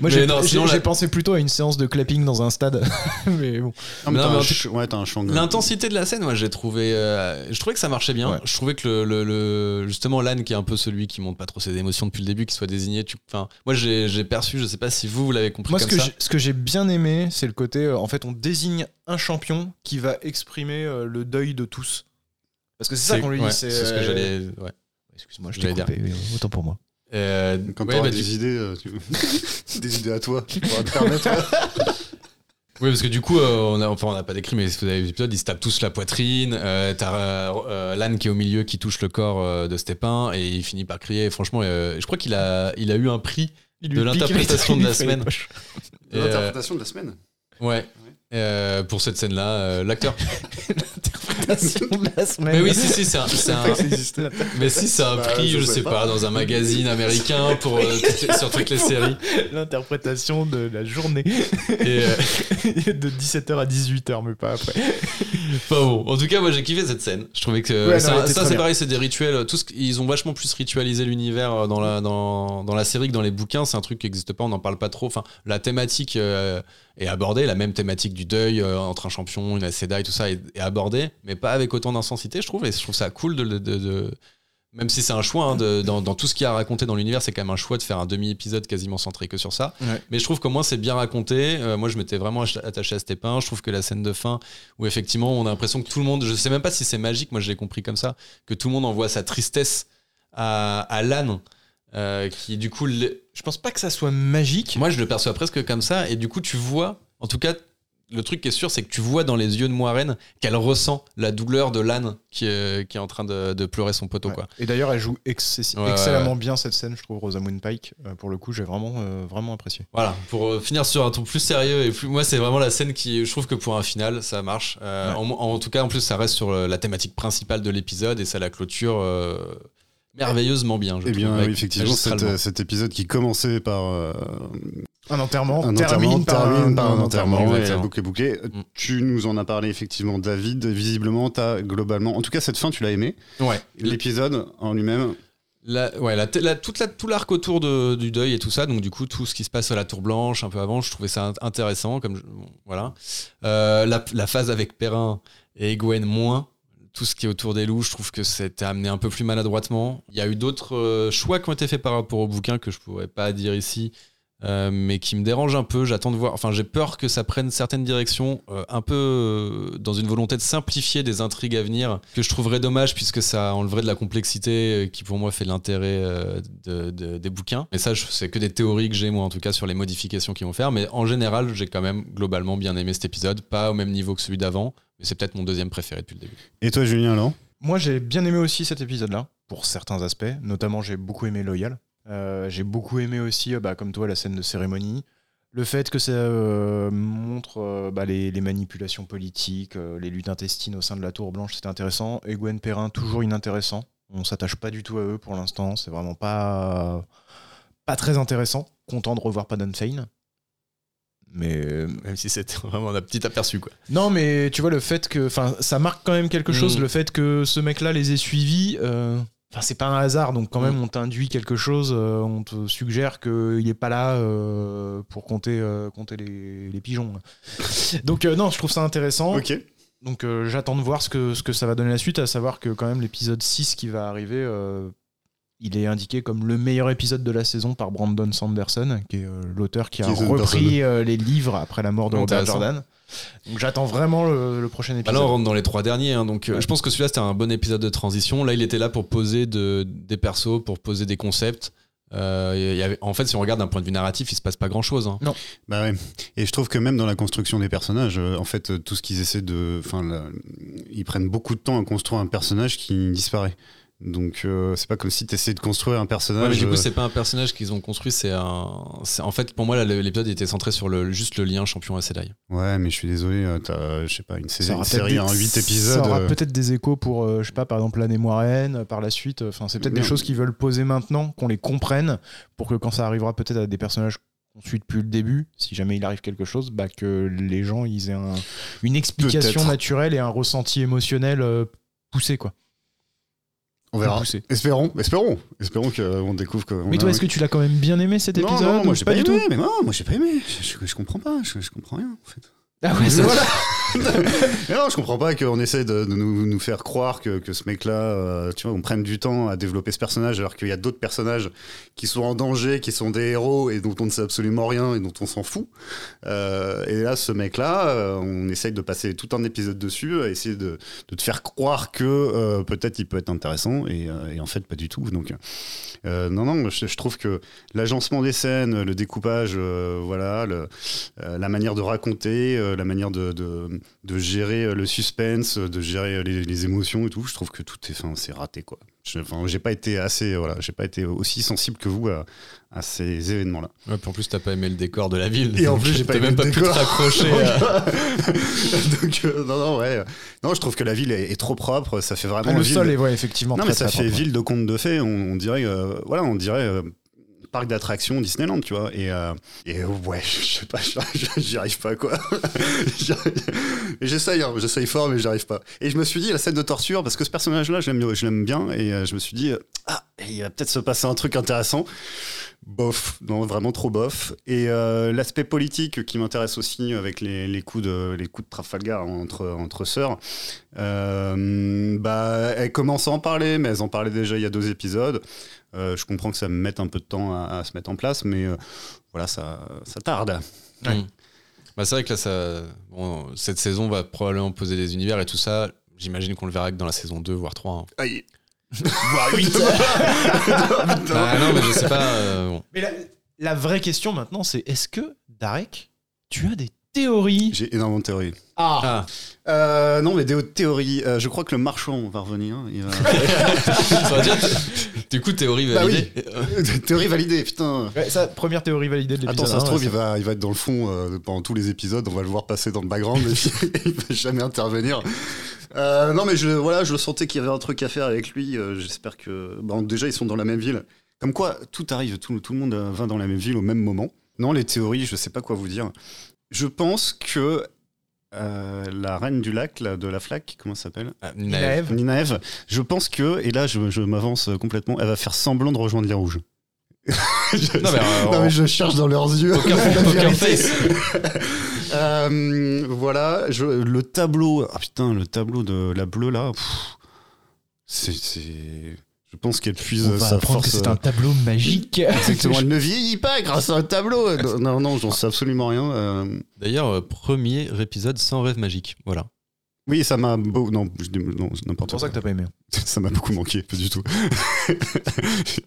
S2: Mais
S1: j'ai
S2: non,
S1: j'ai-
S2: sinon,
S1: j'ai
S2: la-
S1: pensé plutôt à une séance de clapping dans un stade. mais bon.
S3: Ah, mais
S2: Non,
S3: t'as
S2: mais en
S3: un
S2: tout-
S3: ch- Ouais, t'as un chant.
S2: L'intensité de la scène, moi j'ai trouvé. euh, je trouvais que ça marchait bien.
S1: Ouais.
S2: Je trouvais que le, le- le- justement l'âne qui est un peu celui qui montre pas trop ses émotions depuis le début, qui soit désigné. Tu, enfin, moi j'ai j'ai perçu, je sais pas si vous, vous l'avez compris
S1: Moi, ce que,
S2: comme ça.
S1: j'ai- ce que j'ai bien aimé, c'est le côté. euh, en fait, on désigne un champion qui va exprimer euh, le deuil de tous. Parce que c'est ça qu'on lui
S2: ouais,
S1: dit. C'est
S2: ce que
S1: euh,
S2: j'allais. ouais.
S1: Excuse-moi, je
S2: j'allais
S1: t'ai
S2: dire.
S1: coupé. mais Autant pour moi.
S2: Euh,
S3: Quand
S2: ouais,
S3: t'auras
S2: bah,
S3: des
S2: tu-
S3: idées, euh, tu- des idées à toi, tu pourras te permettre. euh,
S2: Oui, parce que du coup, euh, on a, enfin, on n'a pas décrit, mais si vous avez vu l'épisode, ils se tapent tous la poitrine. Euh, T'as euh, euh, l'âne qui est au milieu qui touche le corps euh, de Stépin et il finit par crier. Et franchement, euh, je crois qu'il a, il a eu un prix.
S1: Il
S2: De
S1: lui pique
S2: l'interprétation
S1: les-
S2: de la
S1: il fait
S2: semaine.
S1: les poches.
S2: Et, euh,
S3: L'interprétation de la semaine.
S2: ouais. Euh, pour cette scène-là, euh, l'acteur.
S1: L'interprétation de la semaine.
S2: Mais oui, si, si, c'est un, c'est un- mais si, c'est un
S3: Bah,
S2: prix,
S3: je
S2: je
S3: sais
S2: sais
S3: pas.
S2: pas, dans un magazine américain pour euh, toutes les- sur toutes les séries.
S1: L'interprétation de la journée.
S2: Et, euh,
S1: de 17h à 18h, mais pas après.
S2: Enfin bon, en tout cas, moi j'ai kiffé cette scène. Je trouvais que euh,
S1: Ouais, non, elle
S2: ça,
S1: était
S2: ça,
S1: très
S2: c'est
S1: bien.
S2: pareil, c'est des rituels. euh, Tout ce, qu- ils ont vachement plus ritualisé l'univers euh, dans la, dans, dans la série que dans les bouquins. C'est un truc qui n'existe pas, on n'en parle pas trop. Enfin, la thématique euh, est abordée, la même thématique du deuil euh, entre un champion, une Acéda et tout ça est, est abordée, mais pas avec autant d'intensité, je trouve. Et je trouve ça cool de. de- de- de- même si c'est un choix, hein, de- dans, dans tout ce qu'il y a à raconter dans l'univers, c'est quand même un choix de faire un demi-épisode quasiment centré que sur ça.
S1: Ouais.
S2: Mais je trouve qu'au moins c'est bien raconté. Euh, moi, je m'étais vraiment ach- attaché à Stépin. Je trouve que la scène de fin, où effectivement on a l'impression que tout le monde, je sais même pas si c'est magique, moi je l'ai compris comme ça, que tout le monde envoie sa tristesse à, à l'âne, euh, qui du coup, l'est-
S1: Je pense pas que ça soit magique.
S2: moi je le perçois presque comme ça, et du coup tu vois, en tout cas, le truc qui est sûr, c'est que tu vois dans les yeux de Moiraine qu'elle ressent la douleur de l'âne qui, est- qui est en train de, de pleurer son poteau,
S1: Ouais.
S2: quoi.
S1: Et d'ailleurs, elle joue excessi-
S2: Ouais, ouais,
S1: excellemment bien cette scène, je trouve, Rosamund Pike. Euh, pour le coup, j'ai vraiment, euh, vraiment apprécié.
S2: Voilà, pour euh, finir sur un ton plus sérieux et plus. Moi, c'est vraiment la scène qui. Je trouve que pour un final, ça marche. Euh,
S1: Ouais.
S2: en, en tout cas, en plus, ça reste sur euh, la thématique principale de l'épisode et ça la clôture euh, merveilleusement bien. je
S3: Eh
S2: trouve,
S3: bien,
S2: avec-
S3: oui, effectivement, cet, euh,
S2: magistralement.
S3: cet épisode qui commençait par euh,
S1: Un enterrement,
S3: un enterrement,
S1: termine, par un-
S3: termine par un enterrement, et la
S2: exactement.
S3: boucle est bouclée.
S2: Mm.
S3: Euh, Tu nous en as parlé, effectivement, David. Visiblement, t'as globalement... En tout cas, cette fin, tu l'as aimé.
S2: Ouais.
S3: L'épisode en lui-même,
S2: La- ouais, la, la- toute la, tout l'arc autour de- du deuil et tout ça, donc du coup tout ce qui se passe à la Tour Blanche un peu avant, je trouvais ça int- intéressant. Comme je- bon, voilà, Euh, la, la phase avec Perrin et Gwen moins. Tout ce qui est autour des loups, je trouve que c'était amené un peu plus maladroitement. Il y a eu d'autres euh, choix qui ont été faits par rapport au bouquin que je pourrais pas dire ici, euh, mais qui me dérangent un peu. J'attends de voir. Enfin, j'ai peur que ça prenne certaines directions, euh, un peu euh, dans une volonté de simplifier des intrigues à venir, que je trouverais dommage puisque ça enleverait de la complexité euh, qui pour moi fait l'intérêt euh, de- de- des bouquins. Mais ça, je- c'est que des théories que j'ai moi en tout cas sur les modifications qu'ils vont faire. Mais en général, j'ai quand même globalement bien aimé cet épisode, pas au même niveau que celui d'avant, mais c'est peut-être mon deuxième préféré depuis le début.
S3: Et toi, Julien, alors
S1: Moi, j'ai bien aimé aussi cet épisode-là, pour certains aspects. Notamment, j'ai beaucoup aimé Loyal. Euh, j'ai beaucoup aimé aussi, euh, bah, comme toi, la scène de cérémonie. Le fait que ça euh, montre euh, bah, les, les manipulations politiques, euh, les luttes intestines au sein de la Tour Blanche, c'était intéressant. Et Gwen Perrin, toujours inintéressant. On s'attache pas du tout à eux pour l'instant. C'est vraiment pas, pas très intéressant. Content de revoir Padden Fane. Mais
S2: Même si c'était vraiment un petit aperçu quoi.
S1: non, mais tu vois, le fait que. Enfin, ça marque quand même quelque chose,
S2: Mm.
S1: le fait que ce mec-là les ait suivis. euh, Enfin, c'est pas un hasard, donc quand même, on t'induit quelque chose, euh, on te suggère qu'il n'est pas là euh, pour compter, euh, compter les, les pigeons. là. donc, euh, non, je trouve ça intéressant.
S3: Ok.
S1: Donc, euh, j'attends de voir ce que, ce que ça va donner la suite, à savoir que quand même, l'épisode 6 qui va arriver. euh, il est indiqué comme le meilleur épisode de la saison par Brandon Sanderson, qui est euh, l'auteur qui a
S3: Qui est cette personne.
S1: repris euh, les livres après la mort de Robert
S2: Intéressant.
S1: Jordan. Donc j'attends vraiment le, le prochain épisode.
S2: Bah là, on rentre dans les trois derniers. hein, donc, euh,
S1: Ouais.
S2: je pense que celui-là, c'était un bon épisode de transition. Là, il était là pour poser de- des persos, pour poser des concepts. Euh, il y avait- en fait, si on regarde d'un point de vue narratif, il se passe pas hein. grand chose.
S3: Bah ouais. Et je trouve que même dans la construction des personnages, euh, en fait, euh, tout ce qu'ils essaient de. Enfin, la- ils prennent beaucoup de temps à construire un personnage qui disparaît. Donc, euh, c'est pas comme si tu essayais de construire
S2: Ouais,
S3: un
S2: mais
S3: personnage.
S2: du coup,
S3: euh,
S2: c'est pas un personnage qu'ils ont construit, c'est un. c'est- En fait, pour moi, là, l'épisode il était centré sur le, juste le lien champion et Sedai.
S3: Ouais, mais je suis désolé, euh, t'as, je sais pas, une
S1: Ça
S3: série,
S1: aura
S3: une
S1: peut-être
S3: série
S1: des-
S3: en 8 épisodes.
S1: Ça aura
S3: euh,
S1: peut-être des échos pour, euh, je sais pas, par exemple, la mémoire haine, par la suite. euh, Enfin, c'est peut-être des
S3: Non.
S1: choses qu'ils veulent poser maintenant, qu'on les comprenne, pour que quand ça arrivera peut-être à des personnages qu'on suit depuis le début, si jamais il arrive quelque chose, bah, que les gens ils aient un- une explication
S3: Peut-être.
S1: naturelle et un ressenti émotionnel euh, poussé, quoi.
S3: on verra.
S1: Poussé.
S3: Espérons, espérons, espérons qu'on découvre que.
S1: Mais toi, est-ce que tu l'as quand même bien aimé cet
S3: non,
S1: épisode
S3: non, moi
S1: ou
S3: j'ai pas, aimé, mais non, moi j'ai pas aimé. Je, je- je comprends pas, je, je comprends rien en fait.
S1: Ah ouais, c'est
S3: Voilà. Mais non, je comprends pas qu'on essaie de, de nous, nous faire croire que, que ce mec-là, euh, tu vois, on prenne du temps à développer ce personnage alors qu'il y a d'autres personnages qui sont en danger, qui sont des héros et dont on ne sait absolument rien et dont on s'en fout. Euh, et là, ce mec-là, euh, on essaye de passer tout un épisode dessus, à essayer de, de te faire croire que euh, peut-être il peut être intéressant et, euh, et en fait pas du tout. Donc euh, non, non, je, je trouve que l'agencement des scènes, le découpage, euh, voilà, le- euh, la manière de raconter, euh, la manière de, de- de gérer euh, le suspense, euh, de gérer euh, les, les émotions et tout, je trouve que tout est, enfin, c'est raté quoi. Je- Enfin, j'ai pas été assez, euh, voilà, j'ai pas été aussi sensible que vous à, à ces événements-là.
S2: Ouais, puis en plus, t'as pas aimé le décor de la ville.
S3: Et en
S2: donc
S3: plus, j'ai
S2: t'as
S3: pas aimé
S2: même
S3: le
S2: pas pu te
S3: décor.
S2: raccrocher. à-
S3: Donc, euh, non, non, ouais, non, je trouve que la ville est, est trop propre, ça fait vraiment
S1: le
S3: ville-
S1: sol est ouais, effectivement.
S3: Non,
S1: très,
S3: mais ça
S1: très
S3: fait
S1: propre.
S3: ville de contes de fées. On, on dirait, euh, voilà, on dirait euh, parc d'attractions Disneyland, tu vois. Et, euh, et ouais, je sais pas, je- j'y arrive pas quoi. J'y arrive- j'essaye, hein, j'essaye fort, mais j'arrive pas. Et je me suis dit la scène de torture parce que ce personnage-là, je l'aime, je l'aime bien, et euh, je me suis dit euh, ah, il va peut-être se passer un truc intéressant. Bof, non, vraiment trop bof. Et euh, l'aspect politique qui m'intéresse aussi avec les, les coups de les coups de Trafalgar entre entre sœurs. Euh, bah, elles commencent à en parler, mais elles en parlaient déjà il y a deux épisodes. Euh, je comprends que ça me mette un peu de temps à, à se mettre en place, mais euh, voilà, ça, ça tarde.
S1: Ouais.
S2: Mm. Bah, c'est vrai que là, ça... bon, cette saison va probablement poser des univers et tout ça. J'imagine qu'on le verra que dans la saison 2, voire 3. hein.
S3: Aïe. Ah
S2: Bah, non, mais je sais pas. euh, bon.
S1: Mais la, la vraie question maintenant, c'est est-ce que, Darek, tu as des théories
S3: J'ai énormément de théories.
S2: Ah,
S3: Euh, non, mais des hautes théories. Euh, je crois que le marchand va revenir. Il va-
S2: ça veut dire que- Du coup, théorie
S3: Bah oui.
S2: validée.
S3: Théorie validée, putain.
S1: Ouais, ça, première théorie validée de l'épisode.
S3: Attends, ça
S1: hein,
S3: se trouve,
S1: ouais,
S3: il va, il va être dans le fond euh, pendant tous les épisodes. On va le voir passer dans le background et puis, il va jamais intervenir. Euh, non, mais je, voilà, je sentais qu'il y avait un truc à faire avec lui. euh, J'espère que. bon, déjà, ils sont dans la même ville. Comme quoi, tout arrive, tout, tout le monde euh, va dans la même ville au même moment. Non, les théories, je sais pas quoi vous dire. Je pense que euh, la reine du lac, là, de la flac, comment ça s'appelle
S2: Ah,
S1: ça-
S2: Naël.
S1: Naëv.
S3: Nina Eve, je pense que, et là je, je m'avance complètement, elle va faire semblant de rejoindre les rouges. Je-
S2: Non, mais, euh,
S3: non, mais je cherche dans leurs yeux.
S2: Poker-
S3: la
S2: poker
S3: vérité.
S2: face.
S3: Euh, voilà, je- le tableau. Ah putain, le tableau de la bleue là. pff, c'est, c'est- Je pense qu'elle puise
S1: On va
S3: sa
S1: apprendre
S3: force.
S1: que c'est
S3: euh,
S1: un tableau magique.
S3: Exactement, elle ne vieillit pas grâce à un tableau. Non, non, non, j'en sais absolument rien. euh.
S2: D'ailleurs, euh, premier épisode sans rêve magique. Voilà.
S3: Oui, ça m'a. beau- Non, je dis- non, c'est
S1: C'est
S3: n'importe
S1: pour
S3: quoi.
S1: ça que t'as pas aimé.
S3: Ça m'a beaucoup manqué, pas du tout.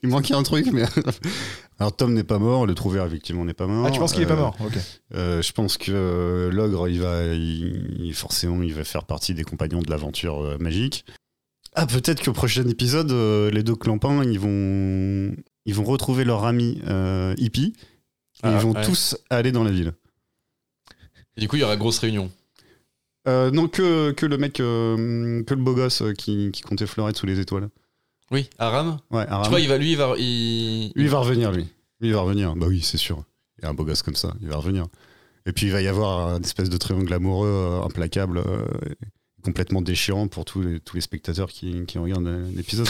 S3: Il manquait un truc, mais. Alors, Tom n'est pas mort, le Trouvert, effectivement, n'est pas mort.
S1: ah, tu penses qu'il est pas
S3: Euh,
S1: mort Ok.
S3: Euh, je pense que euh, l'ogre, il va, il- il- forcément, il va faire partie des compagnons de l'aventure euh, magique. Ah, peut-être qu'au prochain épisode, euh, les deux clampins, ils vont, ils vont retrouver leur ami euh, hippie. Et
S2: Ah,
S3: ils vont
S2: ouais.
S3: tous aller dans la ville.
S2: Et du coup, il y aura grosse réunion.
S3: Euh, non, que, que le mec, euh, que le beau gosse euh, qui, qui comptait fleurette sous les étoiles.
S2: Oui, Aram.
S3: Ouais, Aram.
S2: Tu vois, il va, lui, il va. il-
S3: Lui, il va revenir, lui. Lui, il va revenir. Bah oui, c'est sûr. Il y a un beau gosse comme ça, il va revenir. Et puis, il va y avoir un espèce de triangle amoureux euh, implacable, euh, et complètement déchirant pour tous les, tous les spectateurs qui, qui regardent euh, l'épisode.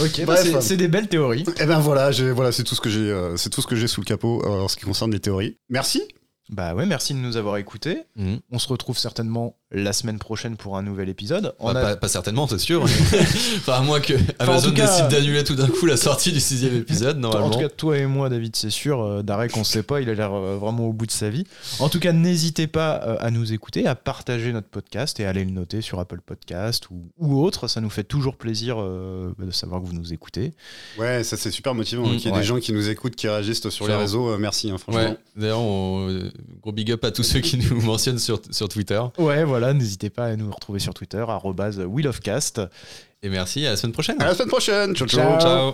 S1: Ok,
S3: bah,
S1: c'est
S3: c'est-
S1: c'est des belles théories.
S3: Et ben voilà, j'ai- voilà c'est tout ce que j'ai euh, c'est tout ce que j'ai sous le capot euh, en ce qui concerne les théories. Merci.
S1: Bah ouais, merci de nous avoir écoutés.
S2: Mhm.
S1: On se retrouve certainement la semaine prochaine pour un nouvel épisode.
S2: Bah,
S1: En a-
S2: pas, pas certainement, c'est sûr. enfin, à moins que
S1: en
S2: Amazon
S1: tout cas-
S2: décide d'annuler tout d'un coup la sortie du sixième épisode,
S1: Toi-
S2: normalement.
S1: En tout cas, toi et moi, David, c'est sûr. euh, Darek, on sait pas, il a l'air euh, vraiment au bout de sa vie. En tout cas, n'hésitez pas euh, à nous écouter, à partager notre podcast et à aller le noter sur Apple Podcast ou, ou autre. Ça nous fait toujours plaisir euh, bah, de savoir que vous nous écoutez.
S3: Ouais, ça c'est super motivant
S2: Mm,
S3: hein, qu'il y ait
S1: ouais.
S3: des gens qui nous écoutent, qui réagissent sur les
S2: Clairement.
S3: réseaux. euh, merci, hein, franchement.
S2: Ouais. D'ailleurs, on- euh, gros big up à tous ceux qui nous mentionnent sur, sur Twitter.
S1: Ouais, voilà, n'hésitez pas à nous retrouver sur Twitter, arrobase Wheel of Cast.
S2: Et merci, à la semaine prochaine.
S3: À la semaine prochaine. Ciao, ciao.
S1: Ciao.
S2: Ciao.